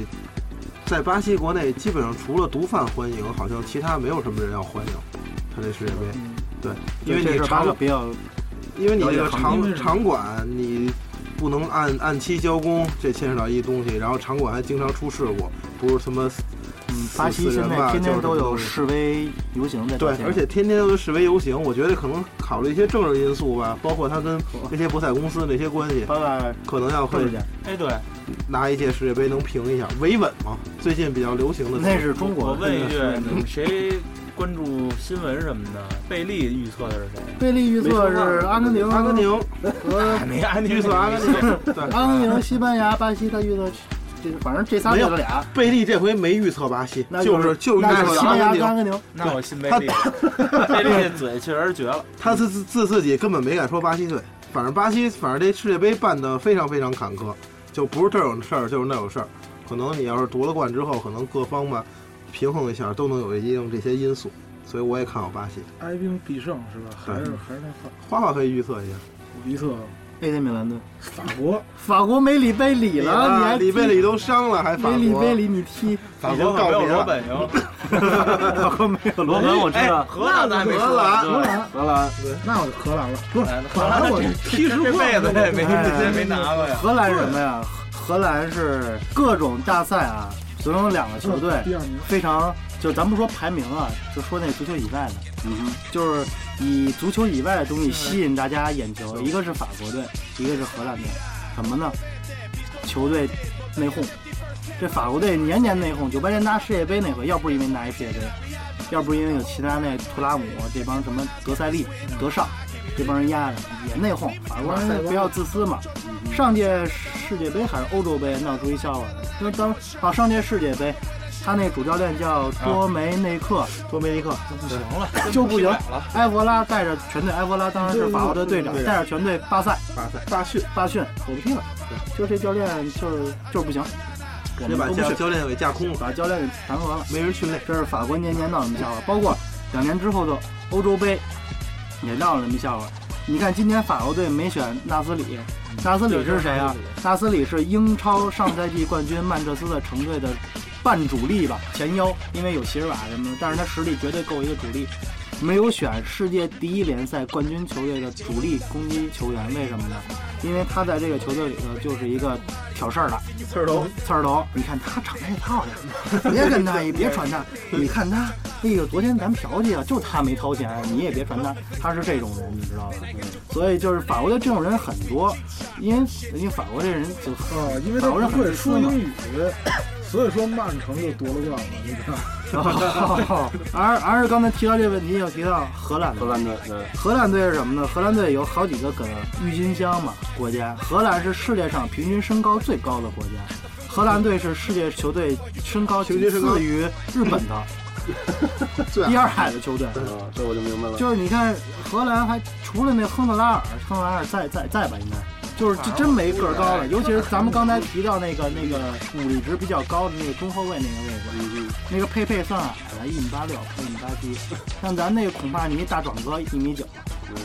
Speaker 4: 在巴西国内基本上除了毒贩欢迎，好像其他没有什么人要欢迎他这世界杯。
Speaker 3: 嗯
Speaker 4: 对，因为
Speaker 3: 这
Speaker 4: 你
Speaker 3: 事儿
Speaker 4: 场
Speaker 3: 八个比较
Speaker 4: 因为你这
Speaker 5: 了
Speaker 4: 个
Speaker 5: 解行
Speaker 6: 情因
Speaker 4: 场
Speaker 6: 为什么
Speaker 4: 场馆你不能按按期交工，这牵扯到一东西，然后场馆还经常出事故，不是什么
Speaker 3: 嗯，
Speaker 4: 四
Speaker 3: 巴西现在天天都有
Speaker 4: 四人吧就是
Speaker 3: 示威游行在
Speaker 4: 对
Speaker 3: 表，现
Speaker 4: 而且天天都是示威游行，我觉得可能考虑一些政治因素吧，包括他跟
Speaker 3: 哦
Speaker 4: 那些博彩公司那些关系，
Speaker 3: 八嘎
Speaker 4: 可能要
Speaker 3: 会
Speaker 4: 会
Speaker 3: 去，
Speaker 5: 哎，对，
Speaker 4: 拿一届世界杯能平一下，维稳嘛，最近比较流行的词
Speaker 3: 那是中
Speaker 5: 我
Speaker 3: 国。
Speaker 5: 问一句，你们谁关注新闻什么的？贝利预测的是谁？
Speaker 3: 贝利预测
Speaker 4: 没
Speaker 3: 是阿根廷，
Speaker 4: 阿根廷
Speaker 3: 和
Speaker 5: 没安
Speaker 3: 呃
Speaker 4: 预测阿根廷，对
Speaker 3: 阿根廷、西班牙、巴西，他预测这反正这仨就这俩，
Speaker 4: 贝利这回没预测巴西
Speaker 3: 那，
Speaker 4: 就是就预
Speaker 3: 那是
Speaker 4: 测了
Speaker 3: 西
Speaker 4: 阿
Speaker 3: 班牙
Speaker 4: 根
Speaker 3: 跟阿根
Speaker 4: 廷。
Speaker 3: 廷，
Speaker 5: 那我信贝利，贝利这嘴确实绝 了。
Speaker 4: 他自自自自己根本没敢说巴西队，反正巴西，反正这世界杯办得非常非常坎坷，就不是这种事儿就是那种事儿。可能你要是夺了冠之后，可能各方吧平衡一下，都能有一定这些因素。所以我也看好巴西，
Speaker 6: 哀兵必胜是吧？还是
Speaker 4: 对
Speaker 6: 还是那话，
Speaker 4: 花花可以预测一下。
Speaker 6: 我预测
Speaker 3: 贝利米兰队，
Speaker 6: 法国
Speaker 3: 法国没里贝里了，你还
Speaker 4: 里啊贝
Speaker 3: 踢
Speaker 4: 里都伤了，还法
Speaker 3: 没
Speaker 4: 国？
Speaker 3: 里贝里你 踢，
Speaker 4: 法
Speaker 5: 已
Speaker 4: 国
Speaker 5: 经
Speaker 4: 告
Speaker 5: 没哎有
Speaker 4: 别
Speaker 5: 罗
Speaker 4: 了。
Speaker 5: 本赢，
Speaker 3: 法国没有
Speaker 2: 罗
Speaker 3: 罗
Speaker 2: 本我知道，
Speaker 5: 荷兰咱还没
Speaker 4: 荷
Speaker 5: 说
Speaker 4: 兰
Speaker 5: 呢，
Speaker 6: 荷兰，
Speaker 2: 荷兰
Speaker 6: 那我就荷兰了，不是
Speaker 5: 哎那
Speaker 6: 法国我就踢
Speaker 5: 这
Speaker 6: 实况
Speaker 5: 辈子也没
Speaker 3: 哎
Speaker 5: 没没拿过呀。
Speaker 3: 荷兰是什么呀？荷兰是各种大赛啊，总有两个球队
Speaker 6: 第二名，
Speaker 3: 非常，就咱不说排名啊，就说那足球以外的，嗯，就是以足球以外的东西吸引大家眼球，一个是法国队，一个是荷兰队，什么呢？球队内讧，这法国队年年内讧，九八年拿世界杯那回，要不是因为拿一世界杯，要不是因为有齐达内、图拉姆这帮什么德塞利、德尚这帮人压着，也内讧。法国人不要自私嘛。上届世界杯还是欧洲杯闹出一笑话来，因为当啊上届世界杯，他那主教练叫多梅内克，多梅内克
Speaker 5: 不行了，
Speaker 3: 就不行
Speaker 5: 了。
Speaker 3: 埃博拉带着全队，埃博拉当时是法国队队长
Speaker 4: 对，对
Speaker 3: 带着全队罢赛
Speaker 4: 巴塞大训，
Speaker 3: 罢训，我不踢了。就这教练就是就是不行，我
Speaker 4: 直接
Speaker 3: 们
Speaker 4: 把
Speaker 3: 都不
Speaker 4: 教
Speaker 3: 去，
Speaker 4: 教练给架空了，
Speaker 3: 把教练给弹劾了。
Speaker 4: 没人训练。
Speaker 3: 这是法国年年闹什么笑话，包括两年之后的欧洲杯也闹了什么笑话。你看今年法国队没选纳斯里，纳斯里是谁啊？纳斯里是英超上赛季冠军曼彻斯特城队的半主力吧，前腰，因为有席尔瓦什么的，但是他实力绝对够一个主力。没有选世界第一联赛冠军球队的主力攻击球员，为什么呢？因为他在这个球队里头就是一个挑事儿的，
Speaker 4: 刺儿头，
Speaker 3: 刺儿头，你看他长得也漂亮，别跟他也别传他。你看他，哎呦，昨天咱们嫖去了，就他没掏钱，你也别传他。他是这种人，你知道吧？嗯所以就是法国的这种人很多，因为因为法国这人就
Speaker 6: 啊，因为他
Speaker 3: 法国人
Speaker 6: 不
Speaker 3: 很
Speaker 6: 会
Speaker 3: 自私
Speaker 6: 说
Speaker 3: 嘛
Speaker 6: 英。语，所以说曼城就夺了冠了，你知道吗。
Speaker 3: 哦而而刚才提到这问题，要提到荷兰
Speaker 2: 荷
Speaker 3: 了。
Speaker 2: 兰队，对，
Speaker 3: 荷兰队是什么呢？荷兰队有好几个梗，郁金香嘛国家。荷兰是世界上平均身高最高的国家，荷兰队是世界球队身高仅
Speaker 4: 平均身高
Speaker 3: 次于日本 的
Speaker 4: 最
Speaker 3: 第
Speaker 4: 矮
Speaker 3: 二矮的球队。
Speaker 2: 啊，这我就明白了。
Speaker 3: 就是你看荷兰还除了那亨德拉尔，亨德拉尔在在在吧应该，就是这真没个儿高了。尤其是咱们刚才提到那个那个武力值比较高的那个中后卫那个
Speaker 2: 嗯
Speaker 3: 位置，那个佩佩算矮了，一米八六，一米八七，像咱那个恐怕你一大壮哥一米九。嗯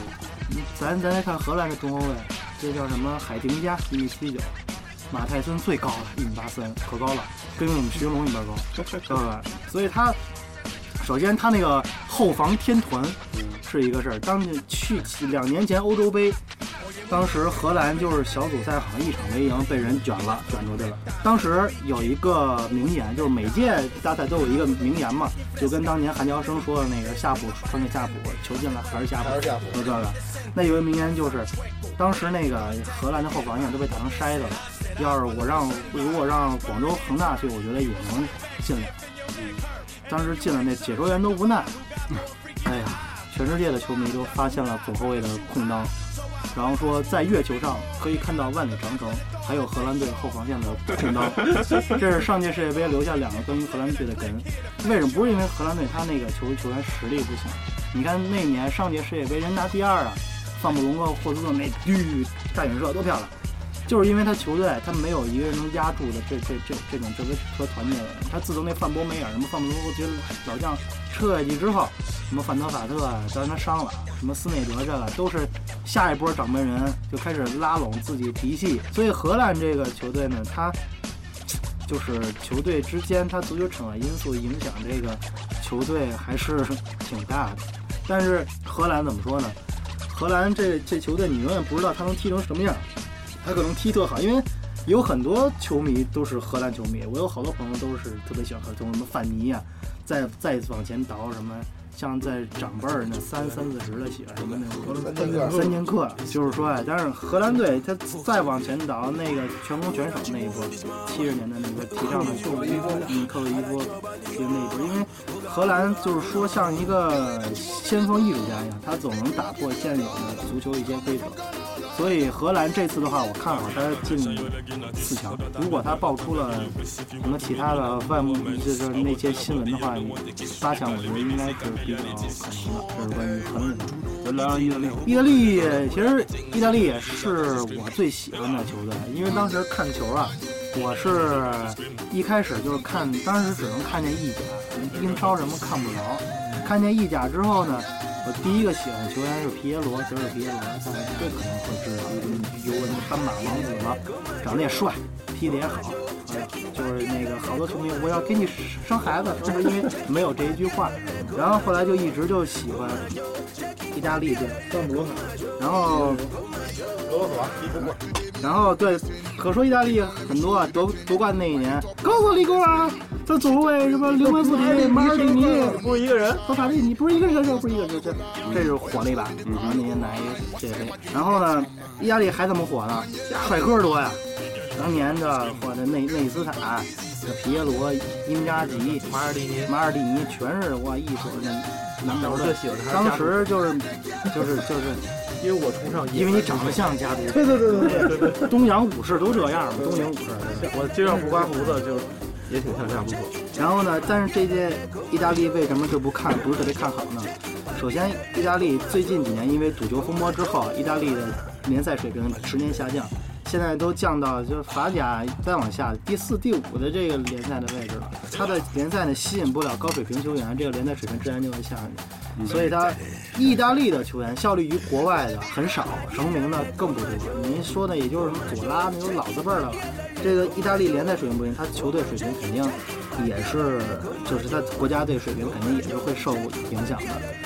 Speaker 3: 咱咱再看荷兰的中后卫，这叫什么海廷加一米七九，马泰森最高了，一米八三，可高了，跟我们徐龙一边高，知道吧？所以他首先他那个后防天团是一个事儿。当年去两年前欧洲杯，当时荷兰就是小组赛好像一场没赢，被人卷了，卷出去了。当时有一个名言，就是每届大赛都有一个名言嘛，就跟当年韩乔生说的那个夏普传给夏普，球进了还是夏普，
Speaker 4: 还是夏普
Speaker 3: 都这个。那有一个名言就是，当时那个荷兰的后防线都被打成筛子了。要是我让，如果让广州恒大去，我觉得也能进来。当时进了那解说员都无奈， 哎呀，全世界的球迷都发现了左后卫的空当，然后说在月球上可以看到万里长城，还有荷兰队后防线的空当。这是上届世界杯留下两个关于荷兰队的梗。为什么？不是因为荷兰队他那个球球员实力不行，你看那年上届世界杯人拿第二啊，范布隆和霍斯顿那绿大远射多漂亮。就是因为他球队他没有一个人能压住的这这这这种这个和团结的人。他自从那范博梅尔什么范布隆觉得老将撤下去之后，什么范德法特啊，当然他伤了，什么斯内德这个都是下一波掌门人就开始拉拢自己嫡系。所以荷兰这个球队呢，他就是球队之间，他足球场外因素影响这个球队还是挺大的。但是荷兰怎么说呢？荷兰这这球队你永远不知道他能踢成什么样，他可能踢特好，因为有很多球迷都是荷兰球迷，我有好多朋友都是特别喜欢荷兰球迷，什么范尼啊，再再往前倒什么。像在长辈儿那三三四十的喜欢什么那种
Speaker 4: 三千个
Speaker 3: 三剑客，就是说啊，但是荷兰队他再往前倒，那个全攻全守那一波，七十年代那个提倡的克洛伊夫，嗯，克洛伊夫就那一波，因为荷兰就是说像一个先锋艺术家一样，他总能打破现有的足球一些规则，所以荷兰这次的话，我看好他进四强。如果他爆出了什么其他的外幕，就是那些新闻的话，八强我觉得应该是比较可能的。这是关于荷兰的。
Speaker 5: 咱聊聊意大利，
Speaker 3: 意大利其实意大利也是我最喜欢的球队，因为当时看球啊，我是一开始就是看，当时只能看见意甲，英超什么看不着。看见意甲之后呢，我第一个喜欢的球员是皮耶罗，就是皮耶罗，大家这可能会知道，尤文的斑马王子嘛，长得也帅，踢得也好。哎就是那个好多球迷，我要给你生孩子，就是因为没有这一句话。然后后来就一直就喜欢意大利队，
Speaker 6: 上博卡，
Speaker 3: 然后
Speaker 4: 俄罗斯吧，不管
Speaker 3: 然后对，可说意大利很多啊，夺夺冠那一年，高佐利古拉，这左卫什么刘文布里、马尔蒂尼，
Speaker 4: 不是一个人。
Speaker 3: 和法利，你不是一个人，这不是一个人，这这是火了一把。然后那些男一这黑，然后呢，意大利还怎么火呢？帅哥多呀，当年的或者内内斯塔、这皮耶罗、因扎吉、
Speaker 4: 马尔蒂尼，
Speaker 3: 马尔蒂尼，全是哇一手的南
Speaker 4: 但
Speaker 3: 头
Speaker 4: 我最
Speaker 3: 的。
Speaker 4: 喜欢的还是
Speaker 3: 当
Speaker 4: 加图
Speaker 3: 时就是就是就是
Speaker 4: 因为我崇尚，
Speaker 3: 因为你长得像家族，
Speaker 4: 对对对对对对对，
Speaker 3: 东洋武士都这样嘛，东洋武士。
Speaker 4: 我就算不刮胡子，就也挺像夏不可。
Speaker 3: 然后呢，但是这届意大利为什么就不看不是特别看好呢？首先，意大利最近几年因为赌球风波之后，意大利的联赛水平逐年下降，现在都降到就是法甲再往下第四、第五的这个联赛的位置了。它的联赛呢吸引不了高水平球员，这个联赛水平自然就会下去。所以它意大利的球员效力于国外的很少，成名的更不多。您说的也就是什么佐拉那种老字辈儿的了。这个意大利联赛水平不行，他球队水平肯定也是，就是他国家队水平肯定也是会受影响的。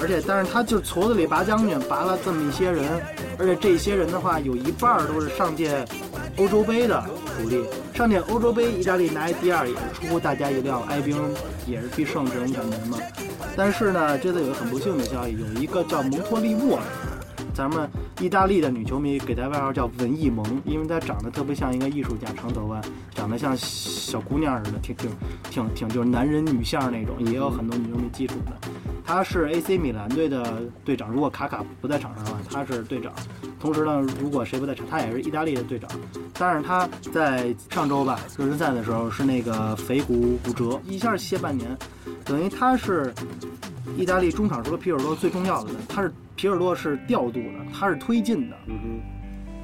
Speaker 3: 而且，但是他就是矬子里拔将军，拔了这么一些人，而且这些人的话，有一半儿都是上届欧洲杯的主力。上届欧洲杯，意大利拿一第二也是出乎大家意料，埃兵也是必胜这种感觉嘛。但是呢，这次有个很不幸的消息，有一个叫蒙托利沃，咱们意大利的女球迷给她外号叫“文艺萌”，因为她长得特别像一个艺术家，长头发，长得像小姑娘似的，挺挺挺挺就是男人女相那种，也有很多女球迷基础的。她是 AC 米兰队的队长，如果卡卡不在场上的话，她是队长。同时呢，如果谁不在场，她也是意大利的队长。但是她在上周吧热身赛的时候是那个腓骨骨折，一下歇半年，等于她是意大利中场除了皮尔洛最重要的人，他是皮尔洛是调度的，他是推进的，
Speaker 2: 嗯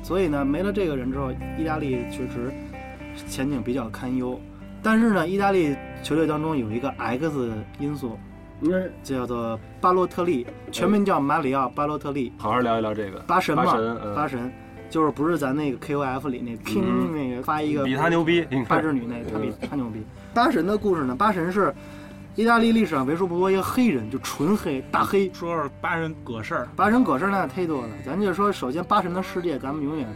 Speaker 3: 所以呢，没了这个人之后，意大利确实前景比较堪忧。但是呢，意大利球队当中有一个 X 因素，叫做巴洛特利，全名叫马里奥·巴洛特利，
Speaker 2: 好好聊一聊这个。
Speaker 3: 八神嘛，
Speaker 2: 八神嗯
Speaker 3: 八神就是不是咱那个 KOF 里那 King、
Speaker 2: 嗯
Speaker 3: 那个发一个
Speaker 2: 比他牛逼，应
Speaker 3: 八
Speaker 2: 该
Speaker 3: 之女那个，她比她牛逼。八神的故事呢，八神是意大利历史上为数不多一个黑人，就纯黑大黑，
Speaker 5: 说说八人葛事儿，
Speaker 3: 八神葛事儿那太多了，咱就说，首先八神的世界，咱们永远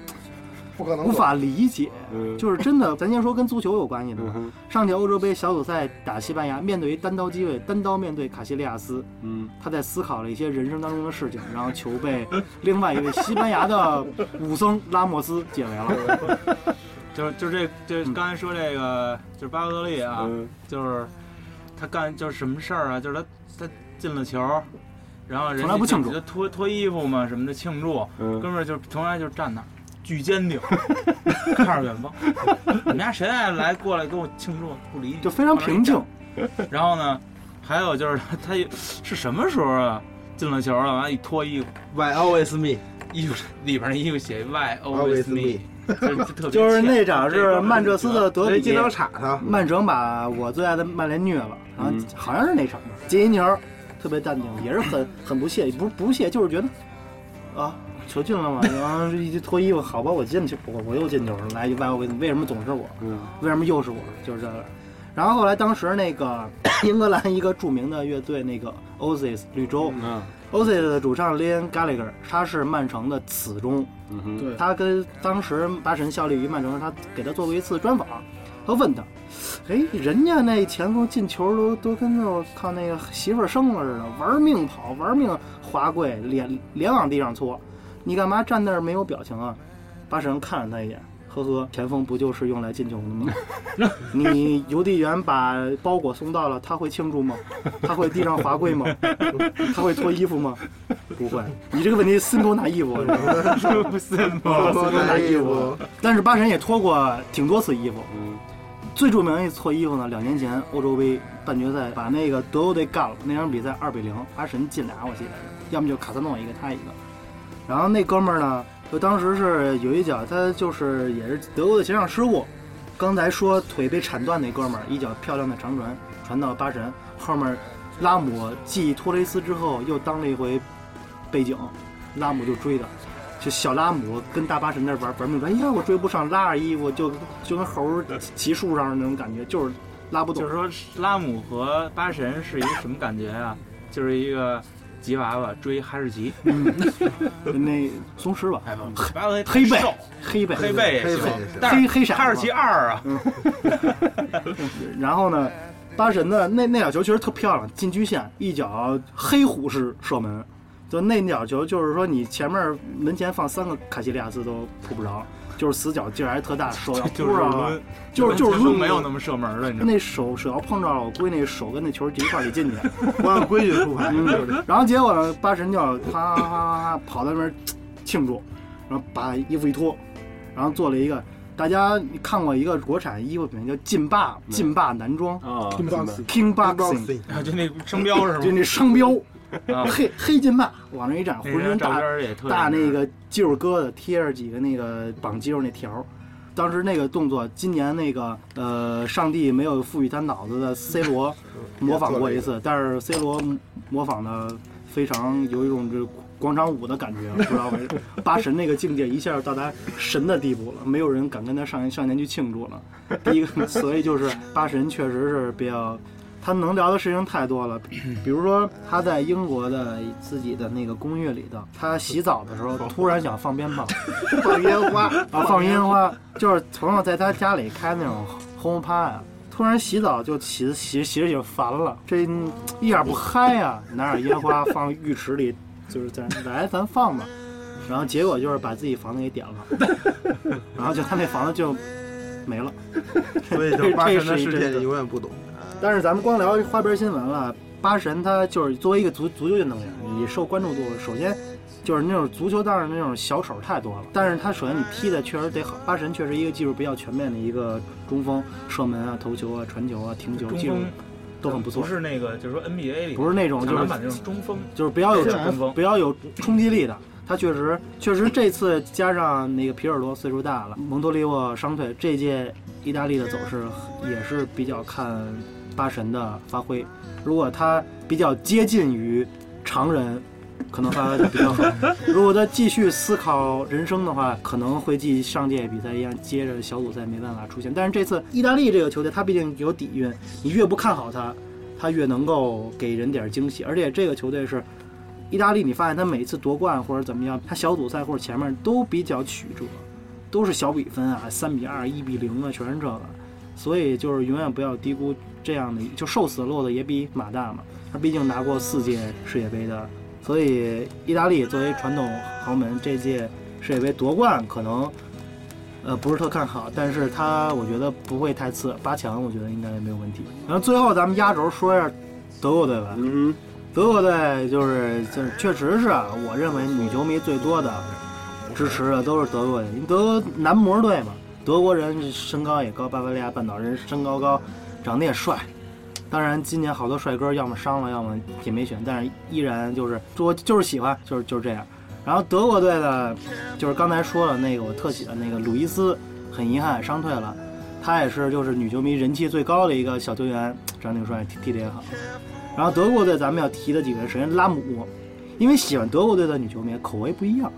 Speaker 4: 不可能
Speaker 3: 无法理解，
Speaker 2: 嗯
Speaker 3: 就是真的。咱先说跟足球有关系的
Speaker 2: 嗯
Speaker 3: 吧，
Speaker 2: 哼
Speaker 3: 上届欧洲杯小组赛打西班牙，面对一单刀机会，单刀面对卡西利亚斯，
Speaker 2: 嗯，
Speaker 3: 他在思考了一些人生当中的事情，然后球被另外一位西班牙的武僧拉莫斯解围了。
Speaker 5: 就是就这就
Speaker 3: 嗯
Speaker 5: 刚才说这个，就是巴洛特利啊，
Speaker 2: 嗯
Speaker 5: 就是他干就是什么事儿啊，就是他他进了球，然后人
Speaker 3: 从来不庆祝
Speaker 5: 就脱脱衣服嘛什么的庆祝，
Speaker 2: 嗯
Speaker 5: 哥们儿就从来就站那儿，巨坚定， 看着远 方，你们家谁爱来过来跟我庆祝不理你，
Speaker 3: 就非常平静。
Speaker 5: 然后呢，还有就是 他他是什么时候啊进了球了，完了一脱衣服，
Speaker 4: Why always me？
Speaker 5: 衣服里边那衣服写 Y
Speaker 4: Always
Speaker 5: always me，就是特别
Speaker 3: 就是那
Speaker 5: 欠
Speaker 3: 场是曼彻斯特德
Speaker 5: 哎
Speaker 4: 所以
Speaker 3: 比，
Speaker 4: 经常插他。
Speaker 3: 曼城把我最爱的曼联虐了，然后
Speaker 2: 嗯
Speaker 3: 好像是那场进一球，特别淡定，也是很很不屑，不是不屑，就是觉得啊，球进了嘛，然后一脱衣服，好吧，我进球，我我又进球了，来一外围，为什么总是我？
Speaker 2: 嗯
Speaker 3: 为什么又是我？就是这个。然后后来当时那个 英格兰一个著名的乐队那个 Oasis 绿洲
Speaker 2: 嗯
Speaker 3: ，Oasis 的主唱 Liam Gallagher，他是曼城的死忠，
Speaker 2: 嗯哼
Speaker 6: 对，
Speaker 3: 他跟当时八神效力于曼城，他给他做过一次专访，他问他，哎，人家那前锋进球都都跟那我靠那个媳妇儿生了似的，玩命跑，玩命滑跪，脸脸往地上搓，你干嘛站那儿没有表情啊？八神看了他一眼，呵呵，前锋不就是用来进球的吗？你邮递员把包裹送到了，他会庆祝吗？他会地上罚跪吗？他会脱衣服吗？不会。你这个问题心不拿衣服，啊
Speaker 4: 脱
Speaker 3: 拿
Speaker 4: 衣
Speaker 3: 衣
Speaker 4: 服
Speaker 3: 服。但是八神也脱过挺多次衣服。
Speaker 2: 嗯，
Speaker 3: 最著名的一次脱衣服呢，两年前欧洲杯半决赛把那个德国队干了，那场比赛二比零，阿神进俩，我记得是，要么就卡萨诺一个，他一个。然后那哥们儿呢，就当时是有一脚，他就是也是德国的前场失误，刚才说腿被铲断那哥们儿一脚漂亮的长传传到八神后面，拉姆继托雷斯之后又当了一回背景，拉姆就追他。就小拉姆跟大巴神那玩玩命说：“哎呀，我追不上，拉着衣服就就跟猴儿骑树上那种感觉，就是拉不动。
Speaker 5: 就是说拉姆和巴神是一个什么感觉啊？就是一个吉娃娃追哈士奇，
Speaker 3: 那松狮吧，
Speaker 5: 哎不，巴娃
Speaker 3: 黑背
Speaker 5: 瘦，
Speaker 3: 黑背，
Speaker 5: 黑背也
Speaker 4: 黑背
Speaker 5: 行
Speaker 4: 也行，
Speaker 5: 但是
Speaker 3: 黑黑闪
Speaker 5: 哈士奇二啊，
Speaker 3: 然后呢，巴神的那那脚球其实特漂亮，进局线一脚黑虎式射门，就那脚球就是说你前面门前放三个卡西利亚斯都扑不着，就是死角劲儿还特大，手要扑
Speaker 5: 就是
Speaker 3: 上了，
Speaker 5: 抡，
Speaker 3: 就是就是
Speaker 5: 抡
Speaker 3: 抡
Speaker 5: 没有那么射门了，你知道吗？
Speaker 3: 那手手要碰着了，我闺女手跟那球就一块儿给 进去。
Speaker 4: 不按规矩出牌，就是这
Speaker 3: 嗯，然后结果呢，八神就啪啪啪啪啪跑到那边庆祝，然后把衣服一脱，然后做了一个大家看过一个国产衣服品牌叫劲霸劲霸男装
Speaker 2: 啊，
Speaker 6: 听棒子
Speaker 3: King
Speaker 4: 样。
Speaker 3: Boxing，
Speaker 5: 啊，就那商标是
Speaker 3: 就
Speaker 5: 吗？
Speaker 3: 那商标
Speaker 5: 啊
Speaker 3: 黑黑劲霸往那一站，
Speaker 5: 那
Speaker 3: 浑
Speaker 5: 张
Speaker 3: 身
Speaker 5: 照
Speaker 3: 大
Speaker 5: 片儿也特
Speaker 3: 大
Speaker 5: 别啊
Speaker 3: 那个肌肉疙瘩，贴着几个那个绑肌肉那条儿。当时那个动作，今年那个呃，上帝没有赋予他脑子的 C 罗模仿过一次，但是 C 罗模仿的非常有一种这广场舞的感觉，不知道为什么。八神那个境界一下到达神的地步了，没有人敢跟他上上前去庆祝了。第一个，所以就是八神确实是比较，他能聊的事情太多了，比如说他在英国的自己的那个公寓里头，他洗澡的时候突然想放鞭炮
Speaker 4: 放烟花，
Speaker 3: 啊，放烟花，就是朋友在他家里开那种轰趴呀，突然洗澡就洗洗洗着就烦了，这一点不嗨呀、拿点烟花放浴池里，就是在那来咱放吧，然后结果就是把自己房子给点了，然后就他那房子就没了。
Speaker 4: 所以就八神的世界你永远不懂。
Speaker 3: 但是咱们光聊花边新闻了，八神他就是作为一个足足球运动员，你受关注度首先就是那种足球道上那种小手太多了。但是他首先你踢的确实得好，八神确实一个技术比较全面的一个中锋，射门啊、头球啊、传球啊、停球
Speaker 5: 中
Speaker 3: 技术
Speaker 5: 锋
Speaker 3: 都很不错
Speaker 5: 不，是那个，就是说 NBA 里
Speaker 3: 不是那种
Speaker 5: 抢
Speaker 3: 就
Speaker 5: 篮
Speaker 3: 是
Speaker 5: 板那种中锋，
Speaker 3: 就是不要有
Speaker 5: 是啊中锋
Speaker 3: 不要有冲击力的。他确实确实这次加上那个皮尔洛岁数大了，蒙多利沃伤退，这届意大利的走势也是比较看巴神的发挥。如果他比较接近于常人，可能发挥的比较好；如果他继续思考人生的话，可能会继上届比赛一样，接着小组赛没办法出现。但是这次意大利这个球队，他毕竟有底蕴，你越不看好他，他越能够给人点惊喜。而且这个球队是意大利，你发现他每次夺冠或者怎么样，他小组赛或者前面都比较曲折，都是小比分啊，三比二、一比零啊，全是这个。所以就是永远不要低估这样的，就瘦死骆驼也比马大嘛。他毕竟拿过四届世界杯的，所以意大利作为传统豪门，这届世界杯夺冠可能，呃，不是特看好，但是他我觉得不会太次，八强我觉得应该没有问题。然后最后咱们压轴说一下德国队吧。
Speaker 2: 嗯
Speaker 3: 德国队就是就是确实是啊我认为女球迷最多的支持的都是德国人，因为德国男模队嘛，德国人身高也高，巴伐利亚半岛人身高高，长得也帅。当然，今年好多帅哥要么伤了，要么也没选，但是依然就是我就是喜欢，就是就是这样。然后德国队呢，就是刚才说了那个我特喜欢那个鲁伊斯，很遗憾伤退了。他也是就是女球迷人气最高的一个小球员，长得挺帅，踢踢得也好。然后德国队咱们要提的几个人，首先拉姆，因为喜欢德国队的女球迷口味不一样，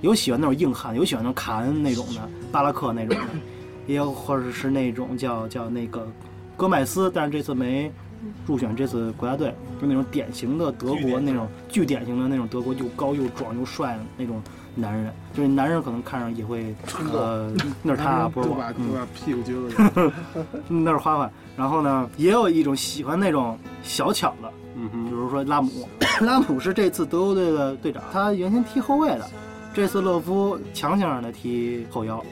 Speaker 3: 有喜欢那种硬汉，有喜欢那种卡恩那种的，巴拉克那种的，也有或者是那种叫叫那个戈麦斯，但是这次没入选这次国家队，就那种典型的德国那种巨典型的那种德国又高又壮又帅的那种男人，就是男人可能看上也会呃，那是他不是
Speaker 6: 就
Speaker 3: 我
Speaker 6: 把，就
Speaker 3: 嗯
Speaker 6: 把屁股撅过 去，
Speaker 3: 那是花花。然后呢，也有一种喜欢那种小巧的，
Speaker 2: 嗯
Speaker 3: 比
Speaker 2: 哼，
Speaker 3: 如说拉姆， 拉姆是这次德国队的队长，他原先踢后卫的，这次勒夫强行让他踢后腰，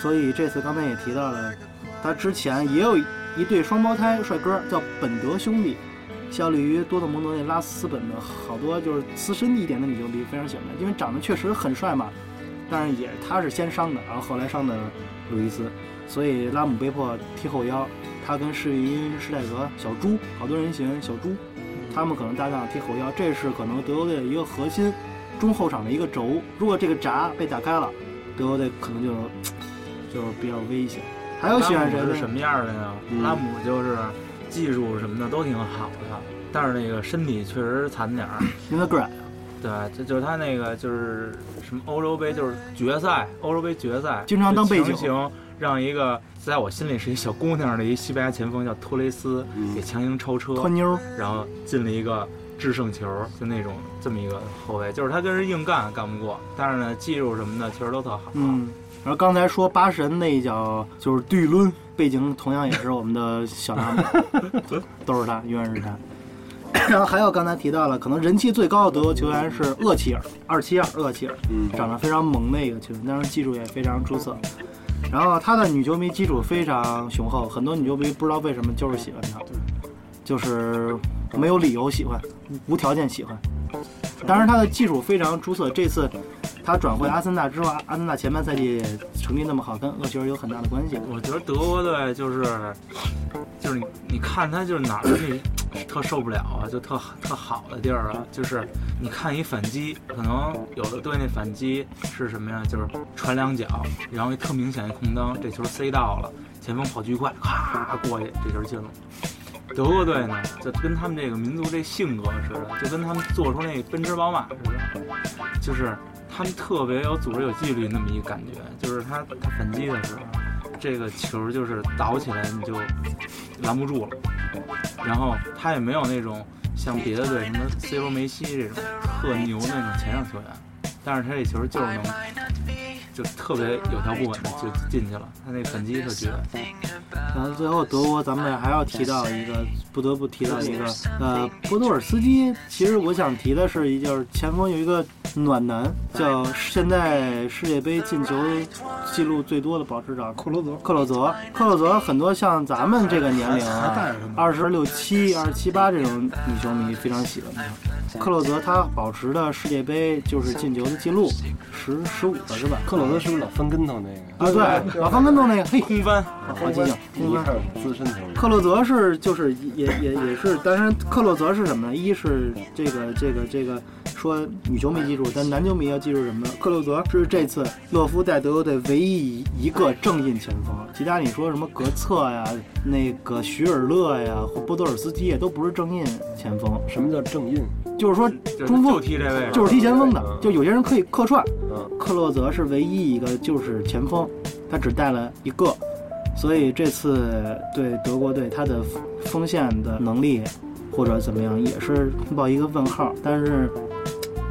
Speaker 3: 所以这次刚才也提到了，他之前也有一对双胞胎帅哥叫本德兄弟，效力于多特蒙德那拉斯本的好多就是资深一点的米球迷非常喜欢他，因为长得确实很帅嘛。但是也他是先伤的，然后后来伤的鲁伊斯，所以拉姆被迫踢后腰。他跟施因施泰格、小猪，好多人喜欢小猪，
Speaker 5: 嗯
Speaker 3: 他们可能搭档踢后腰，这是可能德国队的一个核心中后场的一个轴。如果这个闸被打开了，德国队可能就就比较危险。还有喜欢谁
Speaker 5: 拉
Speaker 3: 呢
Speaker 5: 姆是什么样的呀？
Speaker 2: 嗯
Speaker 5: 拉姆就是技术什么的都挺好的，但是那个身体确实残点 儿。
Speaker 3: 因为个儿
Speaker 5: 对，这就是他那个就是什么欧洲杯，就是决赛，欧洲杯决赛
Speaker 3: 经常当背景
Speaker 5: 就强行让一个在我心里是一小姑娘的一西班牙前锋叫托雷斯
Speaker 2: 嗯
Speaker 5: 给强行超
Speaker 3: 嗯
Speaker 5: 车，
Speaker 3: 托妞儿，
Speaker 5: 然后进了一个制胜球，就那种这么一个后卫，就是他跟人硬干干不过，但是呢技术什么的确实都特好。
Speaker 3: 嗯。然后刚才说八神那一脚就是对抡，背景同样也是我们的小拉姆，都是他，永远是他。然后还有刚才提到了，可能人气最高的德国球员是厄齐尔，二七二厄齐尔，
Speaker 2: 嗯
Speaker 3: 长得非常萌的一个球员，但是技术也非常出色。然后他的女球迷基础非常雄厚，很多女球迷不知道为什么就是喜欢他，就是没有理由喜欢，无条件喜欢。当然他的技术非常出色，这次他转会阿森纳之后，阿森纳前半赛季成绩那么好，跟厄齐尔有很大的关系。
Speaker 5: 我觉得德国队就是，就是你你看他就是哪儿你特受不了啊，就特特好的地儿啊，就是你看一反击，可能有的队那反击是什么呀？就是传两脚，然后一特明显一空当，这球塞到了，前锋跑巨快，咔过去，这球进了。德国队呢，就跟他们这个民族这性格似的，就跟他们做出那奔驰宝马似的，就是他们特别有组织有纪律那么一感觉，就是他他反击的时候。这个球就是倒起来你就拦不住了，然后他也没有那种像别的队什么 C 罗、梅西这种特牛的那种前场球员，但是他这球就是能就特别有条不紊的就进去了，他那反击特绝。
Speaker 3: 然后最后德国，咱们还要提到一个，不得不提到一个，呃，波多尔斯基。其实我想提的是，一就是前锋有一个暖男，叫现在世界杯进球记录最多的保持者
Speaker 6: 克罗泽
Speaker 3: 克洛泽。克洛泽很多像咱们这个年龄
Speaker 6: 还
Speaker 3: 啊，
Speaker 6: 带着他呢。
Speaker 3: 二十六七、二十七八这种女球迷非常喜欢他。克洛泽他保持的世界杯就是进球的记录，十十五个是吧？
Speaker 2: 克鲁兹是不是老翻跟头那个？
Speaker 3: 啊，对，老方跟弄那个，嘿，
Speaker 5: 空翻，
Speaker 2: 啊
Speaker 3: 好机警，
Speaker 2: 你看资深球员，
Speaker 3: 克洛泽是就是也也也是，当然克洛泽是什么呢？一是这个这个这个说女球迷记住，但男球迷要记住什么呢？克洛泽是这次勒夫带德国队唯一一个正印前锋，其他你说什么格策呀、那个徐尔勒呀或波多尔斯基也都不是正印前锋，
Speaker 2: 什么叫正印？
Speaker 3: 就是说
Speaker 5: 就是
Speaker 3: 中
Speaker 5: 就
Speaker 3: 锋
Speaker 5: 踢这位置，
Speaker 3: 就是踢前锋的
Speaker 2: 嗯，
Speaker 3: 就有些人可以客串，
Speaker 2: 嗯，
Speaker 3: 克洛泽是唯一一个就是前锋，他只带了一个，所以这次对德国队他的锋线的能力或者怎么样也是抱一个问号。但是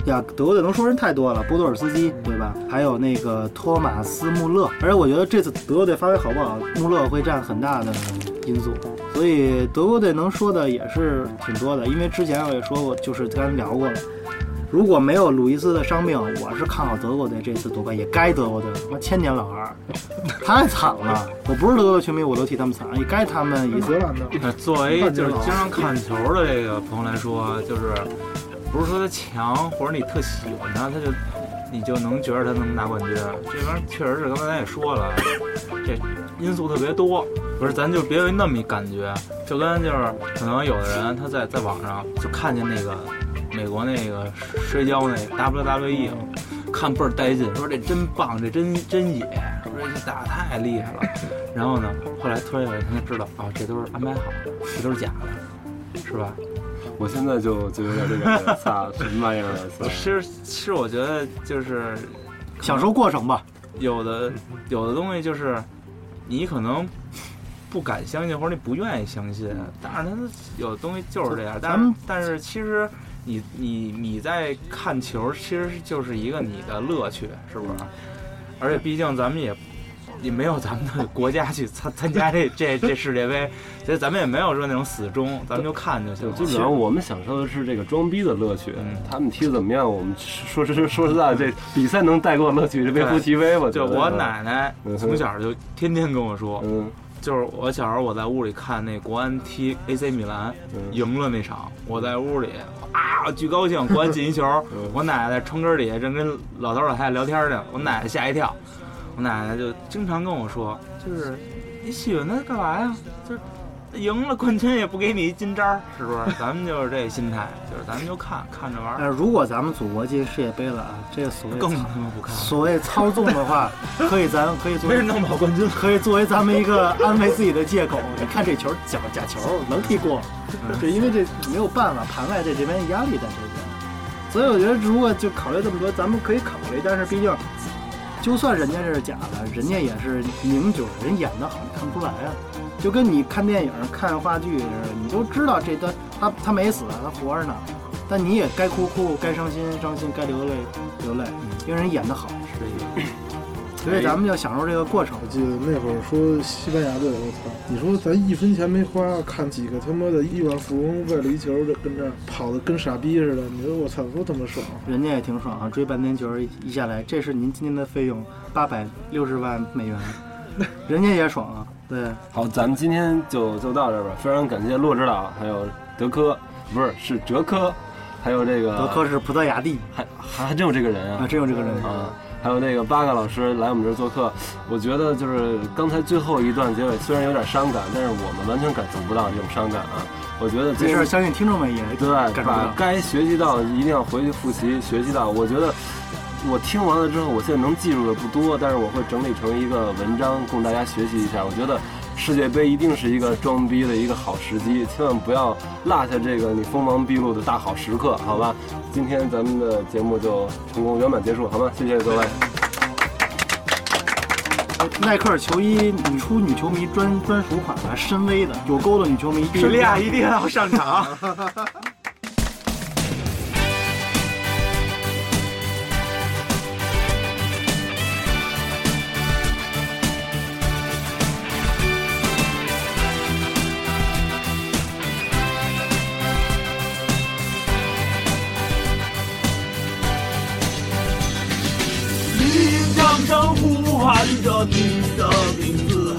Speaker 3: 呀，德国队能说人太多了，波多尔斯基对吧？还有那个托马斯穆勒，而且我觉得这次德国队发挥好不好，穆勒会占很大的因素。所以德国队能说的也是挺多的，因为之前我也说过，就是跟咱聊过了。如果没有鲁伊斯的伤病，我是看好德国队这次夺冠，也该德国队了，他妈千年老二，太惨了！我不是德国队球迷，我都替他们惨，也该他们也
Speaker 6: 跟荷兰的，
Speaker 5: 呃，作为就是经常看球的这个朋友来说，就是不是说他强，或者你特喜欢他，他就你就能觉得他能拿冠军。这玩意儿确实是，刚才咱也说了，这因素特别多。不是，咱就别有那么一感觉，就跟就是可能有的人他在在网上就看见那个美国那个摔跤那 WWE，看倍儿带劲，说这真棒，这真真野，说这打得太厉害了。然后呢，后来突然有一天他知道啊，这都是安排好的，这都是假的，是吧？
Speaker 2: 我现在就就有点这个，操，什么玩意儿？啊操
Speaker 5: 其实其实我觉得就是
Speaker 3: 享受过程吧。
Speaker 5: 有的有的东西就是你可能不敢相信，或者你不愿意相信，但是它有的东西就是这样。
Speaker 3: 咱
Speaker 5: 但是
Speaker 3: 们
Speaker 5: 但是其实你你你在看球，其实就是一个你的乐趣，是不是？而且毕竟咱们也也没有咱们的国家去参参加这这这世界杯，所以咱们也没有说那种死忠，咱们就看就
Speaker 2: 对，
Speaker 5: 行了。
Speaker 2: 基本上我们享受的是这个装逼的乐趣
Speaker 5: 嗯。
Speaker 2: 他们踢的怎么样，我们说说实说实在，这比赛能带给我乐趣，这微乎其微吧。
Speaker 5: 就我奶奶
Speaker 2: 嗯哼
Speaker 5: 从小就天天跟我说，
Speaker 2: 嗯
Speaker 5: 就是我小时候我在屋里看那国安踢 AC 米兰
Speaker 2: 嗯
Speaker 5: 赢了那场，我在屋里啊巨高兴，国安进一球， 我奶奶在窗根底下正跟老头老太太聊天呢，我奶奶吓一跳，我奶奶就经常跟我说，就是你喜欢他干嘛呀？就是。赢了冠军也不给你一金章，是不是？咱们就是这心态，就是咱们就看看着玩
Speaker 3: 但
Speaker 5: 儿，
Speaker 3: 是如果咱们祖国进世界杯了啊，这个所谓
Speaker 5: 更他妈不看了。
Speaker 3: 所谓操纵的 话，可以咱可以作为
Speaker 5: 没人能保冠军，
Speaker 3: 可以作为咱们一个安慰自己的借口。你看这球假假球能踢过，对，因为这没有办法，盘外在这边压力在这边。所以我觉得，如果就考虑这么多，咱们可以考虑，但是毕竟，就算人家这是假的，人家也是名角，人演的好，你看不出来啊。就跟你看电影、看话剧似的，你都知道这他他他没死，他活着呢，但你也该哭哭，该伤心伤心，该流泪流泪，因为人演的好，所以咱们要享受这个过程。
Speaker 6: 我记得那会儿说西班牙队，我操！你说咱一分钱没花，看几个他妈的亿万富翁为了一球就跟这儿跑的跟傻逼似的，你说我操，多他妈爽！
Speaker 3: 人家也挺爽啊，追半天球一下来，这是您今天的费用八百六十万美元，人家也爽啊。对，
Speaker 2: 好，咱们今天就就到这儿吧。非常感谢骆指导，还有德科，不是是哲科，还有这个
Speaker 3: 德科是葡萄牙弟
Speaker 2: 还还真有这个人啊
Speaker 3: 啊，真有这个人。
Speaker 2: 啊！还有那个八嘎老师来我们这儿做客，我觉得就是刚才最后一段结尾虽然有点伤感，但是我们完全感受不到这种伤感啊。我觉得
Speaker 3: 没
Speaker 2: 这
Speaker 3: 事儿，
Speaker 2: 是
Speaker 3: 相信听众们也
Speaker 2: 对，
Speaker 3: 感受
Speaker 2: 把
Speaker 3: 到。
Speaker 2: 该学习到一定要回去复习学习到。我觉得我听完了之后，我现在能记住的不多，但是我会整理成一个文章供大家学习一下。我觉得世界杯一定是一个装逼的一个好时机，千万不要落下这个你锋芒毕露的大好时刻，好吧？今天咱们的节目就成功圆满结束，好吗？谢谢各位。
Speaker 3: 耐克球衣女出女球迷专专属款吧，深 V 的，有勾的女球迷。
Speaker 5: 史利亚一定要上 场。
Speaker 7: 你掌声呼喊着你的名字，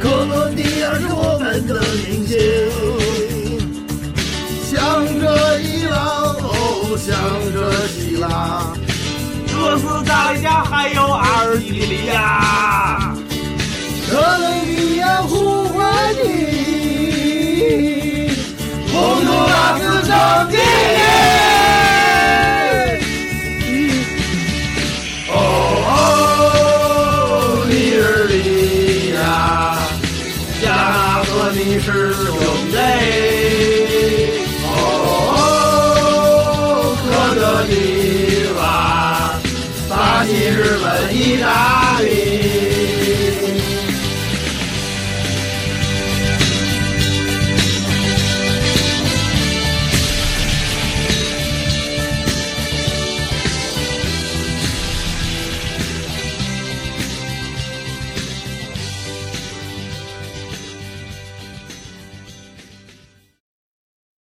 Speaker 7: 克罗地亚是我们的明星，向着伊朗，哦，向着希腊，哥斯达黎加还有阿尔及利亚，哥伦比亚呼唤你，洪都拉斯上帝。哦，尼日利亚，亚和你是兄弟。哦，哥德地瓦，巴西、日本、意大